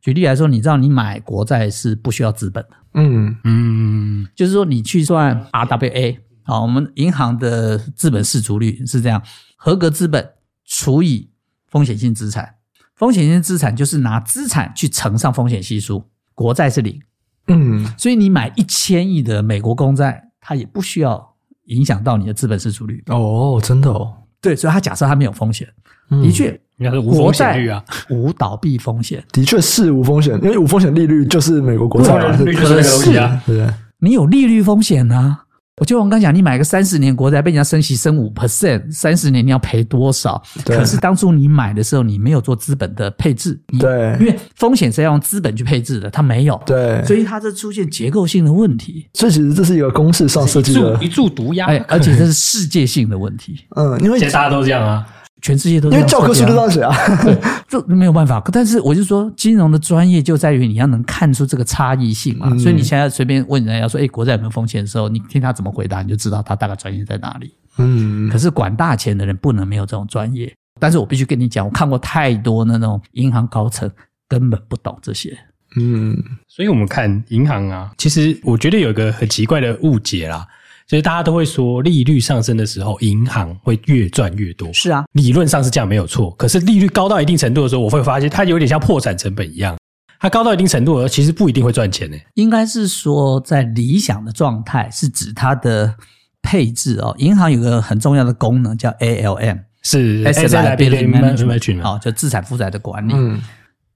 S3: 举例来说，你知道你买国债是不需要资本的。
S1: 嗯
S2: 嗯，
S3: 就是说你去算 RWA，好，我们银行的资本市足率是这样，合格资本除以风险性资产，风险性资产就是拿资产去乘上风险系数，国债是零，
S1: 嗯
S3: 所以你买一千亿的美国公债，它也不需要影响到你的资本市足率。
S1: 哦，真的哦，
S3: 对，所以它假设它没有风险，
S1: 嗯
S3: 的确
S2: 应该是无
S3: 国
S2: 风
S3: 债
S2: 险率啊，
S3: 无倒闭风险。
S1: 的确是无风险，因为无风险利率就是美国国债嘛，
S2: 对利率就是那个东西啊
S1: 对对
S3: 你有利率风险啊。我就我刚讲，你买个三十年国债，被人家升息升五 percent，三十年你要赔多少？
S1: 对
S3: 可是当初你买的时候，你没有做资本的配置，你
S1: 对
S3: 因为风险是要用资本去配置的，它没有，，
S1: 对，
S3: 所以它这出现结构性的问题，哎
S1: 所以其实这是一个公式上设计的
S2: 一注毒 鸦
S3: 哎，而且这是世界性的问题。
S1: 嗯，因为
S2: 现在大家都这样啊，
S3: 全世界都
S1: 因
S3: 这
S1: 为
S3: 样
S1: 教科书
S3: 设
S1: 都
S3: 计
S1: 这
S3: 啊
S1: 样写啊。
S3: 这没有办法。但是我就说，金融的专业就在于你要能看出这个差异性嘛。
S1: 嗯
S3: 所以你现在随便问人家说：“哎，国债有没有风险？”的时候，你听他怎么回答，你就知道他大概专业在哪里。
S1: 嗯
S3: 可是管大钱的人不能没有这种专业。但是我必须跟你讲，我看过太多那种银行高层根本不懂这些。
S1: 嗯，
S2: 所以我们看银行啊，其实我觉得有一个很奇怪的误解啦，就是大家都会说利率上升的时候，银行会越赚越多。
S3: 是啊，
S2: 理论上是这样没有错，可是利率高到一定程度的时候，我会发现它有点像破产成本一样，它高到一定程度的时候，其实不一定会赚钱呢、
S3: 应该是说在理想的状态是指它的配置哦。银行有个很重要的功能叫 ALM。
S2: 是
S3: Asset
S2: 嗯 liability
S3: liability
S2: management 啊嘛
S3: 哦，就资产负债的管理。
S1: 嗯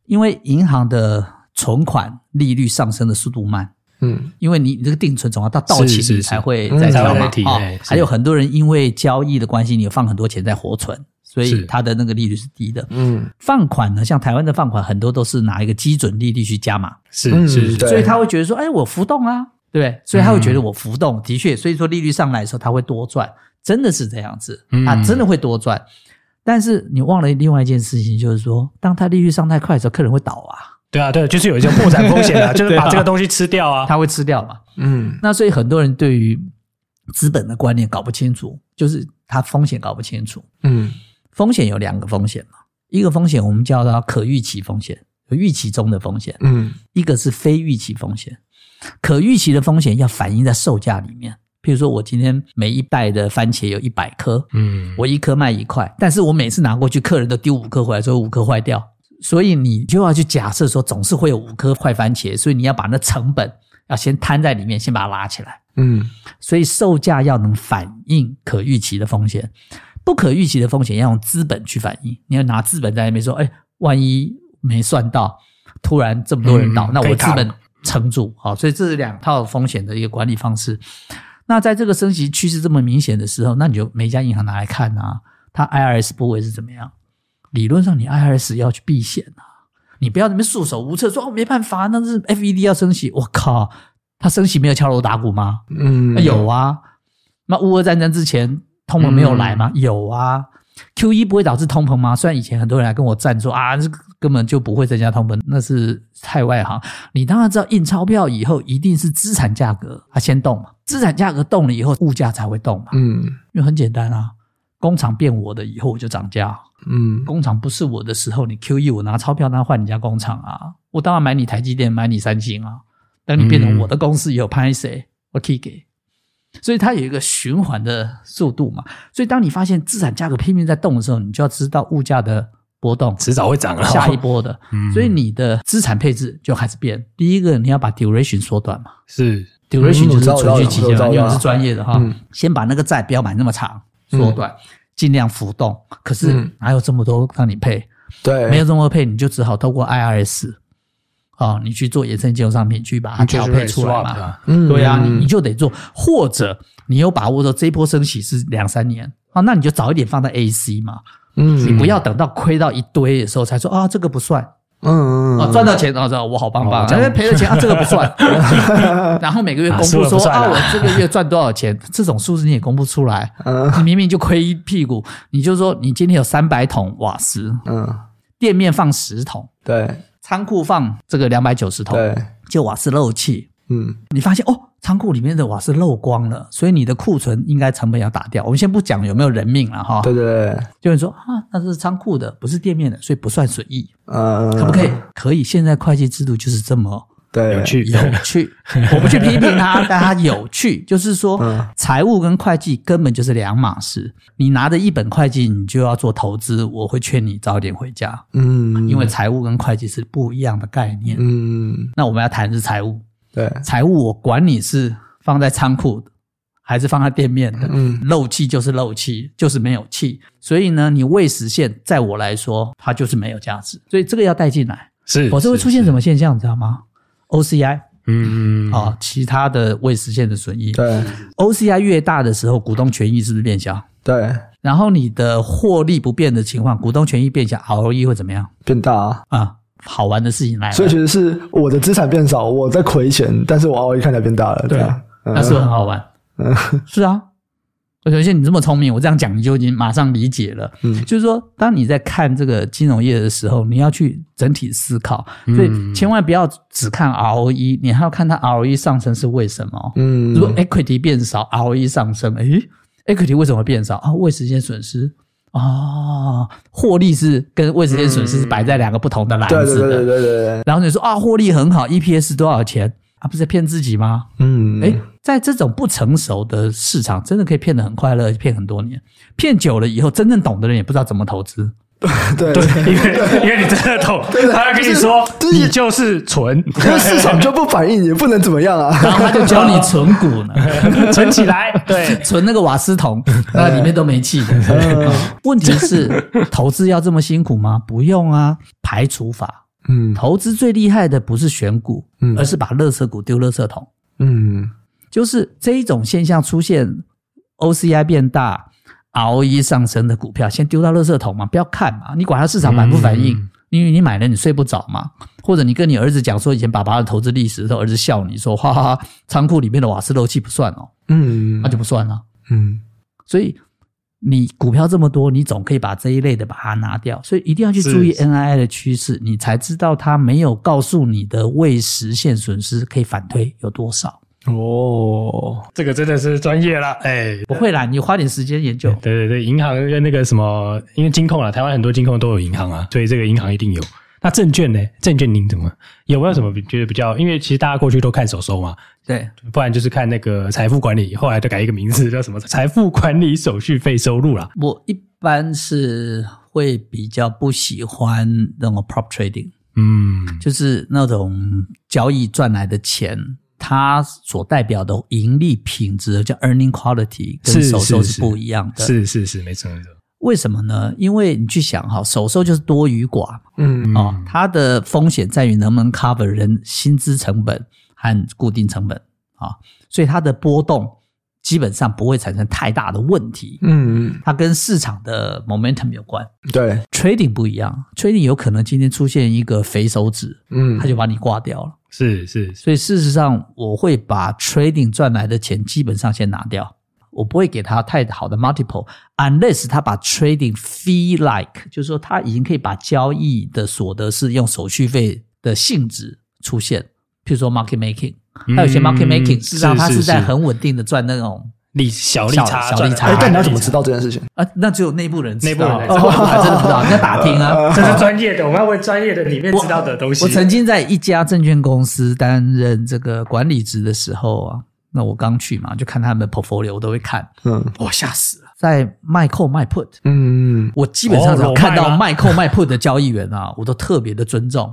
S3: 因为银行的存款利率上升的速度慢，
S1: 嗯
S3: 因为你你这个定存总要到到期
S2: 是是是
S3: 你才会
S1: 嗯
S3: 再
S1: 才
S3: 交
S1: 会
S3: 嘛
S2: 再提
S3: 哦
S2: 哎是
S3: 还有很多人因为交易的关系，你放很多钱在活存，所以
S2: 是
S3: 它的那个利率是低的。
S1: 嗯
S3: 放款呢，像台湾的放款很多都是拿一个基准利率去加码，
S2: 是
S1: 嗯
S2: 是是
S1: 对
S3: 所以他会觉得说，哎，我浮动啊，对不对？所以他会觉得我浮动，的确，所以说利率上来的时候，他会多赚，真的是这样子，
S2: 嗯
S3: 他真的会多赚。但是你忘了另外一件事情，就是说，当他利率上太快的时候，客人会倒啊，
S2: 对啊，对，就是有一些破产风险 啊，就是把这个东西吃掉啊。
S3: 他会吃掉嘛。
S1: 嗯
S3: 那所以很多人对于资本的观念搞不清楚，就是他风险搞不清楚。
S1: 嗯
S3: 风险有两个风险嘛，一个风险我们叫它可预期风险，有预期中的风险；
S1: 嗯
S3: 一个是非预期风险。可预期的风险要反映在售价里面，譬如说我今天每一袋的番茄有一百颗，
S2: 嗯，
S3: 我一颗卖一块，但是我每次拿过去，客人都丢五颗回来，说五颗坏掉，所以你就要去假设说总是会有五颗坏番茄，所以你要把那成本要先摊在里面，先把它拉起来。
S1: 嗯
S3: 所以售价要能反映可预期的风险，不可预期的风险要用资本去反映。你要拿资本在那边说，哎，万一没算到，突然这么多人倒，
S2: 嗯
S3: 那
S2: 可
S3: 我
S2: 以
S3: 资
S2: 扛
S3: 本撑住。好，所以这是两套风险的一个管理方式。那在这个升息趋势这么明显的时候，那你就每一家银行拿来看啊，它 IRS 部位是怎么样？理论上你 IRS 要去避险啊，你不要在那边束手无策，说哦没办法，那是 FED 要升息，我靠，它升息没有敲锣打鼓吗？
S1: 嗯，
S3: 有啊。那乌俄战争之前，通膨没有来
S1: 嗯
S3: 吗？有啊。Q 一不会导致通膨吗？虽然以前很多人来跟我站说啊，这个根本就不会增加通膨，那是太外行。你当然知道，印钞票以后一定是资产价格它先动嘛，资产价格动了以后，物价才会动嘛，
S1: 嗯
S3: 因为很简单啊。工厂变我的以后，我就涨价。啊
S1: 嗯
S3: 工厂不是我的时候，你 Q E 我拿钞票那换你家工厂啊，我当然买你台积电，买你三星啊。等你变成我的公司以后，拍谁我 K 给。所以它有一个循环的速度嘛。所以当你发现资产价格拼命在动的时候，你就要知道物价的波动，
S2: 迟早会涨啊
S3: 下一波的。
S2: 嗯
S3: 所以你的资产配置就开始变。第一个，你要把 duration 缩短嘛
S2: 是
S3: ，duration
S1: 嗯
S3: 就是
S1: 我知道
S3: 存续期
S1: 我
S3: 限
S1: 知道我
S3: 嘛，
S1: 知
S3: 因
S1: 道
S3: 为我是专业的哈
S1: 嗯，
S3: 先把那个债不要买那么长，缩短，尽量浮动。可是
S1: 嗯
S3: 哪有这么多让你配？
S1: 对，
S3: 没有这么配，你就只好透过 IRS 哦，你去做衍生金融商品去把它调配出来嘛。
S2: 嘛。
S1: 嗯，
S3: 对啊，你你就得做，或者你有把握说这一波升息是两三年啊，那你就早一点放在 AC 嘛，
S1: 嗯
S3: 你不要等到亏到一堆的时候才说啊这个不算
S1: 嗯
S3: 啊赚到钱啊，我好棒棒
S2: 哦
S3: 啊，
S2: 这样
S3: 但是赔了钱啊这个不算， 然后每个月公
S2: 输了
S3: 布
S2: 不
S3: 说
S2: 算
S3: 啊
S2: 啦
S3: 我这个月赚多少钱，这种数字你也公布出来，
S1: 嗯
S3: 你明明就亏一屁股，你就说你今天有三百桶瓦斯，
S1: 嗯
S3: 店面放十桶。
S1: 对
S3: 仓库放这个两百九十桶，
S1: 对
S3: 就瓦斯漏气。
S1: 嗯
S3: 你发现哦，仓库里面的瓦斯漏光了，所以你的库存应该成本要打掉。我们先不讲有没有人命了哈，
S1: 对对对
S3: 就是说啊，那是仓库的，不是店面的，所以不算损益，
S1: 嗯
S3: 可不可以？可以。现在会计制度就是 这么
S1: 对
S2: 有趣，
S3: 有趣，我不去批评它， 但它有趣，就是说
S1: 嗯
S3: 财务跟会计根本就是两码事。你拿着一本会计，你就要做投资，我会劝你早点回家，
S1: 嗯
S3: 因为财务跟会计是不一样的概念。
S1: 嗯
S3: 那我们要谈的是财务，
S1: 对
S3: 财务我管你是放在仓库的，还是放在店面的，
S1: 嗯
S3: 漏气就是漏气，就是没有气。所以呢，你未实现，在我来说，它就是没有价值。所以这个要带进来，
S2: 是，
S3: 否则哦会出现什
S2: 么？
S3: 么现象，你知道吗？OCI
S2: 嗯嗯，
S3: 啊、其他的未实现的损益
S1: 对
S3: ，OCI 越大的时候，股东权益是不是变小？
S1: 对
S3: 然后你的获利不变的情况，股东权益变小，ROE 会怎么样
S1: 变大，
S3: 啊？好玩的事情来了，
S1: 所以其实是我的资产变少，我在嗯亏钱，但是我 ROE 看起来变大了，这样，
S3: 那是不是很好玩？是啊，而且你这么聪明，我这样讲你就已经马上理解了。
S1: 嗯
S3: 就是说，当你在看这个金融业的时候，你要去整体思考，
S1: 嗯
S2: 嗯
S3: 所以千万不要只看 ROE，你还要看它 ROE 上升是为什么。
S1: 嗯
S3: 如果哎 equity 变少，ROE 上升，诶 equity 为什么变少啊？未实现损失啊，获利是跟未实现损失是摆在两个不同的
S1: 嗯
S3: 篮
S1: 对对
S3: 子
S1: 对对
S3: 的。
S1: 对对，
S3: 然后你说啊，获利很好，EPS 多少钱啊？不是在骗自己吗？
S1: 嗯，
S3: 哎，在这种不成熟的市场，真的可以骗得很快乐，骗很多年，骗久了以后，真正懂的人也不知道怎么投 资。
S1: 对
S2: 对， 因为因为你真的 懂，
S3: 啊
S2: 他跟你说
S1: 就是
S2: 你就是纯，
S1: 因为市场就不反应，也不能怎么样 啊。
S3: 然后他就教你存股 呢，
S2: 存起来，对，
S3: 存那个瓦斯桶，那里面都没气的。嗯问题是，投资要这么辛 苦吗？不用啊，排除法。
S1: 嗯
S3: 投资最厉害的不是选股，
S1: 嗯
S3: 而是把垃圾股丢垃圾桶。
S1: 嗯
S3: 就是这一种现象出现，OCI 变大，ROE 上升的股票，先丢到垃圾桶嘛，不要看嘛，你管它市场反不反应，
S2: 嗯
S3: 因为你买了你睡不着嘛，或者你跟你儿子讲说以前爸爸的投资历史的时候，儿子笑你说，哈哈哈，仓库里面的瓦斯漏气不算哦，
S1: 嗯
S3: 那就不算了。
S1: 嗯
S3: 所以你股票这么多，你总可以把这一类的把它拿掉，所以一定要去注意
S2: 是
S3: NII 的趋势，你才知道它没有告诉你的未实现损失可以反推有多少。
S1: 哦，
S2: 这个真的是专业了，哎。
S3: 不会啦，你花点时间研究。
S2: 对对对，银行跟那个什么，因为金控啊，台湾很多金控都有银行啊，所以这个银行一定有。那证券呢？证券您怎么有没有什么比觉得比较？因为其实大家过去都看手收嘛，
S3: 对，
S2: 不然就是看那个财富管理，后来就改一个名字叫什么 财富管理手续费收入啦。
S3: 我一般是会比较不喜欢那种 prop trading，
S2: 嗯，
S3: 就是那种交易赚来的钱，它所代表的盈利品质叫 earning quality，跟
S2: 是
S3: 手收
S2: 是
S3: 是不一样的。
S2: 是是是，没错没错。
S3: 为什么呢？因为你去想哈，手收就是多与寡嘛
S1: 嗯
S3: 哦，它的风险在于能不能 cover 人薪资成本和固定成本啊、所以它的波动基本上不会产生太大的问题。
S1: 嗯，
S3: 它跟市场的 momentum 有关。
S1: 对，
S3: trading 不一样，trading 有可能今天出现一个肥手指，
S1: 嗯
S3: 它就把你挂掉了。
S2: 是是是，
S3: 所以事实上，我会把 trading 赚来的钱基本上先拿掉，我不会给他太好的 multiple，unless 他把 trading fee like，就是说他已经可以把交易的所得是用手续费的性质出现，譬如说 market making，还有一些 market
S2: 嗯
S3: making 事实上它
S2: 是
S3: 是在
S2: 是
S3: 很稳定的赚那种
S2: 利小利
S3: 小
S2: 差
S3: 小
S2: 赚
S3: 利
S2: 的
S3: 差
S1: 哎，但你要怎么
S2: 利差
S1: 知道这件事情？
S3: 啊，那只有内部人知道，
S2: 内部人来知道
S3: 这个我还真的不知 道，你要打听 啊。
S2: 这是专业的，我们要问专业的里面知道的东西。
S3: 我曾经在一家证券公司担任这个管理职的时候啊，那我刚去嘛，就看他们的 portfolio 我都会看，
S1: 嗯
S3: 我吓死了，在卖 call 卖 put，
S1: 嗯，
S3: 我基本上只要
S2: 哦
S3: 看
S2: 裸
S3: 到
S2: 卖
S3: 卖 call 卖 put 的交易员 啊，我都特别的尊重，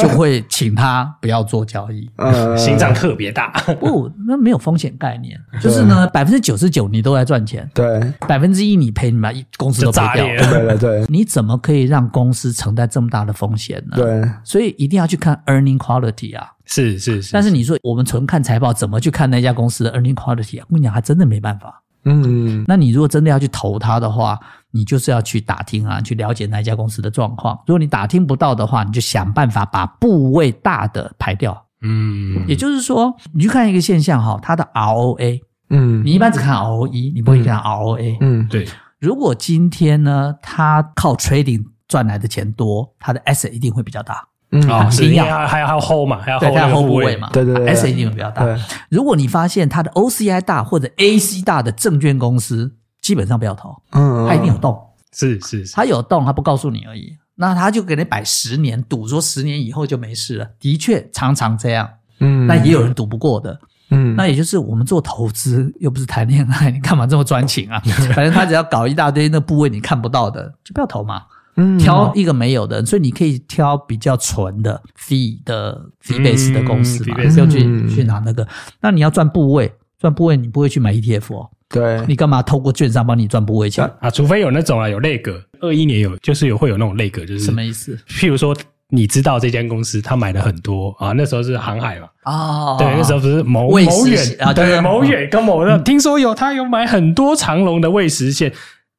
S3: 就会请他不要做 交易。
S1: 呃，
S2: 心脏特别大，
S3: 不，那没有风险概念，就是呢，百分之九十九你都在赚钱，
S1: 对，
S3: 百分之一你赔，你把一公司
S2: 就
S3: 都赔
S2: 炸
S3: 掉
S2: 裂
S3: 了，
S1: 对了，对
S3: 你怎么可以让公司承担这么大的风险呢？
S1: 对，
S3: 所以一定要去看 earning quality 啊。
S2: 是是是，
S3: 但是你说我们纯看财报，怎么去看那家公司的 earning quality 啊？我跟你讲，还真的没办法。
S1: 嗯
S3: 那你如果真的要去投它的话，你就是要去打听啊，去了解那家公司的状况。如果你打听不到的话，你就想办法把部位大的排掉。
S2: 嗯，
S3: 也就是说，你去看一个现象哈，它的 ROA，
S1: 嗯
S3: 你一般只看 ROE，你不会看 ROA。
S1: 嗯
S2: 对，
S3: 如果今天呢，它靠 trading 赚来的钱多，它的 asset 一定会比较大，
S1: 嗯
S2: 啊，是
S3: 一定
S2: 因
S3: 要
S2: 为还还要 hold 嘛，还要
S3: 对，
S2: hold
S3: 它
S2: 那
S3: 的
S2: 个
S3: whole 部
S2: 部
S3: 位嘛，
S1: 对对对对
S3: asset 一定会比较大。
S1: 对，
S3: 如果你发现它的 OCI 大或者 AC 大的证券公司，基本上不要投，
S1: 嗯，
S3: 它一定有动，
S2: 是是是，
S3: 它有动，它不告诉你而已。那它就给你摆十年，赌说十年以后就没事了。的确，常常这样。
S1: 嗯，
S3: 那也有人赌不过的。
S1: 嗯，
S3: 那也就是我们做投资，又不是谈恋爱，你干嘛这么专情啊？反正他只要搞一大堆那部位你看不到的，就不要投嘛。
S1: 嗯
S3: 挑一个没有的，所以你可以挑比较纯的 fee 的 fee base
S2: 嗯
S3: 的公司嘛，
S2: fee-based
S3: 不用去、
S1: 嗯
S3: 去拿那个。那你要赚部位，赚部位你不会去买 ETF 哦，
S1: 对，
S3: 你干嘛透过券商帮你赚部位钱
S1: 啊？
S2: 啊，除非有那种啊，有类格，二一年有就是有会有那种类格，就是
S3: 什么意思
S2: 譬如说，你知道这间公司他买了很多啊，那时候是航海嘛，
S3: 哦，
S2: 对，那时候不是某
S3: 卫
S2: 某
S3: 视
S2: 远
S3: 啊对
S2: 对
S3: 对
S2: 某远跟某的，听说有他有买很多长隆的未实现，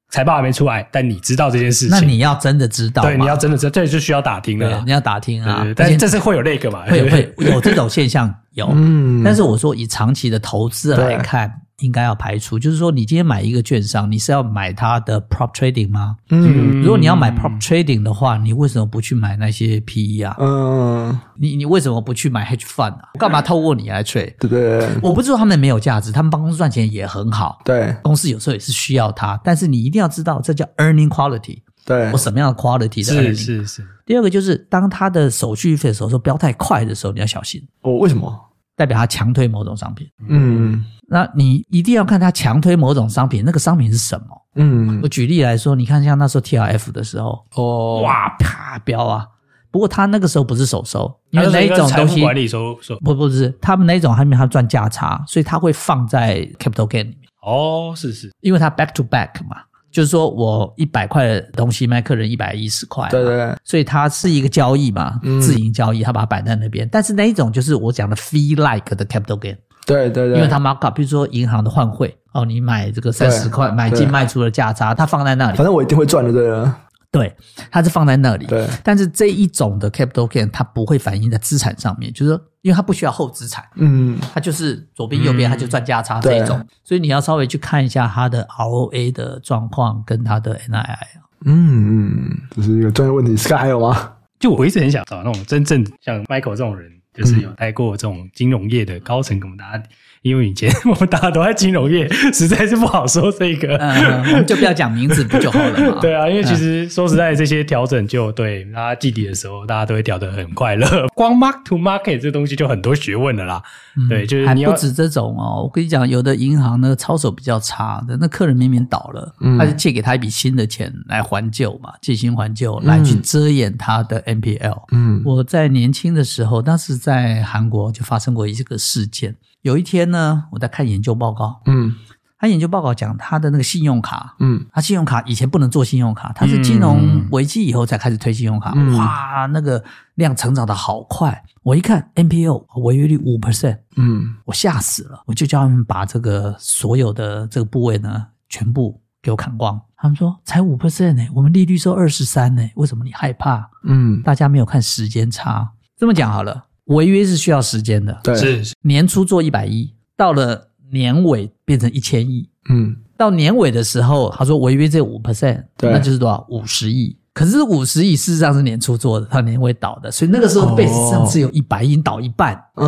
S2: 财报还没出来，但你知道这件事
S3: 那
S2: 情，
S3: 你要真的知道嘛，
S2: 对，你要真的知道，这就需要打听了
S3: 对
S2: 啦
S3: 你。要打听
S2: 对
S3: 啊
S2: 对，对，
S3: 而且
S2: 但这是会有那个嘛，
S3: 会
S2: 对不对
S3: 会有这种现象有，
S1: 嗯，
S3: 但是我说以长期的投资来看，应该要排除，就是说你今天买一个券商，你是要买它的 prop trading 吗？
S1: 嗯
S3: 如果你要买 prop trading 的话，你为什么不去买那些 PE 啊？
S1: 嗯，
S3: 你你为什么不去买 hedge fund 啊？干嘛透过你来 trade？
S1: 对对
S3: 我不是说他们没有价值，他们帮公司赚钱也很好，
S1: 对
S3: 公司有时候也是需要它，但是你一定要知道这叫 earning quality，
S1: 对
S3: 我，什么样的 quality 的 earning。
S2: 是是是，
S3: 第二个就是当它的手续费的时候，说不要太快的时候，你要小心，
S1: 哦，为什么？
S3: 代表它强推某种商品。
S1: 嗯
S3: 那你一定要看它强推某种商品，那个商品是什么？
S1: 嗯
S3: 我举例来说，你看像那时候 T R F 的时候，
S1: 哦，
S3: 哇啪飙啊！不过他那个时候不是手收，因为
S2: 它
S3: 那
S2: 是
S3: 一
S2: 个
S3: 种
S2: 财
S3: 东
S2: 富
S3: 西
S2: 管理收收
S3: 不不是他们那一种还没有他赚价差，所以他会放在 capital gain 里面，
S2: 哦，是是，
S3: 因为他 back to back 嘛，就是说我一百块的东西卖客人一百一十块嘛，
S1: 对对对，
S3: 所以它是一个交易嘛，
S1: 嗯
S3: 自营交易，他把它摆在那边。但是那一种就是我讲的 fee like 的 capital gain，
S1: 对对对，
S3: 因为它 markup，比如说银行的换汇哦，你买这个三十块，买
S1: 对
S3: 进卖出的价差，它放在那里
S1: 反，正我一定会赚的，对了，
S3: 对，它是放在那里。
S1: 对
S3: 但是这一种的 capital gain，它不会反映在资产上面，就是说，因为它不需要后资产，
S1: 嗯
S3: 它就是左边右
S2: 嗯
S3: 边它就赚价差这
S1: 对
S3: 一种，所以你要稍微去看一下它的 ROA 的状况跟它的 NII 啊。
S1: 嗯嗯，这是一个专业问题，Sky 还有吗？
S2: 就我一直很想找那种真正像 Michael 这种人，就是有待过这种金融业的高层，给我们大家，因为以前我们大家都在金融业，实在是不好说这个。
S3: 嗯，我们就不要讲名字不就好了嘛？
S2: 对啊，因为其实说实在，这些调整就对大家季底的时候，大家都会调得很快乐。光 mark to market 这东西就很多学问的啦。
S3: 嗯
S2: 对就是
S3: 还
S2: 你要
S3: 不止这种哦。我跟你讲，有的银行呢操守比较差的，那客人明明倒了，
S1: 嗯
S3: 他就借给他一笔新的钱来还旧嘛，借新还旧
S2: 嗯
S3: 来去遮掩他的 NPL。
S1: 嗯
S3: 我在年轻的时候，当时在韩国就发生过一个事件。有一天呢，我在看研究报告，
S1: 嗯
S3: 他研究报告讲他的那个信用卡，
S1: 嗯
S3: 他信用卡以前不能做信用卡，他是金融危机以后才开始推信用卡，
S1: 嗯
S3: 哇，那个量成长的好快。我一看 NPL 违约率五 percent，
S1: 嗯
S3: 我吓死了，我就叫他们把这个所有的这个部位呢，全部给我砍光。他们说才五 percent 呢，我们利率收二十三呢，为什么你害怕？
S1: 嗯，
S3: 大家没有看时间差。这么讲好了，违约是需要时间的，
S1: 对，
S2: 是是
S3: 年初做一百一，到了年尾变成一千亿，
S1: 嗯
S3: 到年尾的时候，他说违约这五 percent，
S1: 对
S3: 那就是多少五十亿。可是五十亿事实上是年初做的，他年尾倒的，所以那个时候
S1: 哦
S3: base 上是有一百亿倒一半，
S1: 嗯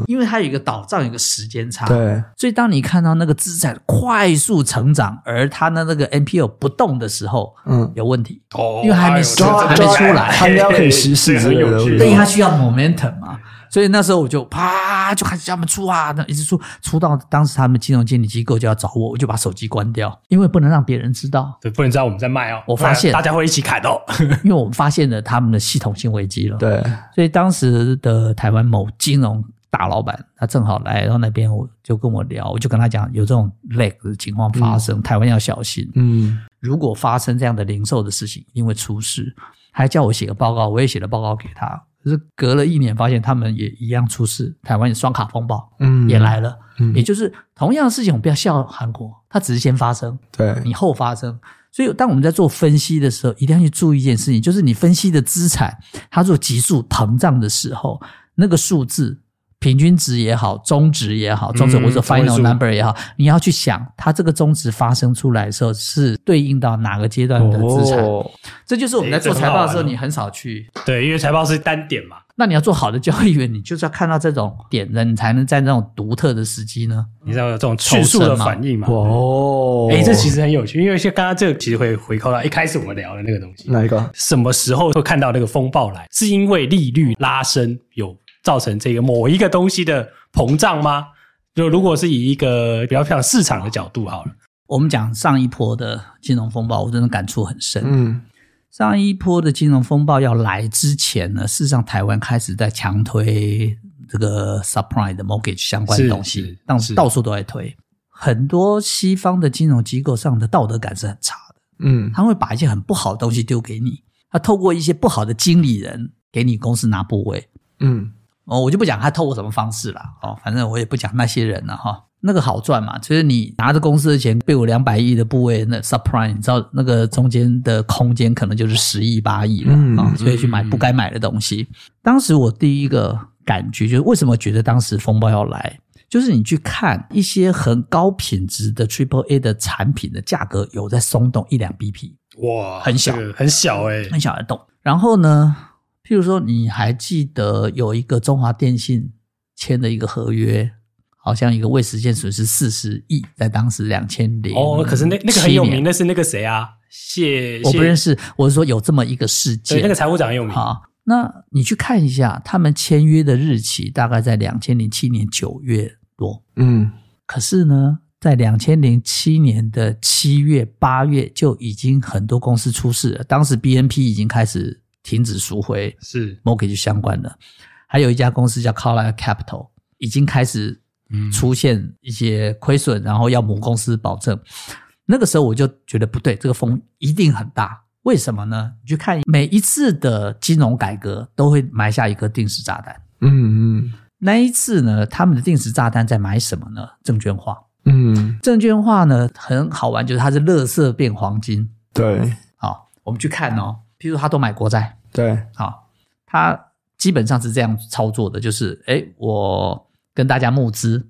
S1: 嗯，
S3: 因为它有一个倒账，有一个时间差。
S1: 对，
S3: 所以当你看到那个资产快速成长，而它的那个 NPL 不动的时候，
S1: 嗯
S3: 有问题，
S2: 哦
S3: 因为还没死
S2: 这个
S1: 还
S2: 这
S1: 没
S2: 个
S1: 出来他应该可以稀释之类的
S2: 这个很有趣
S3: 所以它需要 momentum 嘛。所以那时候我就啪就开始叫他们出啊，那一直出出到当时他们金融监理机构就要找我，我就把手机关掉，因为不能让别人知道，
S2: 对，不能知道我们在卖哦。
S3: 我发现
S2: 不然大家会一起砍 哦。
S3: 因为我们发现了他们的系统性危机了。
S1: 对，
S3: 所以当时的台湾某金融大老板，他正好来到那边，我就跟我聊，我就跟他讲有这种 lag 的情况发生，台湾要小心。
S1: 嗯
S3: 如果发生这样的零售的事情，一定会出事。还叫我写个报告，我也写了报告给他。可是隔了一年，发现他们也一样出事，台湾也双卡风暴
S1: 嗯，
S3: 也，来了。
S1: 嗯
S3: 也就是同样的事情，我们不要笑韩国，它只是先发生，
S1: 对，
S3: 你后发生。所以，当我们在做分析的时候，一定要去注意一件事情，就是你分析的资产，它做急速膨胀的时候，那个数字平均值也好，中值也好，中值
S2: 嗯
S3: 或者
S2: 中
S3: final
S2: 位数
S3: number 也好，你要去想，它这个中值发生出来的时候，是对应到哪个阶段的资产。
S1: 哦，
S3: 这就是我们在做
S2: 诶这
S3: 财
S2: 很好玩
S3: 报的时候，
S2: 哦
S3: 你很少去。
S2: 对，因为财报是单点嘛，
S3: 那你要做好的交易员，你就是要看到这种点的，你才能在那种独特的时机呢。
S2: 你知道有这种迅速的反应嘛？
S1: 哦，
S2: 哎，这其实很有趣，因为像刚刚这个其实会回扣到一开始我们聊的那个东西，
S3: 嗯
S1: 哪一个？
S2: 什么时候会看到那个风暴来？是因为利率拉升有造成这个某一个东西的膨胀吗？就如果是以一个比较像市场的角度好了，
S3: 我们讲上一波的金融风暴，我真的感触很深。
S1: 嗯
S3: 上一波的金融风暴要来之前呢，事实上台湾开始在强推这个 subprime 的 mortgage 相关的东
S2: 是
S3: 西
S2: 是，
S3: 到
S2: 是
S3: 到处都在推。很多西方的金融机构上的道德感是很差的，
S1: 嗯
S3: 他会把一些很不好的东西丢给你，他透过一些不好的经理人给你公司拿部位。
S1: 嗯
S3: 哦，我就不讲他透过什么方式啦，哦，反正我也不讲那些人了哈、那个好赚嘛，就是你拿着公司的钱被我两百亿的部位，那 subprime，你知道那个中间的空间可能就是十亿八亿了啊、
S1: 嗯
S3: 哦所以去买不该买的东西。当时我第一个感觉就是为什么觉得当时风暴要来，就是你去看一些很高品质的 Triple A 的产品的价格有在松动一两 BP，
S2: 哇，
S3: 很小
S2: 这个很小哎、
S3: 很小的动。然后呢，譬如说你还记得有一个中华电信签的一个合约，好像一个未实现损失四十亿，在当时两千零
S2: 哦，可是那那个很有名，的是那个谁啊，谢，
S3: 我不认
S2: 识，
S3: 识，我是说有这么一个事
S2: 对，
S3: 件，
S2: 那个财务长很有名，
S3: 好，那你去看一下，他们签约的日期大概在两千零七年九月多，
S1: 嗯，
S3: 可是呢，在两千零七年的七月、八月就已经很多公司出事了，当时 BNP 已经开始停止赎回
S2: 是，
S3: mortgage 相关的，还有一家公司叫 Collier Capital 已经开始
S2: 嗯
S3: 出现一些亏损，然后要母公司保证。那个时候我就觉得不对，这个风一定很大。为什么呢？你去看每一次的金融改革都会埋下一颗定时炸弹。
S1: 嗯
S3: 那一次呢，他们的定时炸弹在埋什么呢？证券化。
S1: 嗯嗯，
S3: 证券化呢很好玩，就是它是垃圾变黄金。
S1: 对
S3: 好，我们去看哦，譬如他都买国债，
S1: 对，
S3: 好，啊他基本上是这样操作的，就是诶，我跟大家募资，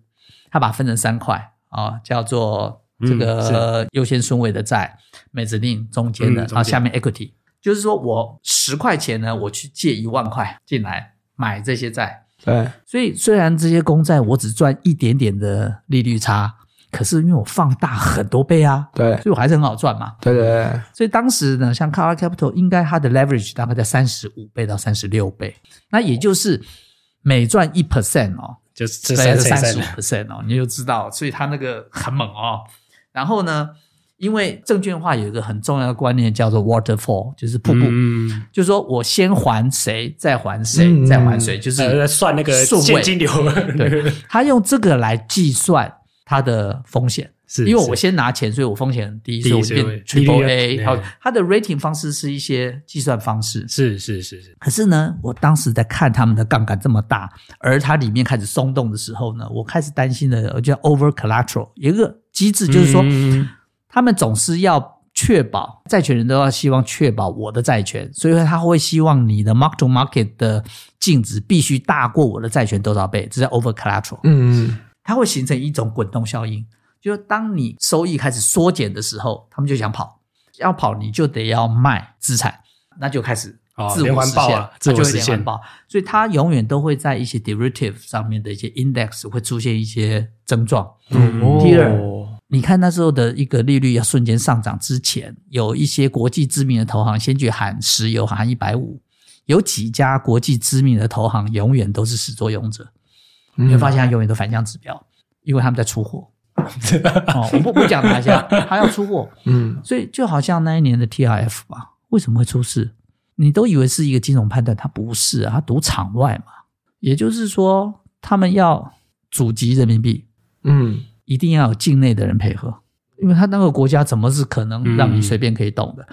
S3: 他把它分成三块啊、叫做
S2: 嗯
S3: 这个优先顺位的债、美指令中间的，
S2: 嗯中间
S3: 然后下面 equity，就是说我十块钱呢，我去借一万块进来买这些债，
S1: 对，
S3: 所以虽然这些公债我只赚一点点的利率差，可是因为我放大很多倍啊，
S1: 对，
S3: 所以我还是很好赚嘛。
S1: 对对，
S3: 所以当时呢，像 Color Capital 应该它的 leverage 大概在三十五倍到三十六倍，那也就是每赚一 percent 哦，
S2: 就是这
S3: 大
S2: 三
S3: 概是
S2: 乘
S3: 三
S2: 三
S3: 十五 percent 哦，你就知道，所以它那个很猛哦。然后呢，因为证券化有一个很重要的观念叫做 waterfall，就是瀑布，
S2: 嗯，
S3: 就是说我先还谁，再还谁，
S1: 嗯
S3: 再还谁，就是、
S2: 呃，算那个
S3: 顺位
S2: 现金流，
S3: 对，他用这个来计算它的风险。
S2: 是
S3: 因为我
S2: 是
S3: 先拿钱，所以我风险很低，
S2: 低
S3: 所以我
S2: 所以
S3: 变
S2: 我利率
S3: Triple
S2: 就
S3: A。
S2: 对
S3: 好，它的 rating 方式是一些计算方式。
S2: 是是是是，
S3: 可是呢，我当时在看他们的杠杆这么大，而它里面开始松动的时候呢，我开始担心的，我叫 over collateral，有一个机制就是说，
S2: 嗯
S3: 他们总是要确保债权人都要希望确保我的债权，所以他会希望你的 mark to market 的净值必须大过我的债权多少倍，这叫 over collateral。
S1: 嗯嗯
S3: 它会形成一种滚动效应，就是当你收益开始缩减的时候，他们就想跑，要跑你就得要卖资产，那就开始
S2: 哦
S3: 自
S2: 连
S3: 我
S2: 环
S3: 实
S2: 爆
S3: 现，
S2: 啊
S3: 它
S2: 自
S3: 就
S2: 我
S3: 会
S2: 实
S3: 连
S2: 现
S3: 环爆，所以它永远都会在一些 derivative 上面的一些 index 会出现一些症状。
S2: 嗯
S1: 哦
S3: 第二你看那时候的一个利率要瞬间上涨之前，有一些国际知名的投行先去喊石油，喊一百五。有几家国际知名的投行永远都是始作俑者，你
S1: 嗯
S3: 会发现它永远都反向指标，因为他们在出货。 哦，我不不讲哪一家，他要出货，
S1: 嗯
S3: 所以就好像那一年的 TRF 吧，为什么会出事？你都以为是一个金融判断，它不是啊，它赌场外嘛。也就是说，他们要阻击人民币，
S1: 嗯
S3: 一定要有境内的人配合，因为他那个国家怎么是可能让你随便可以动的？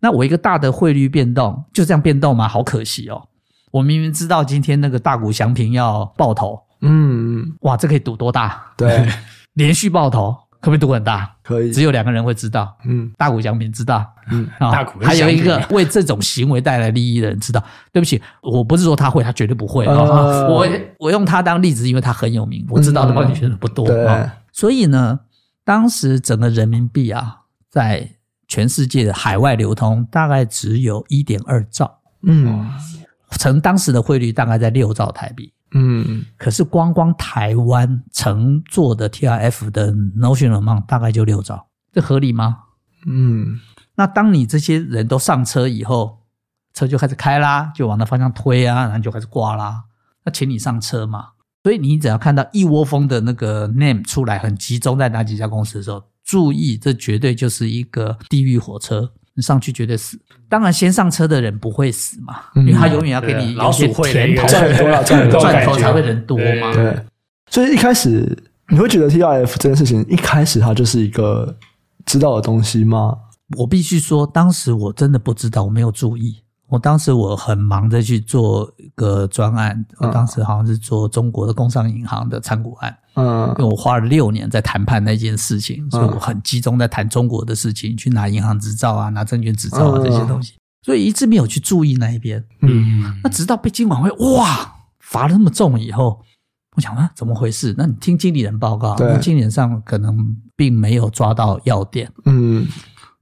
S3: 那我一个大的汇率变动就这样变动吗？好可惜哦！我明明知道今天那个大股祥平要爆头，
S1: 嗯，
S3: 哇，这可以赌多大？
S1: 对，
S3: 连续爆头可不可以赌很大？
S1: 可以
S3: 只，有两个人会知道，
S1: 嗯
S3: 大股祥平知道，
S1: 嗯
S3: 啊
S2: 大股跟
S3: 还有一
S2: 祥
S3: 个为这种行为带来利益的人知道。对不起，我不是说他会，他绝对不会。
S1: 呃嗯
S3: 哦我我用他当例子，因为他很有名，我知道的暴力选手不多。
S1: 对
S3: 哦所以呢，当时整个人民币啊，在全世界的海外流通大概只有一点二兆，
S1: 嗯
S3: 乘当时的汇率大概在六兆台币。
S1: 嗯
S3: 可是光光台湾乘坐的 TRF 的 notional amount 大概就六兆，这合理吗？
S1: 嗯
S3: 那当你这些人都上车以后，车就开始开啦，就往那方向推啊，然后就开始挂啦。那请你上车嘛。所以你只要看到一窝蜂的那个 name 出来，很集中在哪几家公司的时候，注意，这绝对就是一个地狱火车，你上去绝对死。当然，先上车的人不会死嘛，
S1: 嗯
S3: 因为他永远要给你
S2: 啊老鼠会的一个
S3: 甜头，
S1: 赚 很多啦赚很多
S3: 赚头才会人多嘛。
S2: 对
S1: 对，所以一开始你会觉得 T R F 这件事情一开始它就是一个知道的东西吗？
S3: 我必须说，当时我真的不知道，我没有注意。我当时我很忙着去做一个专案，
S1: 嗯
S3: 我当时好像是做中国的工商银行的参股案，
S1: 嗯
S3: 因为我花了六年在谈判那件事情，所以我很集中在谈中国的事情，去拿银行执照啊，拿证券执照啊
S1: 嗯
S3: 这些东西，所以一直没有去注意那一边。
S1: 嗯
S2: 嗯
S3: 那直到被金管会哇罚的那么重以后，我想啊，怎么回事？那你听经理人报告，
S1: 对
S3: 那经理人上可能并没有抓到要点，
S1: 嗯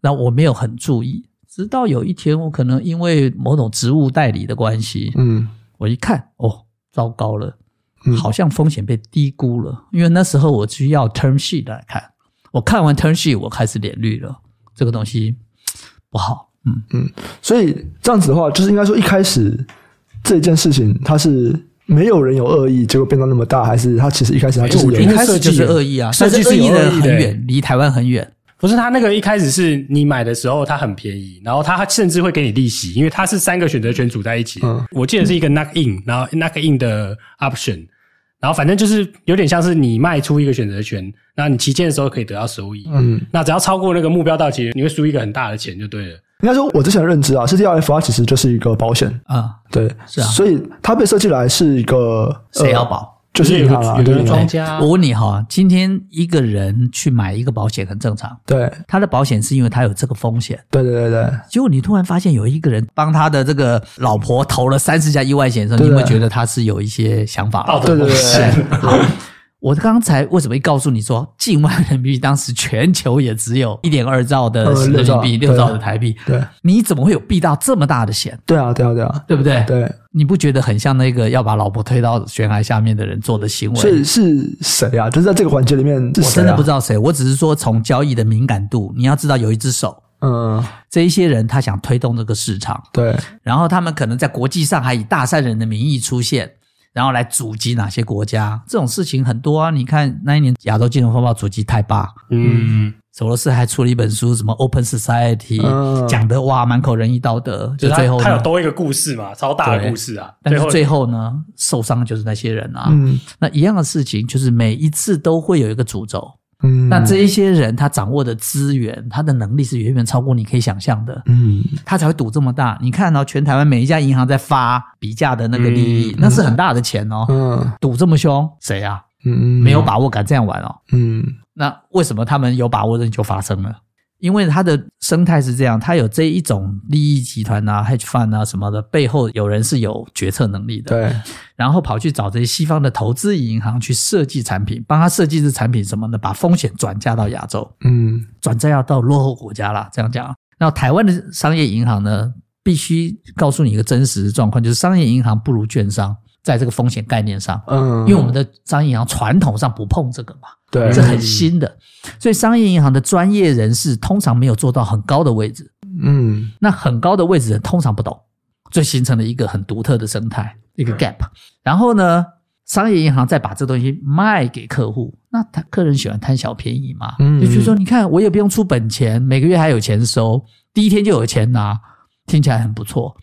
S3: 那我没有很注意。直到有一天，我可能因为某种职务代理的关系，
S1: 嗯
S3: 我一看，哦，糟糕了，
S1: 嗯，
S3: 好像风险被低估了。因为那时候我需要 term sheet 来看，我看完 term sheet，我开始脸绿了，这个东西不好。嗯，
S1: 所以这样子的话，就是应该说一开始这件事情，它是没有人有恶意，结果变到那么大，还是他其实一开始他就是
S2: 没
S1: 有
S2: 有
S3: 一
S2: 我觉得
S3: 开始就是恶意啊，
S2: 设计
S3: 但是恶
S2: 是有
S3: 意的人
S2: 恶意的
S3: 很远，离台湾很远。
S2: 不是他那个一开始是你买的时候它很便宜，然后它甚至会给你利息，因为它是三个选择权组在一起。
S1: 嗯
S2: 我记得是一个 knock in，然后 knock in 的 option，然后反正就是有点像是你卖出一个选择权，那你期间的时候可以得到收益。
S1: 嗯，
S2: 那只要超过那个目标到期，你会输一个很大的钱就对了。
S1: 应该说我之前的认知啊，是 D L F 它其实就是一个保险，
S3: 啊，
S1: 对，
S3: 是啊
S1: 所以它被设计来是一个
S3: 谁要
S1: 呃
S3: 保？
S1: 就是
S2: 有
S1: 银
S2: 个
S1: 行啊，
S2: 有
S1: 对
S2: 个
S1: 银
S2: 庄
S1: 行
S2: 家，
S3: 我问你哈，今天一个人去买一个保险很正常，
S1: 对
S3: 他的保险是因为他有这个风险。
S1: 对对对对，
S3: 结果你突然发现有一个人帮他的这个老婆投了三十家意外险的时候，
S1: 对啊哦
S3: 你
S1: 的
S3: 有没有觉得他是有一些想法？
S2: 道德
S1: 对对
S2: 风
S1: 对
S2: 险。
S3: 好，我刚才为什么一告诉你说，境外人民币当时全球也只有一点二兆的
S1: 呃6
S3: 人民
S1: 兆
S3: 币，
S1: 对
S3: 六兆的台币，
S1: 对
S3: 你怎么会有避到这么大的险？
S1: 对啊对啊对啊，
S3: 对不对？
S1: 对，
S3: 你不觉得很像那个要把老婆推到悬崖下面的人做的行为？
S1: 所以是谁啊？就是在这个环节里面是
S3: 我
S1: 谁
S3: 真的
S1: 啊
S3: 不？知道谁，我只是说从交易的敏感度，你要知道有一只手，
S1: 嗯，
S3: 这一些人他想推动这个市场，
S1: 对，
S3: 然后他们可能在国际上还以大善人的名义出现，然后来阻击哪些国家，这种事情很多啊。你看那一年亚洲金融风暴阻击泰巴，
S2: 嗯，
S3: 索罗斯还出了一本书，什么 Open Society，、
S1: 嗯
S3: 讲的哇满口仁义道德，
S2: 嗯就
S3: 就是最后
S2: 他他有
S3: 呢，
S2: 多一个故事嘛，超大的
S3: 对
S2: 故事啊。
S3: 但是
S2: 后
S3: 最后呢，受伤的就是那些人啊。
S1: 嗯
S3: 那一样的事情，就是每一次都会有一个诅咒。
S1: 嗯，
S3: 那这一些人，他掌握的资源，他的能力是远远超过你可以想象的，
S1: 嗯
S3: 他才会赌这么大。你看哦，全台湾每一家银行在发比价的那个利益，
S2: 嗯
S3: 那是很大的钱哦。
S1: 嗯
S3: 赌这么凶，谁啊？
S1: 嗯，
S3: 没有把握敢这样玩哦。
S1: 嗯
S3: 那为什么他们有把握的就发生了？因为它的生态是这样，它有这一种利益集团啊、hedge fund 啊什么的，背后有人是有决策能力的，
S1: 对
S3: 然后跑去找这些西方的投资银行去设计产品，帮他设计这产品什么呢？把风险转嫁到亚洲。
S1: 嗯
S3: 转债要到落后国家啦，这样讲。那台湾的商业银行呢，必须告诉你一个真实的状况，就是商业银行不如券商，在这个风险概念上，
S1: 嗯，
S3: 因为我们的商业银行传统上不碰这个嘛，
S1: 对
S3: 这很新的，所以商业银行的专业人士通常没有做到很高的位置，
S1: 嗯
S3: 那很高的位置人通常不懂，所以形成了一个很独特的生态，
S1: 嗯
S3: 一个 gap。然后呢，商业银行再把这东西卖给客户，那他客人喜欢贪小便宜嘛，
S1: 嗯
S3: 就觉得说，你看我也不用出本钱，每个月还有钱收，第一天就有钱拿，听起来很不错。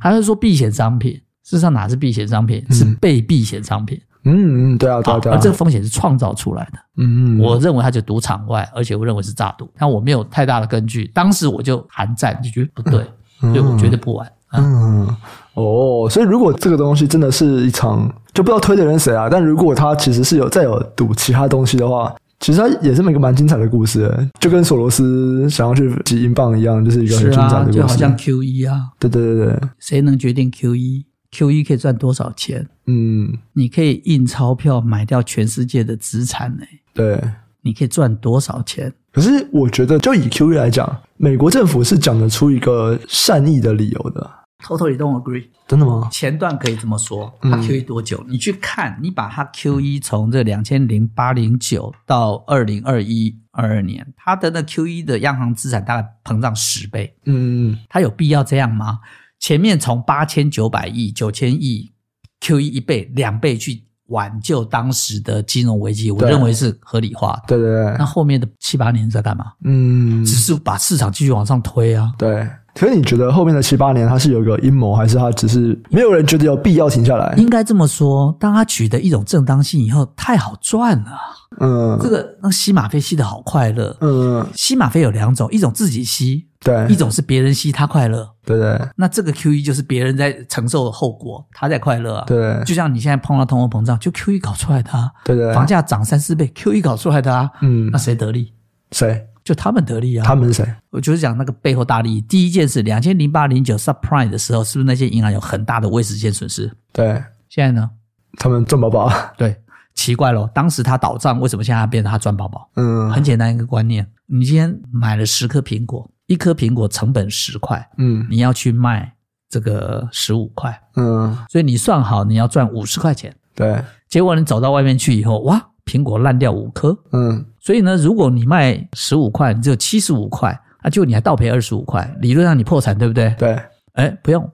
S3: 还会说避险商品，事实上哪是避险商品，是被避险商品，
S1: 嗯嗯，嗯对啊对啊对啊，
S3: 而这个风险是创造出来的。
S1: 嗯嗯，
S3: 我认为它就赌场外，而且我认为是诈赌，但我没有太大的根据。当时我就寒战，就觉得不对，所以我绝对不玩。啊
S1: 嗯，哦，所以如果这个东西真的是一场，就不知道推的人谁啊，但如果他其实是有再有赌其他东西的话，其实他也是一个蛮精彩的故事的，就跟索罗斯想要去挤英镑一样，就是一个很
S3: 是
S1: 精彩
S3: 啊，
S1: 的
S3: 就
S1: 故
S3: 好
S1: 事。
S3: 像 Q 一啊，
S1: 对对对对，
S3: 谁能决定 Q 一？Q 一可以赚多少钱？
S1: 嗯，
S3: 你可以印钞票买掉全世界的资产呢、
S1: 对。
S3: 你可以赚多少钱？
S1: 可是我觉得，就以 QE 来讲，美国政府是讲得出一个善意的理由的，
S3: Totally don't agree。
S1: 真的吗？
S3: 前段可以这么说，
S1: 嗯
S3: 它 Q 一多久？你去看，你把它 Q 一从这两千零八零九到二零二一二二年，它的那 Q 一的央行资产大概膨胀十倍。
S1: 嗯
S3: 它有必要这样吗？前面从八千九百亿、九千亿、Q E 一倍、两倍去挽救当时的金融危机，我
S1: 对
S3: 认为是合理化的。
S1: 对对对
S3: 那，后面的七八年在干嘛？
S1: 嗯
S3: 只，是把市场继续往上推啊。
S1: 对。可是你觉得后面的七八年，它是有一个阴谋，还是它只是没有人觉得有必要停下来？
S3: 应该这么说，当它取得一种正当性以后，太好赚了。
S1: 嗯，
S3: 这个那吸吗啡吸的好快乐。
S1: 嗯，
S3: 吸吗啡有两种，一种自己吸，
S1: 对，
S3: 一种是别人吸，他快乐。
S1: 对对
S3: 那这个 Q E 就是别人在承受后果，他在快乐啊。
S1: 对
S3: 就像你现在碰到通货膨胀，就 Q E 搞出来的、啊，
S1: 对对，
S3: 房价涨三四倍，Q E 搞出来的啊，
S1: 嗯
S3: 那，谁得利？
S1: 谁？
S3: 就他们得利啊。
S1: 他们是谁？
S3: 我就是讲那个背后大利益。第一件事，两千零八零九 subprime 的时候，是不是那些银行有很大的未实现损失？
S1: 对
S3: 现在呢？
S1: 他们赚饱饱。
S3: 对，奇怪咯，当时他倒账，为什么现在变成他赚宝宝？
S1: 嗯
S3: 很简单一个观念，你今天买了十颗苹果，一颗苹果成本十块，
S1: 嗯
S3: 你要去卖这个十五块，
S1: 嗯，
S3: 所以你算好你要赚五十块钱。
S1: 对，
S3: 结果你走到外面去以后，哇，苹果烂掉五颗，
S1: 嗯
S3: 所以呢，如果你卖十五块，你只有七十五块，啊，就你还倒赔二十五块，理论上你破产，对不对？
S1: 对，
S3: 哎，不用，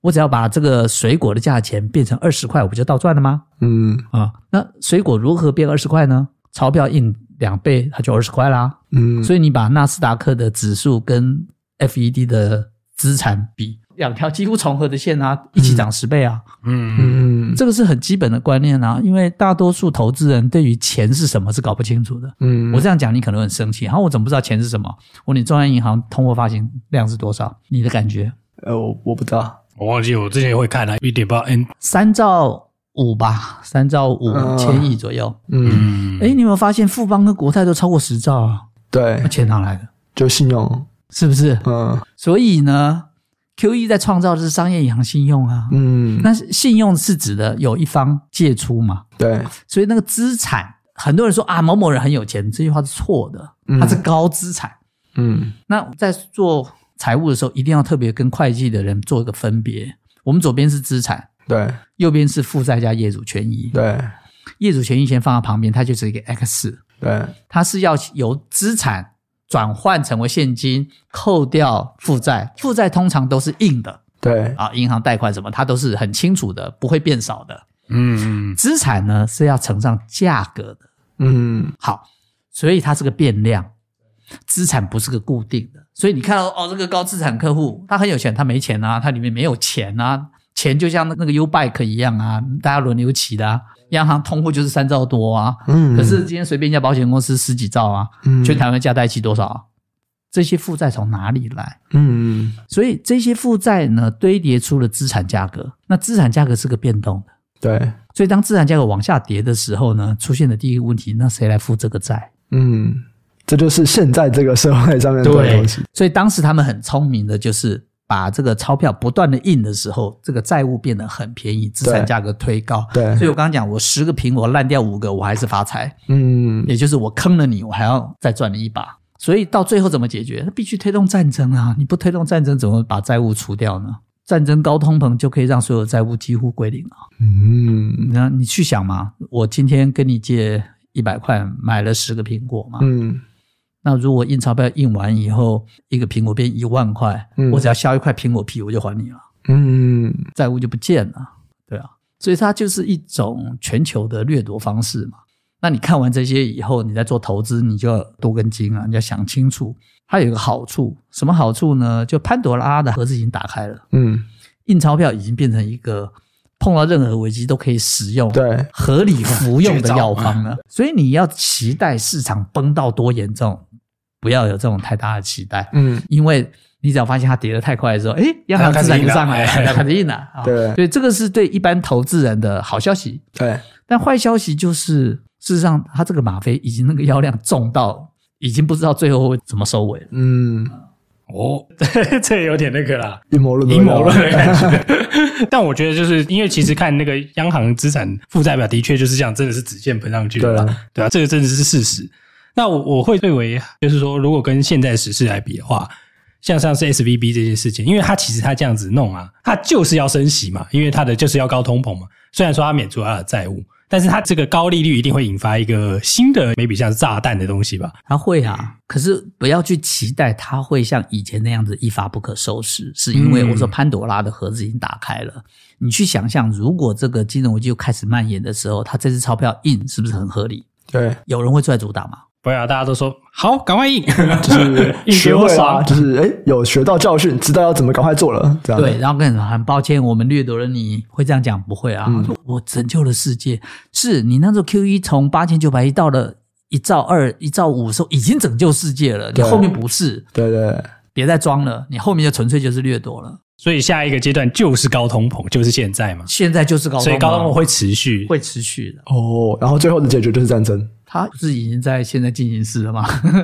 S3: 我只要把这个水果的价钱变成二十块，我不就倒赚了吗？
S1: 嗯
S3: 啊，那水果如何变二十块呢？钞票印两倍，它就二十块啦。
S1: 嗯，
S3: 所以你把纳斯达克的指数跟 FED 的资产比，两条几乎重合的线啊，一起涨十倍啊，
S2: 嗯，
S1: 嗯
S3: 这个是很基本的观念啊。因为大多数投资人对于钱是什么是搞不清楚的。
S1: 嗯，
S3: 我这样讲，你可能会很生气。然后我怎么不知道钱是什么？我问你中央银行通货发行量是多少？你的感觉？
S1: 呃，我我不知道，
S2: 我忘记我之前也会看啊了，一点八 n，
S3: 三兆五吧，三兆五
S1: 嗯
S3: 千亿左右。
S1: 嗯，
S2: 嗯，
S3: 哎、你有没有发现富邦跟国泰都超过十兆啊？
S1: 对
S3: 那，钱哪来的？
S1: 就信用，
S3: 是不是？
S1: 嗯
S3: 所以呢，Q E 在创造的是商业银行信用啊。
S1: 嗯，
S3: 那信用是指的有一方借出嘛，
S1: 对，
S3: 所以那个资产，很多人说啊某某人很有钱，这句话是错的，
S1: 嗯
S3: 它是高资产。
S1: 嗯
S3: 那在做财务的时候，一定要特别跟会计的人做一个分别。我们左边是资产，
S1: 对
S3: 右边是负债加业主权益。
S1: 对
S3: 业主权益先放在旁边，它就是一个 X，
S1: 对，
S3: 它是要由资产转换成为现金，扣掉负债。负债通常都是硬的
S1: 对，
S3: 啊，银行贷款什么，它都是很清楚的，不会变少的。
S2: 嗯，嗯
S3: 资产呢是要乘上价格的。
S1: 嗯
S3: 好，所以它是个变量，资产不是个固定的。所以你看到哦，这个高资产客户他很有钱，他没钱啊，他里面没有钱啊，钱就像那个 U Bike 一样啊，大家轮流骑的啊，央行通货就是三兆多啊，
S1: 嗯，
S3: 可是今天随便一家保险公司十几兆啊，
S1: 嗯
S3: 全台湾加在一起多少啊？这些负债从哪里来？
S1: 嗯
S3: 所以这些负债呢堆叠出了资产价格，那资产价格是个变动的。
S1: 对，
S3: 所以当资产价格往下跌的时候呢，出现的第一个问题，那谁来付这个债？
S1: 嗯，这就是现在这个社会上面的东西，
S3: 所以当时他们很聪明的，就是把这个钞票不断的印的时候，这个债务变得很便宜，资产价格推高。
S1: 对
S3: 所以我刚刚讲，我十个苹果烂掉五个，我还是发财，
S1: 嗯
S3: 也就是我坑了你，我还要再赚你一把。所以到最后怎么解决？那必须推动战争啊！你不推动战争，怎么把债务除掉呢？战争高通膨就可以让所有债务几乎归零了。
S1: 嗯
S3: 那你去想嘛，我今天跟你借一百块买了十个苹果嘛，
S1: 嗯
S3: 那如果印钞票印完以后，一个苹果变一万块，
S1: 嗯
S3: 我只要削一块苹果皮，我就还你了，
S1: 嗯
S3: 债务就不见了，对啊，所以它就是一种全球的掠夺方式嘛。那你看完这些以后，你再做投资，你就要多根筋啊，你要想清楚。它有一个好处，什么好处呢？就潘多拉的盒子已经打开了，
S1: 嗯，
S3: 印钞票已经变成一个碰到任何危机都可以使用，
S1: 对，
S3: 合理服用的药方了。所以你要期待市场崩到多严重，不要有这种太大的期待，
S1: 嗯
S3: 因为你只要发现它跌得太快的时候，诶，央行资产就上来
S2: 它开始硬了
S3: 了，它就硬了。
S1: 对
S3: 啊所以这个是对一般投资人的好消息，
S1: 对，
S3: 但坏消息就是，事实上它这个吗啡已经那个药量重到已经不知道最后会怎么收尾了。
S1: 嗯，
S2: 哦， 这这有点那个啦，
S1: 阴谋论，
S2: 阴谋论的感
S1: 啊
S2: 觉。但我觉得就是因为其实看那个央行资产负债表，的确就是这样，真的是直线喷上去
S1: 对
S2: 了
S1: 啊
S2: 啦，对啊，这个真的是事实。那我我会认为，就是说，如果跟现在时事来比的话，像上次 S V B 这件事情，因为它其实它这样子弄啊，它就是要升息嘛，因为它的就是要高通膨嘛。虽然说它免除它的债务，但是它这个高利率一定会引发一个新的 maybe 像是炸弹的东西吧？
S3: 它会啊，可是不要去期待它会像以前那样子一发不可收拾，是因为
S2: 嗯
S3: 我说潘朵拉的盒子已经打开了。你去想象，如果这个金融危机又开始蔓延的时候，它这支钞票印是不是很合理？
S1: 对，
S3: 有人会出来阻挡吗？
S2: 不啊要大家都说好，赶快 印，
S1: 就是
S2: 印
S1: 学
S2: 给
S1: 会
S2: 我
S1: 啦，
S2: 爽，
S1: 就是哎，有学到教训，知道要怎么赶快做了，这样
S3: 对，，然后跟你说很抱歉，我们掠夺了你，会这样讲不会啊？
S2: 嗯
S3: 说我拯救了世界，是你那时候 Q 一从八千九百亿到了一兆二、一兆五的时候，已经拯救世界了，你
S1: 对
S3: 后面不是，
S1: 对对，
S3: 别再装了，你后面就纯粹就是掠夺了。
S2: 所以下一个阶段就是高通膨，就是现在嘛，
S3: 现在就是高通膨，啊
S2: 所以高通膨会持续。
S3: 会持续的。
S1: 哦，然后最后的解决就是战争，
S3: 它不是已经在现在进行式了吗？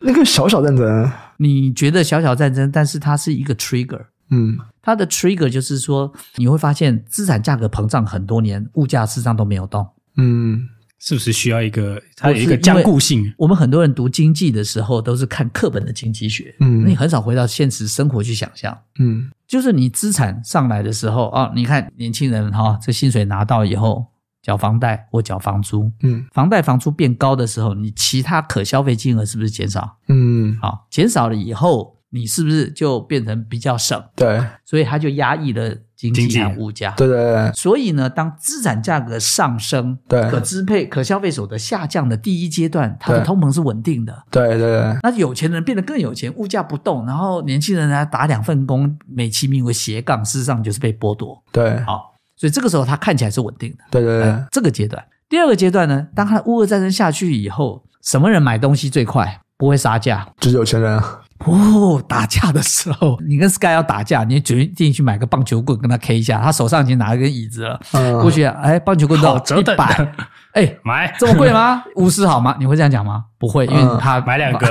S1: 那个小小战争，
S3: 你觉得小小战争，但是它是一个 trigger，
S1: 嗯
S3: 它的 trigger 就是说，你会发现资产价格膨胀很多年，物价事实上都没有动，
S1: 嗯
S2: 是不是需要一个它有一
S3: 我
S2: 个
S3: 是
S2: 坚固性？
S3: 我们很多人读经济的时候都是看课本的经济学，
S1: 嗯
S3: 你很少回到现实生活去想象。
S1: 嗯
S3: 就是你资产上来的时候啊，你看年轻人哈、这薪水拿到以后缴房贷或缴房租，
S1: 嗯
S3: 房贷房租变高的时候，你其他可消费金额是不是减少？
S1: 嗯，
S3: 好，减少了以后，你是不是就变成比较省？
S1: 对
S3: 所以它就压抑了经
S2: 经济
S3: 济和物价。
S1: 对对对，
S3: 所以呢，当资产价格上升，
S1: 对
S3: 可支配可消费所得下降的第一阶段，它的
S1: 对
S3: 通膨是稳定的。
S1: 对对对，
S3: 那有钱人变得更有钱，物价不动，然后年轻人呢打两份工，美其名为斜杠，事实上就是被剥夺。
S1: 对
S3: 好，所以这个时候它看起来是稳定的。
S1: 对对对
S3: 哎，这个阶段，第二个阶段呢，当它乌俄战争下去以后，什么人买东西最快？不会杀价
S1: 就是有钱人啊，
S3: 哦！打架的时候，你跟 Sky 要打架，你决定去买个棒球棍跟他 K 一下，他手上已经拿了根椅子了，
S1: 嗯
S3: 过去哎，棒球棍多
S2: 好
S3: 少？
S2: 折
S3: 一
S2: 腾
S3: 百，
S2: 的，
S3: 哎，
S2: 买
S3: 这么贵吗？ 五十好吗？你会这样讲吗？不会，因为
S1: 嗯
S3: 他
S2: 买两 个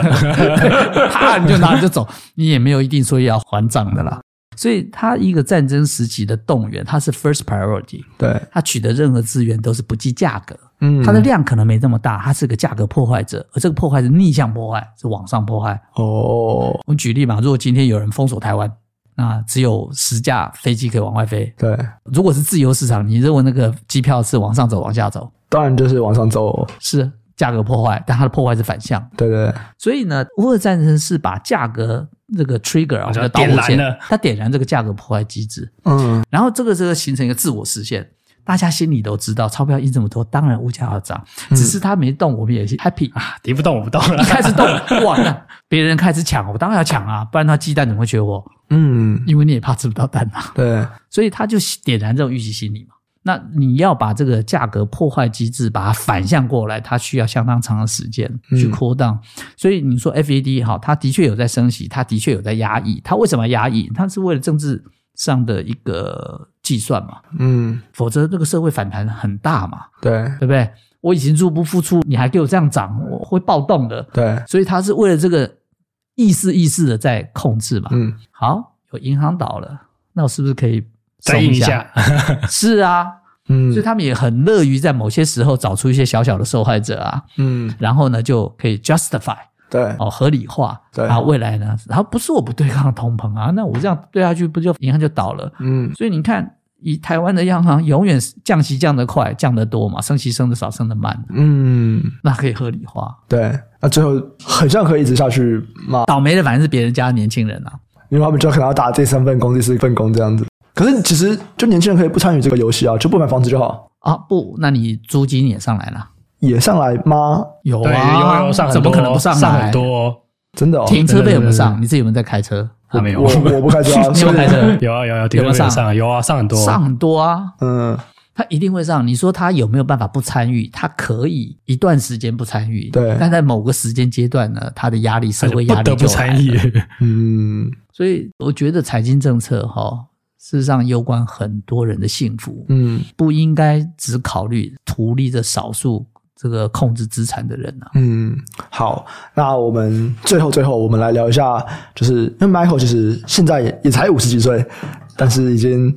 S3: 啪你就拿着就走，你也没有一定说要还账的啦。所以，他一个战争时期的动员，它是 first priority，
S1: 对，
S3: 他取得任何资源都是不计价格，
S1: 嗯，
S3: 它的量可能没这么大，它是个价格破坏者，而这个破坏是逆向破坏，是往上破坏。
S1: 哦，
S3: 我们举例嘛，如果今天有人封锁台湾，那只有十架飞机可以往外飞。
S1: 对，
S3: 如果是自由市场，你认为那个机票是往上走、往下走？
S1: 当然就是往上走，
S3: 是价格破坏，但它的破坏是反向。
S1: 对对对
S3: 所以呢，乌俄战争是把价格这个 trigger 啊，
S2: 好像
S3: 我们的导火
S2: 点
S3: 线
S2: 燃了，
S3: 它点燃这个价格破坏机制，
S1: 嗯
S3: 然后这个这个形成一个自我实现。大家心里都知道，钞票印这么多，当然物价要涨，
S2: 嗯
S3: 只是它没动，我们也 happy。
S2: 啊，敌不动我不动了
S3: 一。开始动，哇，那别人开始抢，我当然要抢啊，不然他鸡蛋怎么会缺我？
S1: 嗯，
S3: 因为你也怕吃不到蛋啊。
S1: 对，
S3: 所以他就点燃这种预期心理嘛。那你要把这个价格破坏机制把它反向过来，它需要相当长的时间去
S1: 嗯
S3: cool down。所以你说 FED 好，它的确有在升息，它的确有在压抑。它为什么压抑？它是为了政治上的一个计算嘛，
S1: 嗯
S3: 否则这个社会反弹很大嘛，
S1: 对
S3: 对不对？我已经入不敷出，你还给我这样涨，我会暴动的。
S1: 对，
S3: 所以它是为了这个意识意识的在控制嘛。
S1: 嗯
S3: 好，有银行倒了，那我是不是可以
S2: 再
S3: 松
S2: 印一
S3: 下？
S2: 下，
S3: 是啊，
S1: 嗯
S3: 所以他们也很乐于在某些时候找出一些小小的受害者啊，
S1: 嗯
S3: 然后呢就可以 justify
S1: 对
S3: 哦合理化
S1: 对
S3: 啊未来呢，然后不是我不对抗通膨啊，那我这样对下去不就银行就倒了？
S1: 嗯
S3: 所以你看，以台湾的央行永远是降息降得快，降得多嘛，升息升得少，升得慢，
S1: 嗯
S3: 那可以合理化。
S1: 对，那最后很像可以一直下去骂，
S3: 倒霉的反正是别人家的年轻人啊，
S1: 因为他们就可能要打第三份工、第四份工这样子。可是其实就年轻人可以不参与这个游戏啊，就不买房子就好，
S3: 啊不，那你租金也上来了。
S1: 也上来吗？
S3: 有
S2: 对，
S3: 啊，
S2: 有有上很多，
S3: 怎么可能不上来？
S2: 上很多哦？
S1: 真的哦，
S3: 停车费有没
S2: 对对
S3: 有
S2: 对
S3: 上？你自己有没有在开车？
S2: 啊，没有，
S1: 我我不开车啊，
S3: 你
S1: 所以
S3: 有没有开车？
S2: 有啊有啊，
S3: 有
S2: 停
S3: 没
S2: 车
S3: 有
S2: 费
S3: 上
S2: 上有啊，上很多哦，
S3: 上很多啊，
S1: 嗯，
S3: 他一定会上。你说他有没有办法不参与？他可以一段时间不参与，
S1: 对
S3: 但在某个时间阶段呢，他的压力、社
S2: 他就
S3: 会压
S2: 不
S3: 力
S2: 得不
S3: 就来
S2: 参
S3: 了。
S2: 与。
S1: 嗯，
S3: 所以我觉得财经政策哈、事实上攸关很多人的幸福，
S1: 嗯
S3: 不应该只考虑图利的少数这个控制资产的人啊。
S1: 嗯，好，那我们最后最后我们来聊一下，就是因为 Michael 其实现在也也才五十几岁，但是已经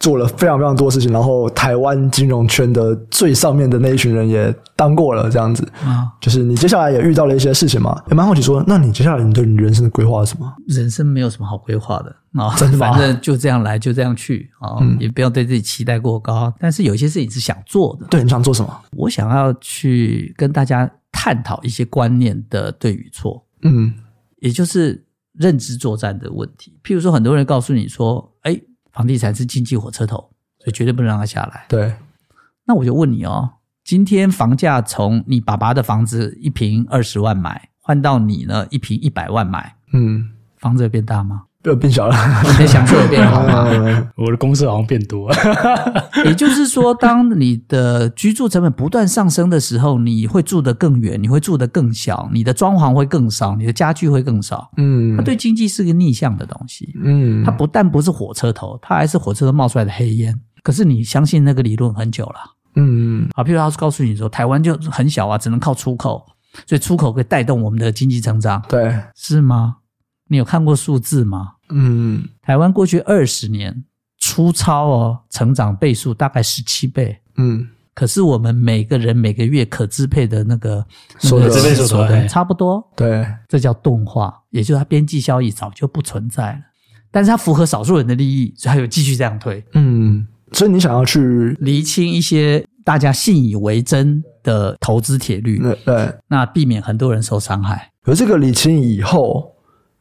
S1: 做了非常非常多事情，然后台湾金融圈的最上面的那一群人也当过了，这样子。
S3: 啊，
S1: 就是你接下来也遇到了一些事情嘛，也蛮好奇说，那你接下来你对你人生的规划是什么？
S3: 人生没有什么好规划的啊，
S1: 真的吗
S3: 反正就这样来，就这样去啊，
S2: 嗯
S3: 也不要对自己期待过高。但是有些事情是想做的，
S1: 对，你想做什么？
S3: 我想要去跟大家探讨一些观念的对与错，
S1: 嗯
S3: 也就是认知作战的问题。譬如说，很多人告诉你说：“哎，房地产是经济火车头，所以绝对不能让它下来。
S1: 对，”
S3: 那我就问你哦，今天房价从你爸爸的房子一平二十万买，换到你呢一平一百万买，
S1: 嗯，
S3: 房子有变大吗？
S1: 又变小了，
S3: 你的享受有变好吗？
S1: 嗯
S2: 我的公司好像变多了，
S3: 也就是说，当你的居住成本不断上升的时候，你会住得更远，你会住得更小，你的装潢会更少，你的家具会更少。它
S1: 嗯
S3: 对经济是个逆向的东西，
S1: 嗯
S3: 它不但不是火车头，它还是火车头冒出来的黑烟。可是你相信那个理论很久了
S1: 嗯
S3: 啊，譬如他告诉你说，台湾就很小啊，只能靠出口，所以出口可以带动我们的经济成长，
S1: 对，
S3: 是吗？你有看过数字吗？
S1: 嗯
S3: 台湾过去二十年出超哦，成长倍数大概十七倍。
S1: 嗯
S3: 可是我们每个人每个月可支配的那个
S1: 所得
S3: 那个
S2: 支配所得对
S3: 差不多，
S1: 对，
S3: 这叫动画，也就是它边际效益早就不存在了。但是它符合少数人的利益，所以它有继续这样推，
S1: 嗯，所以你想要去
S3: 厘清一些大家信以为真的投资铁律，
S1: 那对，
S3: 那避免很多人受伤害。
S1: 可是这个理清以后，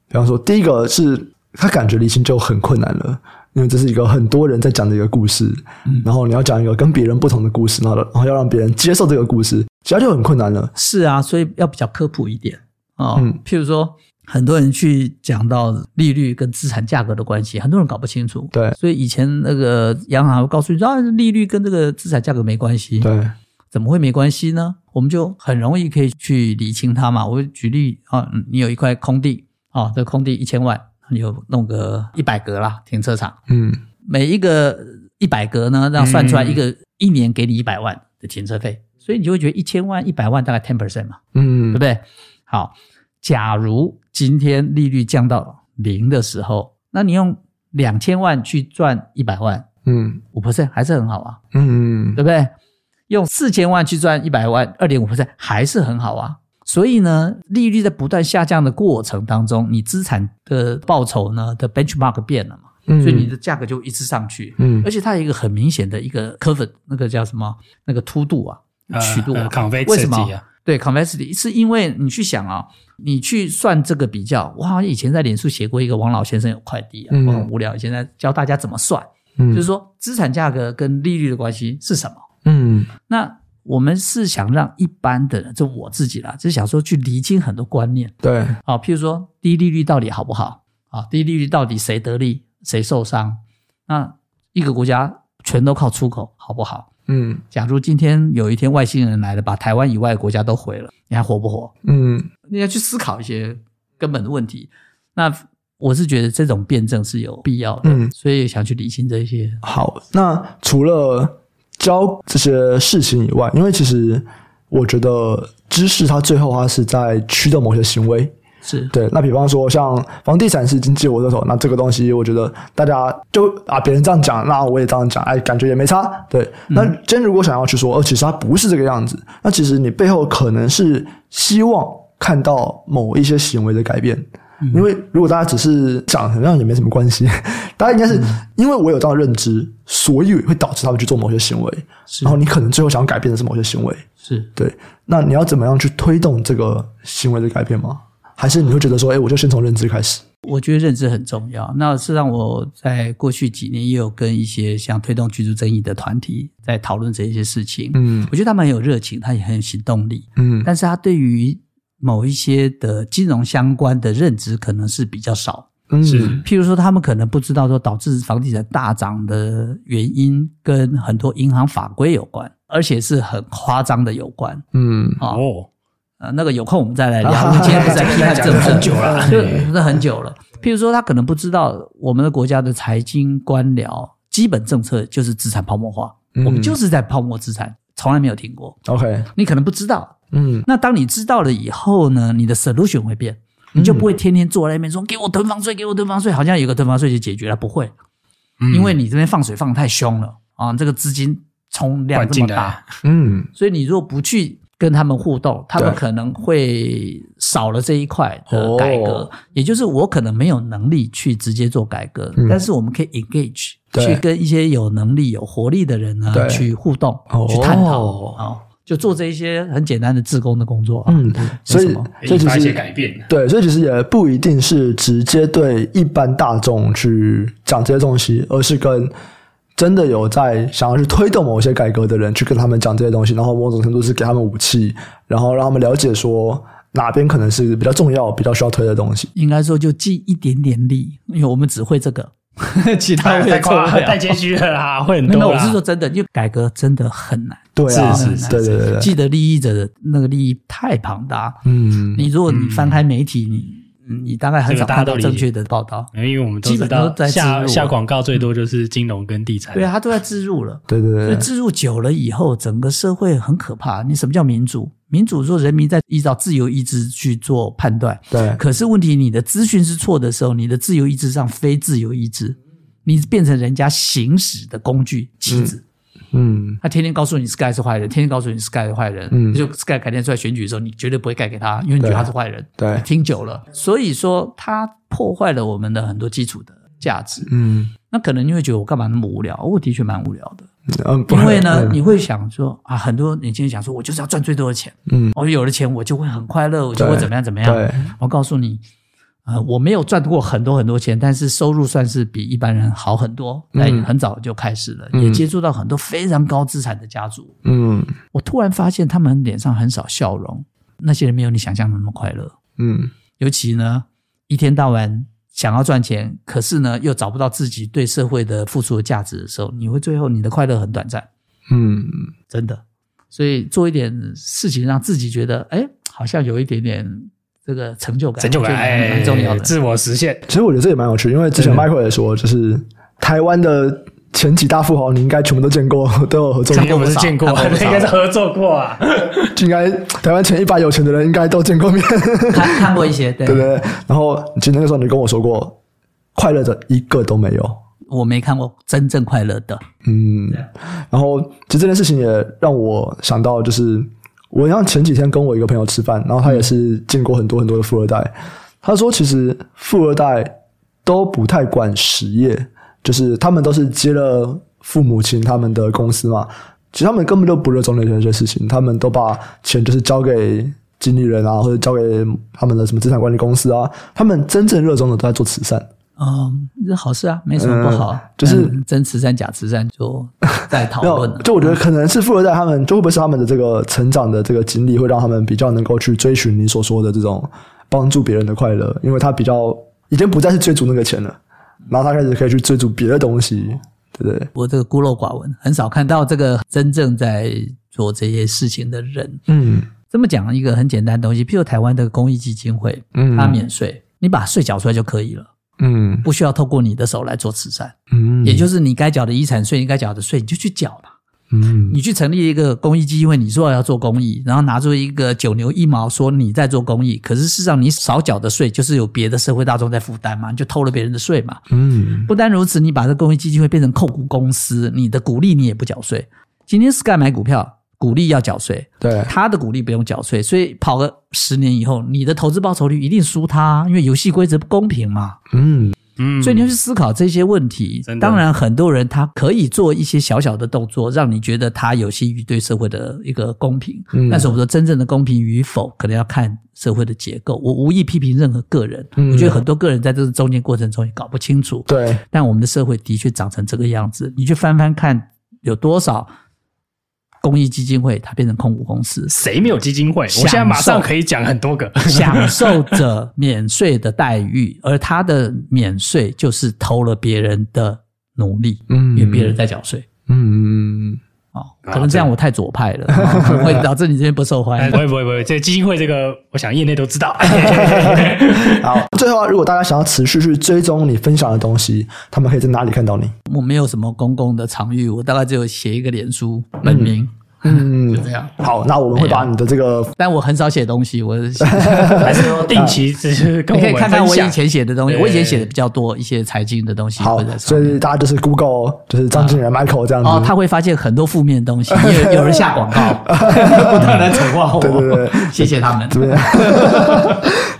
S1: 比方说第一个是他感觉理清就很困难了。因为这是一个很多人在讲的一个故事，
S3: 嗯
S1: 然后你要讲一个跟别人不同的故事，然后然后要让别人接受这个故事，其他就很困难了。
S3: 是啊，所以要比较科普一点哦。
S1: 嗯
S3: 譬如说，很多人去讲到利率跟资产价格的关系，很多人搞不清楚。
S1: 对
S3: 所以以前那个央行会告诉你说，啊，利率跟这个资产价格没关系，
S1: 对，
S3: 怎么会没关系呢？我们就很容易可以去理清它嘛。我举例啊，嗯你有一块空地啊，这空地一千万，你就弄个一百格啦，停车场，
S1: 嗯，
S3: 每一个一百格呢，让算出来一个、一年给你一百万的停车费，所以你就会觉得一千万、一百万大概 ten percent 嘛。对
S1: 嗯
S3: 不，对？好，假如今天利率降到零的时候，那你用两千万去赚一百万，
S1: 嗯，
S3: 五 percent 还是很好啊，
S1: 嗯，
S3: 对不对？用四千万去赚一百万，二点五 percent 还是很好啊。所以呢，利率在不断下降的过程当中，你资产的报酬呢的 benchmark 变了嘛，
S1: 嗯
S3: 所以你的价格就一直上去。
S1: 嗯
S3: 而且它有一个很明显的一个 curve，那个叫什么？那个凸度啊，
S1: 呃
S3: 曲度啊，
S2: 抗飞
S3: 为什么
S2: 刺激啊？
S3: 对 convexity 是因为你去想啊、你去算这个比较，我好像以前在脸书写过一个王老先生有快递啊，
S1: 嗯
S3: 我很无聊，以前在教大家怎么算，
S1: 嗯，
S3: 就是说资产价格跟利率的关系是什么？
S1: 嗯
S3: 那我们是想让一般的人，就我自己啦，就是想说去厘清很多观念
S1: 对，
S3: 啊，譬如说低利率到底好不好啊？低利率到底谁得利，谁受伤？那一个国家全都靠出口好不好？
S1: 嗯
S3: 假如今天有一天外星人来了，把台湾以外的国家都毁了，你还活不活？
S1: 嗯
S3: 你要去思考一些根本的问题。那我是觉得这种辩证是有必要的，
S1: 嗯
S3: 所以想去理清这些。
S1: 好，那除了教这些事情以外，因为其实我觉得知识它最后它是在驱动某些行为。
S3: 是
S1: 对，那比方说像房地产是经济火车头，那这个东西我觉得大家就啊别人这样讲，那我也这样讲，哎，感觉也没差。对，那真如果想要去说，呃，其实它不是这个样子，那其实你背后可能是希望看到某一些行为的改变。因为如果大家只是讲，好像也没什么关系。大家应该是因为我有这样的认知，所以会导致他们去做某些行为。
S3: 是
S1: 然后你可能最后想要改变的是某些行为。
S3: 是，
S1: 对，那你要怎么样去推动这个行为的改变吗？还是你会觉得说，哎、我就先从认知开始？
S3: 我觉得认知很重要。那事实上，我在过去几年也有跟一些像推动居住正义的团体在讨论这些事情。
S1: 嗯
S3: 我觉得他们很有热情，他也很有行动力，
S1: 嗯
S3: 但是他对于某一些的金融相关的认知可能是比较少。
S1: 嗯
S2: 是
S3: 譬如说，他们可能不知道说导致房地产大涨的原因跟很多银行法规有关，而且是很夸张的有关
S1: 嗯
S3: 啊、
S2: 哦，
S3: 呃，那个有空我们再来聊，我们今天不 是在批判政策，
S2: 啊很久 了
S3: 就那很久了。譬如说，他可能不知道我们的国家的财经官僚基本政策就是资产泡沫化，
S1: 嗯
S3: 我们就是在泡沫资产，从来没有停过。
S1: ，OK，
S3: 你可能不知道，
S1: 嗯
S3: 那当你知道了以后呢，你的 solution 会变，你就
S2: 嗯
S3: 不会天天坐在那边说、给我囤房税，给我囤房税，好像有个囤房税就解决了，不会，
S2: 嗯
S3: 因为你这边放水放得太凶了啊，这个资金冲量
S2: 灌
S3: 这
S2: 进
S3: 么
S2: 来
S3: 大，
S1: 嗯
S3: 所以你如果不去跟他们互动，他们
S1: 对
S3: 可能会少了这一块的
S1: 哦
S3: 改革，也就是我可能没有能力去直接做改革，
S1: 嗯
S3: 但是我们可以 engage
S1: 对
S3: 去跟一些有能力、有活力的人呢
S1: 对
S3: 去互动、
S1: 哦
S3: 去探讨啊。就做这一些很简单的志工的工作、啊，
S1: 嗯，所以
S3: 没什么
S1: 所以
S2: 引
S1: 其
S2: 发一些
S1: 实
S2: 改变。
S1: 对，所以其实也不一定是直接对一般大众去讲这些东西，而是跟。真的有在想要去推动某些改革的人，去跟他们讲这些东西，然后某种程度是给他们武器，然后让他们了解说哪边可能是比较重要、比较需要推的东西。
S3: 应该说就尽一点点力，因为我们只会这个， 其他我也
S2: 太
S3: 做
S2: 夸
S3: 不了
S2: 太。谦虚了啦， 会很
S3: 没
S2: 多
S3: 有，
S2: 啦。
S3: 我是说真的，因为改革真的很难，
S1: 对啊，
S2: 是是是
S1: 对对对对，
S3: 既得利益者的那个利益太庞大。
S1: 嗯
S3: 你如果你翻开媒体，你你大概很少看到正确的报道。
S1: 嗯
S2: 因为我们都
S3: 基
S2: 知
S3: 本都
S2: 道
S3: 在植
S2: 下
S3: 入啊
S2: 下广告最多就是金融跟地产。
S3: 对啊，，他都在置入了，
S1: 对对
S3: 所以
S1: 对，
S3: 置入久了以后，整个社会很可怕。你什么叫民主？民主说人民在依照自由意志去做判断，
S1: 对，
S3: 可是问题，你的资讯是错的时候，你的自由意志上非自由意志，你变成人家行使的工具、棋子。
S1: 嗯
S3: 他天天告诉你 Sky 是坏人，天天告诉你 Sky 是坏人，
S1: 嗯
S3: 就 Sky 改天出来选举的时候，你绝对不会盖给他，因为你觉得他是坏人，
S1: 对啊
S3: 你听久了，所以说他破坏了我们的很多基础的价值。
S1: 嗯
S3: 那可能你会觉得我干嘛那么无聊？我的确蛮无聊的，
S1: 嗯，不
S3: 因为呢，
S1: 嗯
S3: 你会想说啊，很多年轻人想说，我就是要赚最多的钱，
S1: 嗯，
S3: 我有了钱我就会很快乐，我就会
S1: 对
S3: 怎么样怎么样。
S1: 对，
S3: 我告诉你，呃，我没有赚过很多很多钱，但是收入算是比一般人好很多。
S1: 嗯
S3: 那很早就开始了，
S1: 嗯
S3: 也接触到很多非常高资产的家族。
S1: 嗯
S3: 我突然发现他们脸上很少笑容，那些人没有你想象的那么快乐。
S1: 嗯
S3: 尤其呢，一天到晚想要赚钱，可是呢又找不到自己对社会的付出的价值的时候，你会最后你的快乐很短暂，
S1: 嗯
S3: 真的。所以做一点事情，让自己觉得，哎，好像有一点点这个成就感，
S2: 成就感，
S3: 我觉得蛮
S2: 哎
S3: 蛮重要的。
S2: 自我实现。
S1: 其实我觉得这也蛮有趣，因为之前
S2: 真的
S1: Michael 也说，就是台湾的前几大富豪，你应该全部都见过， 都有合作
S2: 这
S1: 过
S2: 应该不是见过，
S3: 看过不少
S2: 应该是合作过啊。
S1: 应该台湾前一百有钱的人应该都见过面，
S3: 看看过一些，对
S1: 对不对？然后其实那个时候你跟我说过，快乐的一个都没有。
S3: 我没看过真正快乐的，
S1: 嗯，然后其实这件事情也让我想到，就是我像前几天跟我一个朋友吃饭，然后他也是见过很多很多的富二代，他说其实富二代都不太管实业，就是他们都是接了父母亲他们的公司嘛，其实他们根本就不热衷那些事情，他们都把钱就是交给。经理人啊，或者交给他们的什么资产管理公司啊，他们真正热衷的都在做慈善。
S3: 嗯，这好事啊，没什么不好。
S1: 嗯就是
S3: 嗯真慈善假慈善就在讨
S1: 没有
S3: 论了，。
S1: 就我觉得可能是富二代，他们就会不会是他们的这个成长的这个经历，会让他们比较能够去追寻你所说的这种帮助别人的快乐，因为他比较已经不再是追逐那个钱了，然后他开始可以去追逐别的东西，对不对？
S3: 我这个孤陋寡闻，很少看到这个真正在做这些事情的人。
S1: 嗯
S3: 这么讲一个很简单的东西，譬如台湾的公益基金会，
S1: 嗯
S3: 它免税，你把税缴出来就可以了，
S1: 嗯
S3: 不需要透过你的手来做慈善。
S1: 嗯
S3: 也就是你该缴的遗产税、你该缴的税，你就去缴嘛。
S1: 嗯
S3: 你去成立一个公益基金会，你说要做公益，然后拿出一个九牛一毛说你在做公益，可是事实上你少缴的税就是有别的社会大众在负担嘛，你就偷了别人的税嘛。
S1: 嗯
S3: 不单如此，你把这公益基金会变成控股公司，你的股利你也不缴税。今天 Sky 买股票，股利要缴税，
S1: 对
S3: 他的股利不用缴税，所以跑个十年以后，你的投资报酬率一定输他，因为游戏规则不公平嘛。
S1: 嗯
S2: 嗯，
S3: 所以你要去思考这些问题
S2: 真。的，
S3: 当然，很多人他可以做一些小小的动作，让你觉得他有些于对社会的一个公平。
S1: 嗯
S3: 但是我们说真正的公平与否，可能要看社会的结构。我无意批评任何个人，
S1: 嗯
S3: 我觉得很多个人在这个中间过程中也搞不清楚。
S1: 对
S3: 但我们的社会的确长成这个样子，你去翻翻看，有多少公益基金会它变成控股公司
S2: 谁没有基金会？我
S3: 享受
S2: 现在马上可以讲很多个。
S3: 享受者免税的待遇，而他的免税就是偷了别人的努力，
S1: 嗯
S3: 因为别人在缴税。
S1: 嗯
S3: 哦，
S2: 啊
S3: 可能这样我太左派 了，哦可能会导致你这边不受欢
S2: 哎
S3: 迎
S2: 不。会不会不会，这基金会这个，我想业内都知 道。
S1: 好，最后啊如果大家想要持续去追踪你分享的东西，他们可以在哪里看到你？
S3: 我没有什么公共的场域，我大概只有写一个脸书本名，
S1: 嗯
S3: 就，这样。
S1: 好，那我们会把你的这个
S3: 但我很少写东西，我
S2: 还是说定期只是跟
S3: 你
S2: 我
S3: 可以
S2: 们
S3: 看看我
S2: 分享
S3: 以前写的东西，
S2: 对
S3: 我以前写的比较多一些财经的东西
S1: 好
S3: 会在，上
S1: 所以嗯
S3: 面。
S1: 大家就是 Google 就是张敬仁 Michael 这样子。
S3: 哦，他会发现很多负面的东西，有有人下广 告，不断来丑化我。
S1: 对对对，
S3: 谢谢他们。
S1: 这边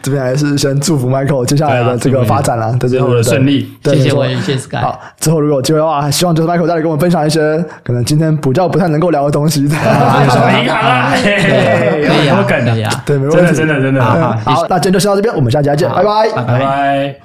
S1: 这边还是先祝福 Michael 接下来的这个发展啦，对对
S2: 之后
S1: 对
S2: 的
S1: 对
S2: 顺利
S1: 对，
S3: 谢谢
S1: 没错
S3: 我也谢谢 Sky
S1: 好，之后如果有机会的话，还希望就是 Michael 再来跟我们分享一些可能今天补教不太能够聊的东西。
S2: 啊有什么 银行啊，嘿嘿嘿
S3: 对可以
S2: 有
S3: 啊，
S2: 多梗
S3: 可以
S2: 的，
S3: 啊，
S1: 对，没问
S2: 真的
S1: 题，
S2: 真的真的，
S3: 好
S1: 嗯
S3: 好谢谢
S1: 好，那今天就先到这边，我们下期再见，
S3: 好
S1: 拜拜。
S3: 拜
S2: 拜拜。